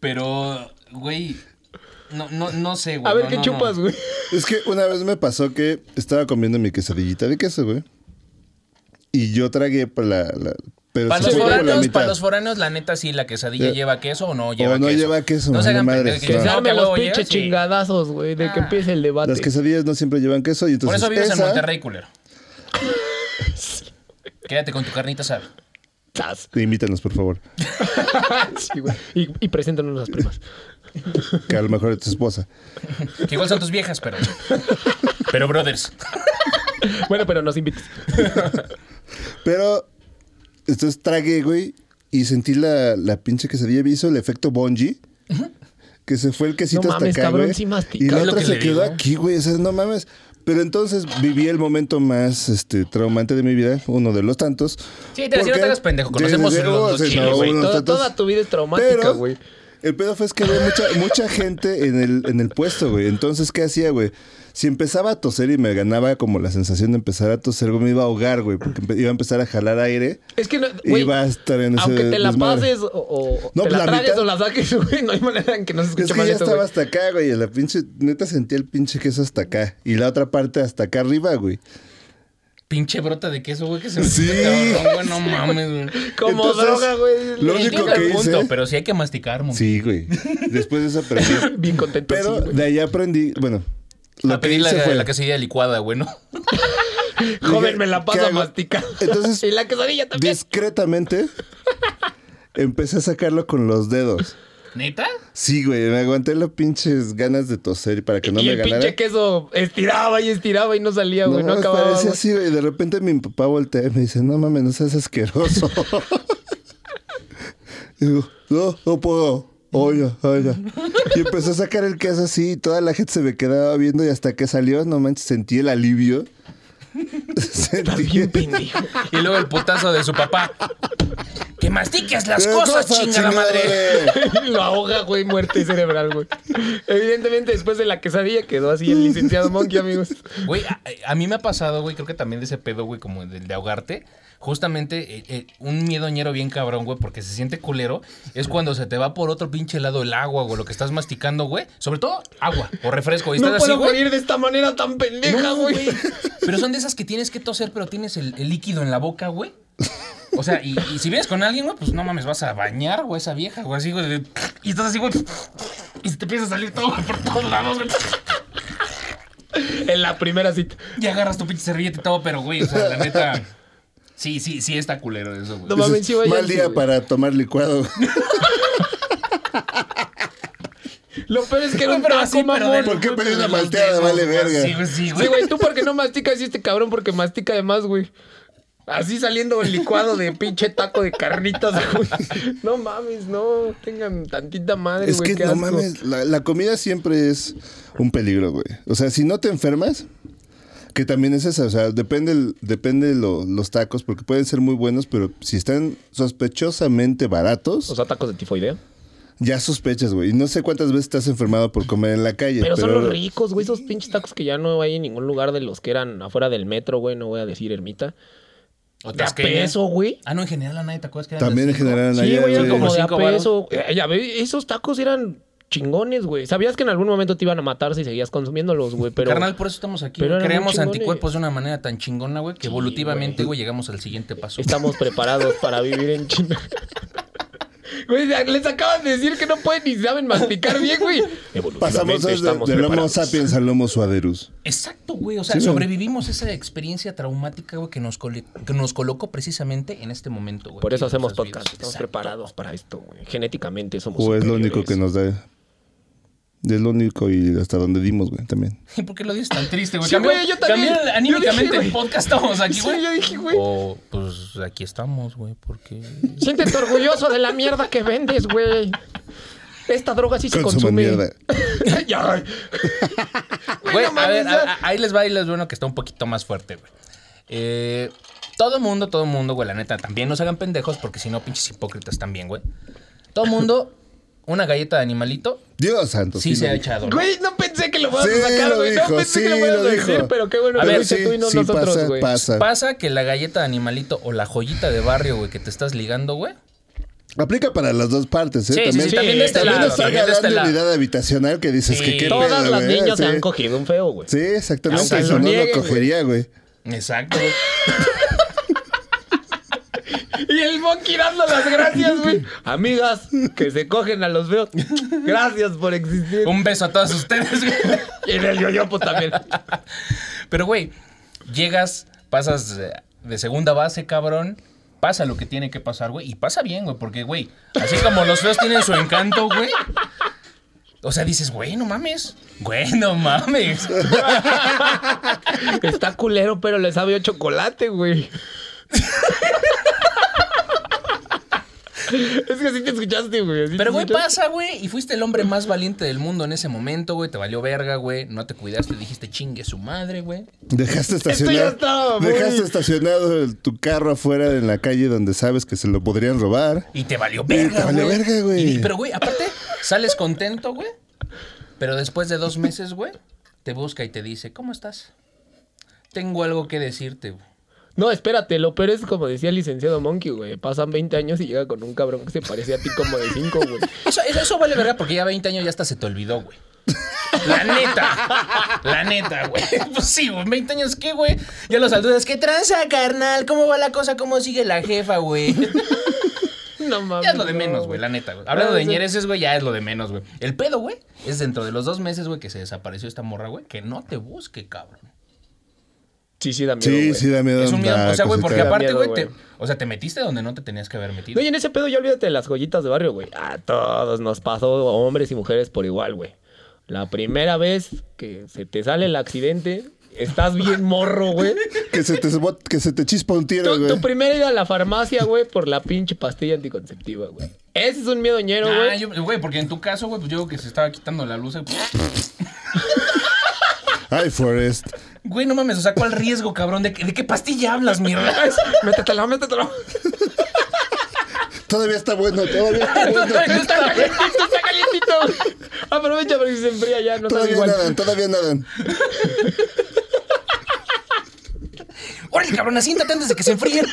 [SPEAKER 2] Pero, güey, no, no, no sé, güey.
[SPEAKER 3] A ver
[SPEAKER 2] no,
[SPEAKER 3] qué
[SPEAKER 2] no, no.
[SPEAKER 3] chupas, güey.
[SPEAKER 4] Es que una vez me pasó que estaba comiendo mi quesadillita de queso, güey. Y yo tragué pa- la. la- pero
[SPEAKER 2] Para
[SPEAKER 4] se
[SPEAKER 2] los,
[SPEAKER 4] fue por la
[SPEAKER 2] foráneos,
[SPEAKER 4] mitad.
[SPEAKER 2] para los foráneos, la neta, sí, la quesadilla
[SPEAKER 4] Ya.
[SPEAKER 2] lleva queso o no lleva
[SPEAKER 4] no
[SPEAKER 2] queso.
[SPEAKER 4] lleva queso,
[SPEAKER 2] no se
[SPEAKER 4] vale
[SPEAKER 2] hagan
[SPEAKER 4] madre,
[SPEAKER 2] pendejos, que
[SPEAKER 4] claro.
[SPEAKER 2] dicen,
[SPEAKER 4] Que
[SPEAKER 2] "No,
[SPEAKER 3] Darme
[SPEAKER 2] que
[SPEAKER 3] los
[SPEAKER 2] huevo lleva",
[SPEAKER 3] pinches
[SPEAKER 2] ¿eh? sí.
[SPEAKER 3] chingadazos, güey, de que empiece el debate.
[SPEAKER 4] Las quesadillas no siempre llevan queso y
[SPEAKER 2] Por
[SPEAKER 4] entonces.
[SPEAKER 2] eso vives en
[SPEAKER 4] Pues esa-
[SPEAKER 2] Monterrey,
[SPEAKER 4] *laughs*
[SPEAKER 2] culero. Quédate con tu carnita, ¿sabes?
[SPEAKER 3] Zas.
[SPEAKER 4] Invítanos, por favor.
[SPEAKER 3] *laughs* Sí, güey. y, y preséntanos las primas.
[SPEAKER 4] Que a lo mejor es tu esposa.
[SPEAKER 2] Que igual son tus viejas, pero. Pero, brothers.
[SPEAKER 3] Bueno, pero nos invites.
[SPEAKER 4] Pero. Entonces tragué, güey. Y sentí la, la pinche quesadilla. Me hizo el efecto bungee. Que se fue el quesito
[SPEAKER 3] No
[SPEAKER 4] hasta
[SPEAKER 3] mames,
[SPEAKER 4] acá,
[SPEAKER 3] cabrón,
[SPEAKER 4] güey.
[SPEAKER 3] sí mastica.
[SPEAKER 4] y la
[SPEAKER 2] Es lo
[SPEAKER 4] otra
[SPEAKER 2] que
[SPEAKER 4] se
[SPEAKER 2] le
[SPEAKER 4] quedó
[SPEAKER 2] digo.
[SPEAKER 4] aquí, güey. O sea, no mames. Pero entonces viví el momento más este, traumante de mi vida, uno de los tantos.
[SPEAKER 2] Sí, te- si no te hagas pendejo,
[SPEAKER 4] Sí,
[SPEAKER 2] conocemos
[SPEAKER 4] sí, sí,
[SPEAKER 2] los-
[SPEAKER 4] no,
[SPEAKER 2] los
[SPEAKER 4] sí, no,
[SPEAKER 2] chiles, güey.
[SPEAKER 4] unos
[SPEAKER 3] Toda-
[SPEAKER 4] tantos.
[SPEAKER 3] toda tu vida es traumática,
[SPEAKER 4] Pero
[SPEAKER 3] güey.
[SPEAKER 4] El pedo fue es que había mucha, mucha gente en el, en el puesto, güey. Entonces, ¿qué hacía, güey? Si empezaba a toser y me ganaba como la sensación de empezar a toser, güey, me iba a ahogar, güey, porque empe- iba a empezar a jalar aire.
[SPEAKER 3] Es que, no,
[SPEAKER 4] Y
[SPEAKER 3] güey,
[SPEAKER 4] va a estar en ese
[SPEAKER 3] aunque te la
[SPEAKER 4] desmadre.
[SPEAKER 3] pases o, o
[SPEAKER 4] No,
[SPEAKER 3] te
[SPEAKER 4] pues,
[SPEAKER 3] la,
[SPEAKER 4] la
[SPEAKER 3] tragues
[SPEAKER 4] mitad-
[SPEAKER 3] o la saques, *laughs* güey, no hay manera en que nos
[SPEAKER 4] Es
[SPEAKER 3] escuche
[SPEAKER 4] que
[SPEAKER 3] mal
[SPEAKER 4] ya
[SPEAKER 3] esto,
[SPEAKER 4] estaba
[SPEAKER 3] güey.
[SPEAKER 4] hasta acá, güey. La pinche, neta sentía el pinche queso hasta acá. Y la otra parte hasta acá arriba, güey.
[SPEAKER 2] Pinche brota de queso, güey, que se me
[SPEAKER 4] *laughs* Sí.
[SPEAKER 2] está cabrón, güey, no mames, güey.
[SPEAKER 3] Como
[SPEAKER 4] Entonces,
[SPEAKER 3] droga, güey.
[SPEAKER 4] Lo único
[SPEAKER 2] Entiendo
[SPEAKER 4] que
[SPEAKER 2] el punto,
[SPEAKER 4] hice.
[SPEAKER 2] pero sí hay que masticar, mon.
[SPEAKER 4] Sí, güey. Después de eso aprendí.
[SPEAKER 3] Bien contento.
[SPEAKER 4] Pero
[SPEAKER 3] sí, güey.
[SPEAKER 4] de ahí aprendí, bueno.
[SPEAKER 2] La
[SPEAKER 4] Lo que
[SPEAKER 2] pedí la,
[SPEAKER 4] hice fue.
[SPEAKER 2] la quesadilla licuada, güey, ¿no?
[SPEAKER 3] Joven, me la
[SPEAKER 4] ¿qué
[SPEAKER 3] pasa
[SPEAKER 4] hago?
[SPEAKER 3] masticando. *laughs*
[SPEAKER 4] Entonces-
[SPEAKER 3] y la quesadilla también.
[SPEAKER 4] discretamente empecé a sacarlo con los dedos.
[SPEAKER 2] ¿Neta?
[SPEAKER 4] Sí, güey, me aguanté las pinches ganas de toser para que no
[SPEAKER 3] y
[SPEAKER 4] me
[SPEAKER 3] el
[SPEAKER 4] ganara.
[SPEAKER 3] pinche queso estiraba y estiraba y no salía, güey. No,
[SPEAKER 4] me
[SPEAKER 3] acababa.
[SPEAKER 4] parecía *laughs*
[SPEAKER 3] güey.
[SPEAKER 4] así, güey. De repente mi papá voltea y me dice, no mames, no seas asqueroso. *laughs* y digo, no, no puedo. Oiga, oiga. Y empezó a sacar el queso así y toda la gente se me quedaba viendo y hasta que salió, no manches, sentí el alivio. *laughs*
[SPEAKER 3] Estás
[SPEAKER 4] sentí
[SPEAKER 3] bien
[SPEAKER 4] *laughs*
[SPEAKER 3] pendejo.
[SPEAKER 2] Y luego el putazo de su papá. Que mastiques las
[SPEAKER 4] "Pero
[SPEAKER 2] cosas,
[SPEAKER 4] cosa,
[SPEAKER 2] chingada madre.
[SPEAKER 3] Y lo ahoga, güey, muerte cerebral, güey. Evidentemente, después de la quesadilla quedó así el licenciado Monkey, amigos.
[SPEAKER 2] Güey, a, a mí me ha pasado, güey, creo que también de ese pedo, güey, como del de ahogarte. Justamente eh, eh, un miedoñero bien cabrón, güey, porque se siente culero. Es cuando se te va por otro pinche lado el agua, güey, lo que estás masticando, güey. Sobre todo agua o refresco. Y
[SPEAKER 3] No
[SPEAKER 2] estás así,
[SPEAKER 3] puedo
[SPEAKER 2] güey.
[SPEAKER 3] morir de esta manera tan pendeja,
[SPEAKER 2] No,
[SPEAKER 3] güey.
[SPEAKER 2] Pero son de esas que tienes que toser, pero tienes el, el líquido en la boca, güey. O sea, y, y si vienes con alguien, güey, pues no mames, vas a bañar, güey, a esa vieja, güey, así, güey. de- Y estás así, güey. Y se te empieza a salir todo güey, por todos lados, güey.
[SPEAKER 3] En la primera cita.
[SPEAKER 2] Y agarras tu pinche servilleta y todo, pero, güey, o sea, la neta. Sí, sí, sí está culero eso, güey.
[SPEAKER 3] No mames, sí,
[SPEAKER 4] Dices,
[SPEAKER 3] váyanse,
[SPEAKER 4] Mal día
[SPEAKER 3] güey.
[SPEAKER 4] para tomar licuado.
[SPEAKER 3] Lo peor es que era
[SPEAKER 2] No,
[SPEAKER 3] un
[SPEAKER 2] pero
[SPEAKER 3] taco,
[SPEAKER 2] así, pero
[SPEAKER 3] mamón.
[SPEAKER 2] del-
[SPEAKER 4] ¿Por qué pedí
[SPEAKER 2] pero
[SPEAKER 4] una
[SPEAKER 2] de los
[SPEAKER 4] malteada?
[SPEAKER 2] dedos,
[SPEAKER 4] Vale
[SPEAKER 2] güey.
[SPEAKER 4] verga.
[SPEAKER 2] Sí, güey, sí, güey.
[SPEAKER 3] Sí, güey, tú porque no masticas y este cabrón porque mastica de más, güey. Así saliendo licuado de pinche taco de carnitas, *laughs* güey. No mames, no. Tengan tantita madre,
[SPEAKER 4] Es
[SPEAKER 3] güey.
[SPEAKER 4] que
[SPEAKER 3] qué
[SPEAKER 4] no
[SPEAKER 3] asco.
[SPEAKER 4] mames, la, la comida siempre es un peligro, güey. O sea, si no te enfermas, que también es esa, o sea, depende, el- depende lo- los tacos, porque pueden ser muy buenos, pero si están sospechosamente baratos,
[SPEAKER 3] O sea, tacos de tifoidea.
[SPEAKER 4] ya sospechas, güey. Y no sé cuántas veces estás enfermado por comer en la calle.
[SPEAKER 3] Pero
[SPEAKER 4] Pero,
[SPEAKER 3] son los ricos, güey. Esos pinches tacos que ya no hay en ningún lugar de los que eran afuera del metro, güey. No voy a decir ermita.
[SPEAKER 2] O
[SPEAKER 3] De a
[SPEAKER 2] tasqueña.
[SPEAKER 3] peso, güey.
[SPEAKER 2] Ah, no, en general a nadie te acuerdas que eran
[SPEAKER 4] también
[SPEAKER 2] de
[SPEAKER 4] en
[SPEAKER 2] cinco?
[SPEAKER 4] general
[SPEAKER 3] Sí, güey, eran
[SPEAKER 2] sí.
[SPEAKER 3] como
[SPEAKER 2] Por
[SPEAKER 3] de a
[SPEAKER 2] cinco varos.
[SPEAKER 3] peso. Eh, Ya ve, esos tacos eran chingones, güey. Sabías que en algún momento te iban a matar si seguías consumiéndolos, güey. Pero.
[SPEAKER 2] Carnal, por eso estamos aquí.
[SPEAKER 3] pero
[SPEAKER 2] güey.
[SPEAKER 3] eran
[SPEAKER 2] Creamos
[SPEAKER 3] muy chingones.
[SPEAKER 2] anticuerpos de una manera tan chingona, güey, que
[SPEAKER 3] Sí,
[SPEAKER 2] evolutivamente,
[SPEAKER 3] güey.
[SPEAKER 2] güey, llegamos al siguiente paso.
[SPEAKER 3] Estamos preparados para vivir en China. *laughs* Güey, les acaban de decir que no pueden ni saben masticar bien, güey.
[SPEAKER 4] Pasamos
[SPEAKER 3] Evolutivamente
[SPEAKER 4] desde
[SPEAKER 3] estamos
[SPEAKER 4] del Homo
[SPEAKER 3] preparados.
[SPEAKER 4] sapiens al Homo suaderus.
[SPEAKER 2] Exacto, güey. O sea,
[SPEAKER 4] Sí, güey.
[SPEAKER 2] sobrevivimos esa experiencia traumática, güey, que nos, cole- que nos colocó precisamente en este momento, güey.
[SPEAKER 3] Por eso
[SPEAKER 2] En
[SPEAKER 3] hacemos
[SPEAKER 2] nuestras
[SPEAKER 3] podcast.
[SPEAKER 2] vidas.
[SPEAKER 3] Estamos
[SPEAKER 2] Exacto.
[SPEAKER 3] preparados para esto, güey. Genéticamente somos.
[SPEAKER 4] O es lo
[SPEAKER 3] superiores.
[SPEAKER 4] único que nos da. Es lo único y hasta donde dimos, güey, también.
[SPEAKER 2] ¿Y *laughs* por qué lo dices tan triste, güey?
[SPEAKER 3] Sí,
[SPEAKER 2] Cambió-
[SPEAKER 3] güey, yo también.
[SPEAKER 2] cambió
[SPEAKER 3] Yo
[SPEAKER 2] anímicamente
[SPEAKER 3] dije, güey.
[SPEAKER 2] el podcast, estamos aquí,
[SPEAKER 3] Sí,
[SPEAKER 2] güey.
[SPEAKER 3] yo dije, güey.
[SPEAKER 2] O, pues aquí estamos, güey,
[SPEAKER 3] *laughs*
[SPEAKER 2] porque.
[SPEAKER 3] Siéntete orgulloso de la mierda que vendes, güey. Esta droga sí se
[SPEAKER 4] Consuman
[SPEAKER 3] consume.
[SPEAKER 4] mierda.
[SPEAKER 3] ya. Güey,
[SPEAKER 2] Güey,
[SPEAKER 3] no
[SPEAKER 2] a ver,
[SPEAKER 3] mames, ya.
[SPEAKER 2] a- a- ahí les va, ahí les va uno que está un poquito más fuerte, güey. Eh, todo mundo, todo mundo, güey, la neta, también no se hagan pendejos porque si no, pinches hipócritas también, güey. Todo mundo, una galleta de animalito,
[SPEAKER 4] Dios santo.
[SPEAKER 2] sí se
[SPEAKER 4] lo
[SPEAKER 2] ha
[SPEAKER 4] dijo.
[SPEAKER 2] echado. ¿no?
[SPEAKER 3] Pues Güey, no pensé que lo fueras
[SPEAKER 4] Sí,
[SPEAKER 3] a sacar,
[SPEAKER 4] lo
[SPEAKER 3] güey. No
[SPEAKER 4] dijo,
[SPEAKER 3] pensé
[SPEAKER 4] sí,
[SPEAKER 3] que lo fueras a
[SPEAKER 4] lo
[SPEAKER 3] decir,
[SPEAKER 4] dijo.
[SPEAKER 3] pero qué bueno
[SPEAKER 4] A
[SPEAKER 3] que lo
[SPEAKER 4] ver,
[SPEAKER 3] hiciste
[SPEAKER 4] sí,
[SPEAKER 3] tú y no
[SPEAKER 4] sí,
[SPEAKER 3] nosotros,
[SPEAKER 4] pasa,
[SPEAKER 3] güey.
[SPEAKER 4] pasa.
[SPEAKER 2] Pasa que la galleta de animalito o la joyita de barrio, güey, que te estás ligando, güey,
[SPEAKER 4] Aplica para las dos partes, ¿eh?
[SPEAKER 2] Sí, sí,
[SPEAKER 4] también
[SPEAKER 2] sí, también de este
[SPEAKER 4] también
[SPEAKER 2] lado,
[SPEAKER 4] está
[SPEAKER 2] también de este
[SPEAKER 4] ganando
[SPEAKER 2] lado.
[SPEAKER 4] unidad habitacional que dices
[SPEAKER 2] Sí.
[SPEAKER 4] que qué
[SPEAKER 3] Todas
[SPEAKER 4] pedo,
[SPEAKER 3] las
[SPEAKER 4] güey,
[SPEAKER 3] niñas
[SPEAKER 4] sí.
[SPEAKER 3] se han cogido un feo, güey.
[SPEAKER 4] Sí, exactamente.
[SPEAKER 3] Aunque
[SPEAKER 4] Si
[SPEAKER 3] lo
[SPEAKER 4] no, no
[SPEAKER 3] nieguen,
[SPEAKER 4] cogería, güey.
[SPEAKER 2] Exacto, güey.
[SPEAKER 3] Y el monkey dando las gracias, güey. Amigas, que se cogen a los feos. Gracias por existir.
[SPEAKER 2] Un beso a todas ustedes, güey.
[SPEAKER 3] Y en el yoyopo también.
[SPEAKER 2] Pero, güey, llegas, pasas eh, de segunda base, cabrón. Pasa lo que tiene que pasar, güey. Y pasa bien, güey, porque, güey, así como los feos tienen su encanto, güey. O sea, dices, güey, no mames. Güey, no mames.
[SPEAKER 3] Está culero, pero le sabe a chocolate, *laughs* güey. es que sí te escuchaste, güey. Sí te
[SPEAKER 2] Pero, güey,
[SPEAKER 3] escuchaste.
[SPEAKER 2] pasa, güey. Y fuiste el hombre más valiente del mundo en ese momento, güey. Te valió verga, güey. No te cuidaste, dijiste chingue su madre, güey.
[SPEAKER 4] Dejaste
[SPEAKER 3] ya
[SPEAKER 4] estacionado.
[SPEAKER 3] estaba muy-
[SPEAKER 4] Dejaste estacionado el- tu carro afuera en la calle donde sabes que se lo podrían robar.
[SPEAKER 2] Y te valió
[SPEAKER 4] te
[SPEAKER 2] verga,
[SPEAKER 4] valió
[SPEAKER 2] güey.
[SPEAKER 4] verga, güey.
[SPEAKER 2] Y- Pero, güey, aparte, sales contento, güey. Pero después de dos meses, güey, te busca y te dice, ¿cómo estás? Tengo algo que decirte, güey.
[SPEAKER 3] No, espérate, lo peor es como decía el licenciado Monkey, güey. Pasan 20 años y llega con un cabrón que se parece a ti como de 5, güey.
[SPEAKER 2] Eso, eso, eso vale verga porque ya 20 años ya hasta se te olvidó, güey. La neta. La neta, güey. *laughs* Pues sí, güey. 20 años, ¿qué, güey? Ya los saludas. ¿Qué tranza, carnal? ¿Cómo va la cosa? ¿Cómo sigue la jefa, güey?
[SPEAKER 3] *laughs* No mames.
[SPEAKER 2] Ya es lo de
[SPEAKER 3] no,
[SPEAKER 2] menos, güey, la neta, güey. Hablando
[SPEAKER 3] Ah,
[SPEAKER 2] de
[SPEAKER 3] sí.
[SPEAKER 2] ñereces, güey, ya es lo de menos, güey. El pedo, güey, es dentro de los dos meses, güey, que se desapareció esta morra, güey, que no te busque, cabrón.
[SPEAKER 3] Sí, sí, da miedo,
[SPEAKER 4] Sí,
[SPEAKER 3] güey.
[SPEAKER 4] sí, da miedo.
[SPEAKER 2] Es un miedo.
[SPEAKER 4] la
[SPEAKER 2] O sea, güey, porque
[SPEAKER 4] cosita.
[SPEAKER 3] Da
[SPEAKER 2] aparte,
[SPEAKER 3] miedo,
[SPEAKER 2] güey, te-
[SPEAKER 3] güey.
[SPEAKER 2] o sea, te metiste donde no te tenías que haber metido.
[SPEAKER 3] No, y en ese pedo ya olvídate de las joyitas de barrio, güey. A todos nos pasó, hombres y mujeres por igual, güey. La primera vez que se te sale el accidente, estás bien morro, güey.
[SPEAKER 4] Que se te, bot- que se te chispa un tiro,
[SPEAKER 3] Tu,
[SPEAKER 4] güey.
[SPEAKER 3] tu primera ida a la farmacia, güey, por la pinche pastilla anticonceptiva, güey. Ese es un miedoñero,
[SPEAKER 2] Ah,
[SPEAKER 3] güey.
[SPEAKER 2] yo- güey, porque en tu caso, güey, pues yo que se estaba quitando la luz. eh,
[SPEAKER 4] Ay, Forrest.
[SPEAKER 2] Güey, no mames, o sea, ¿cuál riesgo, cabrón? ¿De, qué- de qué pastilla hablas, mierda?
[SPEAKER 3] Ah. Métetela, métetela.
[SPEAKER 4] Todavía está bueno, todavía
[SPEAKER 3] *laughs*
[SPEAKER 4] está bueno.
[SPEAKER 3] Está calientito, está *laughs* calientito. Aprovecha porque se enfría ya, no sabe
[SPEAKER 4] Todavía
[SPEAKER 3] igual.
[SPEAKER 4] nadan, todavía nadan.
[SPEAKER 2] Órale, cabrón, asiéntate antes de que se enfríen.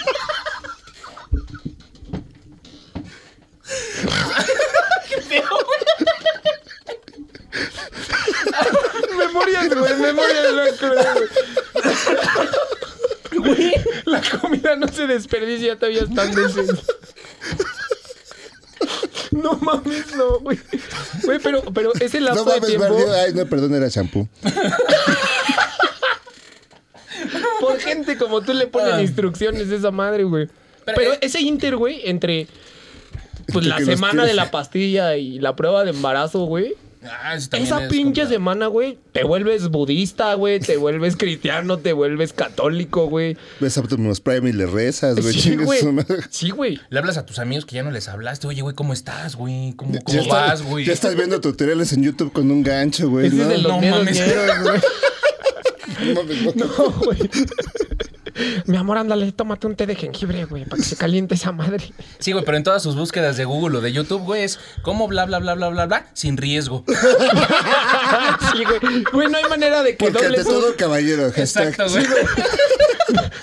[SPEAKER 3] Memorias, güey, memorias, güey, culero, güey. La comida no se desperdicia todavía están dulces. No mames, no, güey. Güey, pero, pero ese lapso
[SPEAKER 4] No
[SPEAKER 3] de
[SPEAKER 4] mames,
[SPEAKER 3] tiempo,
[SPEAKER 4] perdió. Ay, no, perdón, era champú.
[SPEAKER 3] por gente como tú le ponen
[SPEAKER 2] Ah.
[SPEAKER 3] instrucciones de esa madre, güey.
[SPEAKER 2] Pero,
[SPEAKER 3] Pero,
[SPEAKER 2] eh,
[SPEAKER 3] ese inter, güey, entre pues
[SPEAKER 4] Entre
[SPEAKER 3] la
[SPEAKER 4] que los
[SPEAKER 3] semana de
[SPEAKER 4] tienes.
[SPEAKER 3] la pastilla y la prueba de embarazo, güey.
[SPEAKER 2] Ah, eso también
[SPEAKER 3] Esa
[SPEAKER 2] es
[SPEAKER 3] pinche
[SPEAKER 2] complicado.
[SPEAKER 3] semana, güey, te vuelves budista, güey, te vuelves cristiano, te vuelves católico, güey.
[SPEAKER 4] Ves a Optimus Prime y le rezas, güey.
[SPEAKER 3] Sí,
[SPEAKER 4] Chinga
[SPEAKER 3] güey.
[SPEAKER 4] su madre.
[SPEAKER 3] Sí, güey.
[SPEAKER 2] Le hablas a tus amigos que ya no les hablaste. Oye, güey, ¿cómo estás, güey? ¿Cómo,
[SPEAKER 4] Ya
[SPEAKER 2] cómo
[SPEAKER 4] estás-
[SPEAKER 2] vas, güey?
[SPEAKER 4] Ya estás viendo tutoriales en YouTube con un gancho, güey.
[SPEAKER 3] Ese
[SPEAKER 4] ¿no?
[SPEAKER 3] es de los
[SPEAKER 2] no
[SPEAKER 3] miedos
[SPEAKER 2] mames.
[SPEAKER 3] ñeros, güey.
[SPEAKER 4] No mames,
[SPEAKER 3] *laughs*
[SPEAKER 4] no.
[SPEAKER 3] No, güey. Mi amor, ándale, tómate un té de jengibre, güey, para que se caliente
[SPEAKER 2] *laughs*
[SPEAKER 3] esa madre. *laughs*
[SPEAKER 2] Sí, güey, pero en todas sus búsquedas de Google o de YouTube, güey, es como bla, bla, bla, bla, bla, bla, sin riesgo.
[SPEAKER 3] sí, güey. Güey, no hay manera de que
[SPEAKER 4] Porque
[SPEAKER 3] dobles
[SPEAKER 4] ante
[SPEAKER 3] un-
[SPEAKER 4] todo, caballero. hashtag.
[SPEAKER 2] *laughs* Exacto, güey.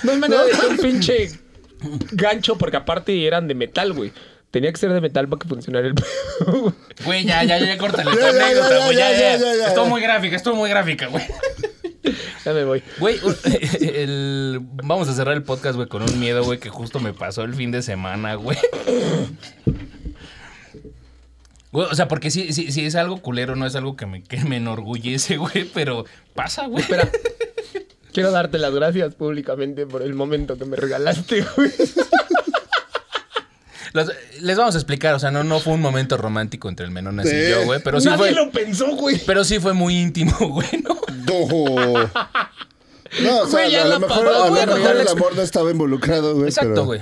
[SPEAKER 3] No hay manera de que un pinche gancho, porque aparte eran de metal, güey. Tenía que ser de metal para que funcionara el pedo, *laughs* güey.
[SPEAKER 2] Güey, ya, ya, ya, córtale tu
[SPEAKER 4] Ya, ya,
[SPEAKER 2] anécdota,
[SPEAKER 4] ya,
[SPEAKER 2] güey. Ya,
[SPEAKER 4] ya,
[SPEAKER 2] ya,
[SPEAKER 4] ya, ya, ya.
[SPEAKER 2] Estuvo muy gráfica, estuvo muy gráfica, güey.
[SPEAKER 3] Ya me voy.
[SPEAKER 2] Güey, *laughs* un- el- vamos a cerrar el podcast, güey, con un miedo, güey, que justo me pasó el fin de semana, güey. Güey, o sea, porque sí, sí, sí es algo culero, no es algo que me, que me enorgullece, güey, pero pasa, güey.
[SPEAKER 3] Espera. Quiero darte las gracias públicamente por el momento que me regalaste, güey.
[SPEAKER 2] Los- les vamos a explicar, o sea, no, no fue un momento romántico entre el Menonas y
[SPEAKER 4] Sí.
[SPEAKER 2] yo, güey, pero sí
[SPEAKER 3] Nadie
[SPEAKER 2] fue...
[SPEAKER 3] lo pensó, güey.
[SPEAKER 2] Pero sí fue muy íntimo, *laughs* güey, ¿no?
[SPEAKER 3] *laughs*
[SPEAKER 4] No. No, o sea,
[SPEAKER 3] Güey, ya
[SPEAKER 4] a
[SPEAKER 3] la
[SPEAKER 4] lo mejor,
[SPEAKER 3] pasó,
[SPEAKER 4] a lo
[SPEAKER 2] güey,
[SPEAKER 4] mejor
[SPEAKER 2] contar la
[SPEAKER 4] el
[SPEAKER 2] ex-
[SPEAKER 4] amor no estaba involucrado, güey.
[SPEAKER 2] Exacto,
[SPEAKER 4] pero
[SPEAKER 2] güey.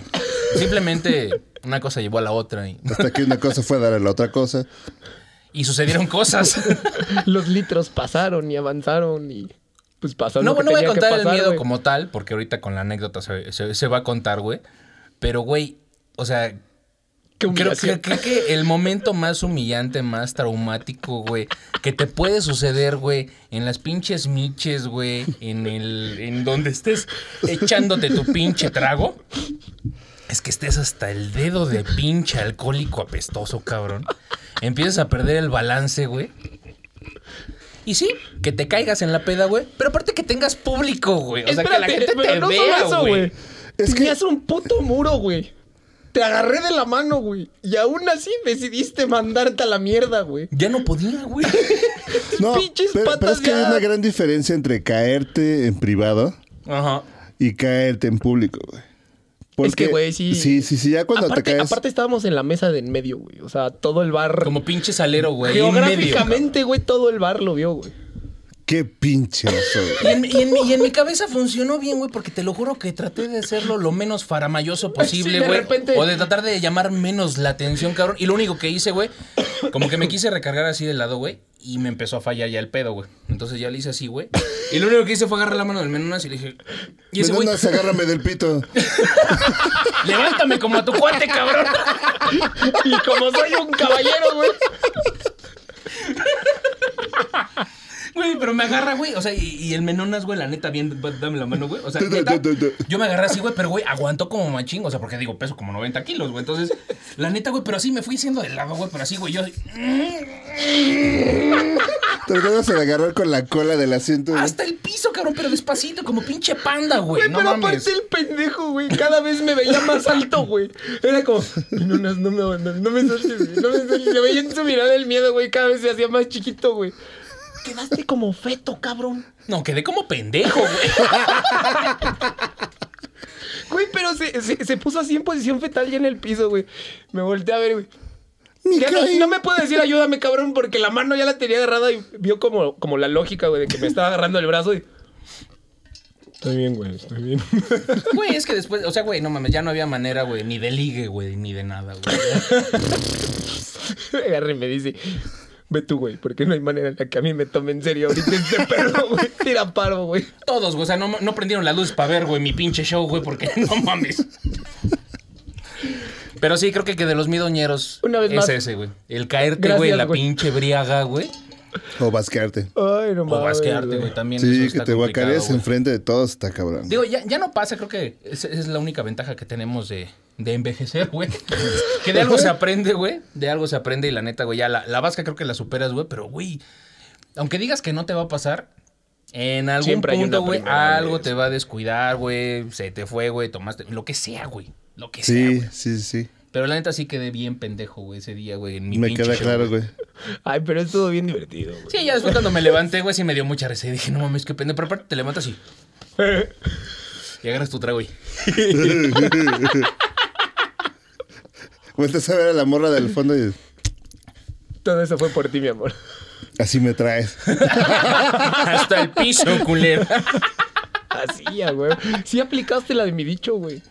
[SPEAKER 2] Simplemente una cosa llevó a la otra y,
[SPEAKER 4] Hasta que una cosa fue a dar a la otra cosa.
[SPEAKER 2] y sucedieron
[SPEAKER 3] *laughs*
[SPEAKER 2] cosas.
[SPEAKER 3] Los litros pasaron y avanzaron y pues pasó
[SPEAKER 2] No,
[SPEAKER 3] lo que
[SPEAKER 2] no voy a
[SPEAKER 3] tenía que
[SPEAKER 2] contar el
[SPEAKER 3] pasar,
[SPEAKER 2] miedo
[SPEAKER 3] güey.
[SPEAKER 2] como tal, porque ahorita con la anécdota se, se- se va a contar, güey. Pero, güey, o sea,
[SPEAKER 3] Qué
[SPEAKER 2] creo,
[SPEAKER 3] humillación.
[SPEAKER 2] creo- creo que el momento más humillante, más traumático, güey, que te puede suceder, güey, en las pinches miches, güey, en el, en donde estés echándote tu pinche trago, es que estés hasta el dedo de pinche alcohólico apestoso, cabrón. Empiezas a perder el balance, güey. Y sí, que te caigas en la peda, güey. Pero aparte que tengas público, güey. O sea, que la gente te
[SPEAKER 3] no solo
[SPEAKER 2] vea,
[SPEAKER 3] eso,
[SPEAKER 2] güey.
[SPEAKER 4] Es que-
[SPEAKER 3] Tenías un puto muro, güey. Te agarré de la mano, güey. Y aún así decidiste mandarte a la mierda, güey.
[SPEAKER 2] Ya no podía,
[SPEAKER 3] *laughs*
[SPEAKER 2] güey.
[SPEAKER 4] No,
[SPEAKER 3] pinches
[SPEAKER 4] pero, pero
[SPEAKER 3] patas
[SPEAKER 4] es que hay
[SPEAKER 3] ya.
[SPEAKER 4] una gran diferencia entre caerte en privado
[SPEAKER 2] Ajá.
[SPEAKER 4] y caerte en público, güey.
[SPEAKER 3] Es que, güey, sí.
[SPEAKER 4] Sí, sí, sí, ya cuando
[SPEAKER 3] aparte,
[SPEAKER 4] te caes.
[SPEAKER 3] aparte estábamos en la mesa de en medio, güey. O sea, todo el bar.
[SPEAKER 2] Como pinche salero, güey. ahí en medio,
[SPEAKER 3] geográficamente, güey, todo el bar lo vio, güey.
[SPEAKER 4] Qué pinche oso,
[SPEAKER 2] Y
[SPEAKER 4] güey.
[SPEAKER 2] en, y en mi, y en mi cabeza funcionó bien, güey, porque te lo juro que traté de hacerlo lo menos faramayoso
[SPEAKER 3] *laughs* Sí,
[SPEAKER 2] posible,
[SPEAKER 3] de
[SPEAKER 2] güey.
[SPEAKER 3] repente-
[SPEAKER 2] O de tratar de llamar menos la atención, cabrón. Y lo único que hice, güey, como que me quise recargar así del lado, güey. Y me empezó a fallar ya el pedo, güey. Entonces ya le hice así, güey. Y lo único que hice fue agarrar la mano del Menonas y le dije... Y ese güey,
[SPEAKER 4] Menonas, agárrame del pito.
[SPEAKER 2] levántame como a tu cuate, cabrón.
[SPEAKER 3] Y como soy un caballero, güey.
[SPEAKER 2] Güey, pero me agarra, güey. O sea, y, y el menonas, güey, la neta, bien, va- dame la mano, güey. O sea,
[SPEAKER 4] Tu, tu,
[SPEAKER 2] neta,
[SPEAKER 4] tu, tu.
[SPEAKER 2] yo me agarré así, güey, pero, güey, aguantó como machín. O sea, porque digo, peso como 90 kilos, güey. Entonces, la neta, güey, pero así me fui siendo de lado, güey. Pero así, güey, yo... así,
[SPEAKER 4] Tratamos de agarrar con la cola del asiento. güey.
[SPEAKER 2] Hasta el piso, cabrón, pero despacito, como pinche panda, güey.
[SPEAKER 3] Güey,
[SPEAKER 2] No
[SPEAKER 3] pero
[SPEAKER 2] mames.
[SPEAKER 3] aparte el pendejo, güey, cada vez me veía más alto, güey. Era como, no, no, no me abandones, no me sueltes, güey, no me sueltes. Le veía en su mirada el miedo, güey, cada vez se hacía más chiquito, güey. Quedaste como feto, cabrón.
[SPEAKER 2] No, quedé como pendejo, güey. *laughs*
[SPEAKER 3] Güey, pero se, se, se puso así en posición fetal ya en el piso, güey. Me volteé a ver, güey.
[SPEAKER 4] Mi
[SPEAKER 3] Ya no,
[SPEAKER 4] caí.
[SPEAKER 3] no me puede decir ayúdame, cabrón, porque la mano ya la tenía agarrada y vio como, como la lógica, güey, de que me estaba agarrando el brazo y... Estoy bien, güey, estoy bien.
[SPEAKER 2] Güey, es que después... O sea, güey, no mames, ya no había manera, güey. Ni de ligue, güey, ni de nada, güey.
[SPEAKER 3] *laughs* Me agarra y me dice, ve tú, güey, porque no hay manera en la que a mí me tome en serio ahorita este *laughs* perro, güey. Tira paro, güey.
[SPEAKER 2] Todos, güey. O sea, no, no prendieron la luz para ver, güey, mi pinche show, güey, porque *laughs* no mames. Pero sí, creo que, que de los midoñeros
[SPEAKER 3] Una vez
[SPEAKER 2] es
[SPEAKER 3] más.
[SPEAKER 2] ese, güey. El caerte,
[SPEAKER 3] Gracias,
[SPEAKER 2] güey, la
[SPEAKER 3] güey.
[SPEAKER 2] pinche briaga, güey.
[SPEAKER 4] O basquearte.
[SPEAKER 3] Ay, no
[SPEAKER 2] O
[SPEAKER 3] mames.
[SPEAKER 2] basquearte, güey, también.
[SPEAKER 4] Sí,
[SPEAKER 2] eso
[SPEAKER 4] que
[SPEAKER 2] está
[SPEAKER 4] te
[SPEAKER 2] complicado,
[SPEAKER 4] guacareas
[SPEAKER 2] güey.
[SPEAKER 4] enfrente de todos, está cabrón.
[SPEAKER 2] Digo, ya, ya no pasa, creo que esa es la única ventaja que tenemos de, de envejecer, güey. que de algo se aprende, güey. De algo se aprende y la neta, güey, ya la, la vasca creo que la superas, güey, pero, güey, aunque digas que no te va a pasar, en algún
[SPEAKER 3] Siempre hay
[SPEAKER 2] punto,
[SPEAKER 3] una
[SPEAKER 2] güey,
[SPEAKER 3] primera
[SPEAKER 2] algo
[SPEAKER 3] vez.
[SPEAKER 2] te va a descuidar, güey, se te fue, güey, tomaste, lo que sea, güey, lo que sea,
[SPEAKER 4] sí,
[SPEAKER 2] güey.
[SPEAKER 4] sí, sí.
[SPEAKER 2] Pero la neta sí quedé bien pendejo, güey, ese día, güey, en mi
[SPEAKER 4] Me
[SPEAKER 2] pinche
[SPEAKER 4] queda
[SPEAKER 2] show,
[SPEAKER 4] claro, güey.
[SPEAKER 3] Ay, pero estuvo bien divertido, güey.
[SPEAKER 2] Sí, ya después cuando me levanté, güey, sí me dio mucha risa y dije, no mames, qué pendejo, pero aparte te levantas
[SPEAKER 3] *laughs*
[SPEAKER 2] y, y agarras tu trago y...
[SPEAKER 4] Vueltas a ver a la morra del fondo y
[SPEAKER 3] Todo eso fue por ti, mi amor.
[SPEAKER 4] así
[SPEAKER 2] *laughs*
[SPEAKER 4] me traes.
[SPEAKER 2] Hasta el piso, culero.
[SPEAKER 3] Así, ya, güey. Sí aplicaste la de mi dicho, güey.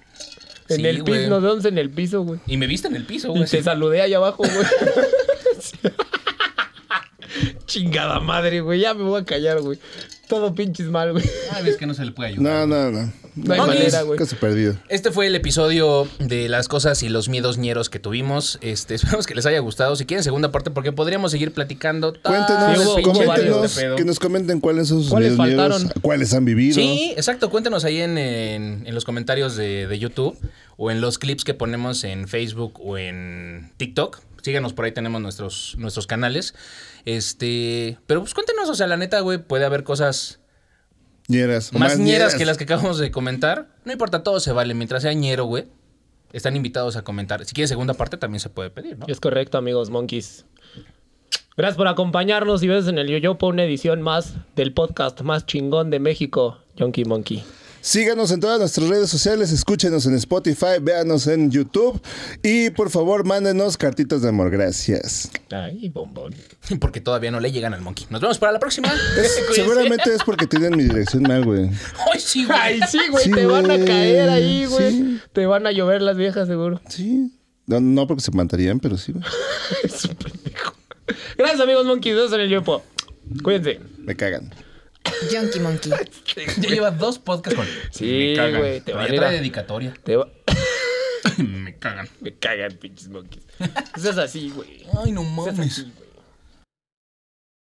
[SPEAKER 3] En
[SPEAKER 2] Sí,
[SPEAKER 3] el
[SPEAKER 2] güey.
[SPEAKER 3] piso, nos vemos en el piso, güey.
[SPEAKER 2] Y me viste en el piso,
[SPEAKER 3] Y
[SPEAKER 2] güey.
[SPEAKER 3] te saludé allá abajo, güey. *laughs* Chingada madre, güey. Ya me voy a callar, güey. Todo pinches mal, güey.
[SPEAKER 2] Ah, ves que no se le puede ayudar.
[SPEAKER 4] No, no, no.
[SPEAKER 3] No hay manera, güey.
[SPEAKER 4] Caso perdido.
[SPEAKER 2] Este fue el episodio de las cosas y los miedos ñeros que tuvimos. Este, *laughs* esperamos que les haya gustado. Si quieren segunda parte, porque podríamos seguir platicando. tal
[SPEAKER 4] Cuéntenos,
[SPEAKER 3] Sí, hubo-
[SPEAKER 2] Ah, pinche
[SPEAKER 3] hubo
[SPEAKER 2] varios
[SPEAKER 4] coméntenos,
[SPEAKER 2] de pedo.
[SPEAKER 4] que nos comenten cuáles son sus
[SPEAKER 3] ¿Cuáles
[SPEAKER 4] miedos, miedos,
[SPEAKER 3] faltaron?
[SPEAKER 4] cuáles han vivido.
[SPEAKER 2] Sí, exacto. Cuéntenos ahí en, en- en los comentarios de, de YouTube o en los clips que ponemos en Facebook o en TikTok. Síganos por ahí, tenemos nuestros, nuestros canales. Este, pero pues cuéntenos, o sea, la neta, güey, puede haber cosas
[SPEAKER 4] Ñeras,
[SPEAKER 2] Más ñeras
[SPEAKER 4] ñeras.
[SPEAKER 2] que las que acabamos de comentar. No importa, todo se vale. Mientras sea ñero, güey. Están invitados a comentar. Si quieres segunda parte, también se puede pedir, ¿no?
[SPEAKER 3] Es correcto, amigos monkeys. Gracias por acompañarnos y ves en el Yoyopo una edición más del podcast más chingón de México, Yonky Monkey.
[SPEAKER 4] Síganos en todas nuestras redes sociales, escúchenos en Spotify, véanos en YouTube y por favor mándenos cartitas de amor. Gracias.
[SPEAKER 3] Ay, bombón.
[SPEAKER 2] *laughs* Porque todavía no le llegan al monkey. Nos vemos para la *laughs* próxima.
[SPEAKER 4] Es-
[SPEAKER 2] Cuídense.
[SPEAKER 4] seguramente es porque tienen mi dirección mal, güey.
[SPEAKER 2] Ay, sí, güey.
[SPEAKER 3] *laughs* Ay, sí, güey,
[SPEAKER 4] Sí,
[SPEAKER 3] te van a
[SPEAKER 4] güey,
[SPEAKER 3] caer ahí, güey.
[SPEAKER 4] sí.
[SPEAKER 3] Te van a llover las viejas, seguro. *laughs*
[SPEAKER 4] Sí. No, no porque se matarían, pero sí, güey.
[SPEAKER 3] Es un pendejo. Gracias, amigos monkeys. Nos vemos en el Yoyopo. Cuídense.
[SPEAKER 4] Me cagan.
[SPEAKER 1] Junkie Monkey.
[SPEAKER 2] Ya lleva dos podcasts con.
[SPEAKER 3] Sí,
[SPEAKER 2] Me cagan.
[SPEAKER 3] güey, te
[SPEAKER 2] Pero
[SPEAKER 3] van
[SPEAKER 2] ya
[SPEAKER 3] a ir
[SPEAKER 2] trae
[SPEAKER 3] a-
[SPEAKER 2] dedicatoria.
[SPEAKER 3] Te va-
[SPEAKER 2] *laughs*
[SPEAKER 3] *laughs*
[SPEAKER 2] Me cagan.
[SPEAKER 3] Me cagan, pinches monkeys. Eso es así, güey.
[SPEAKER 2] Ay, no
[SPEAKER 3] Eso es
[SPEAKER 2] mames.
[SPEAKER 3] así, güey.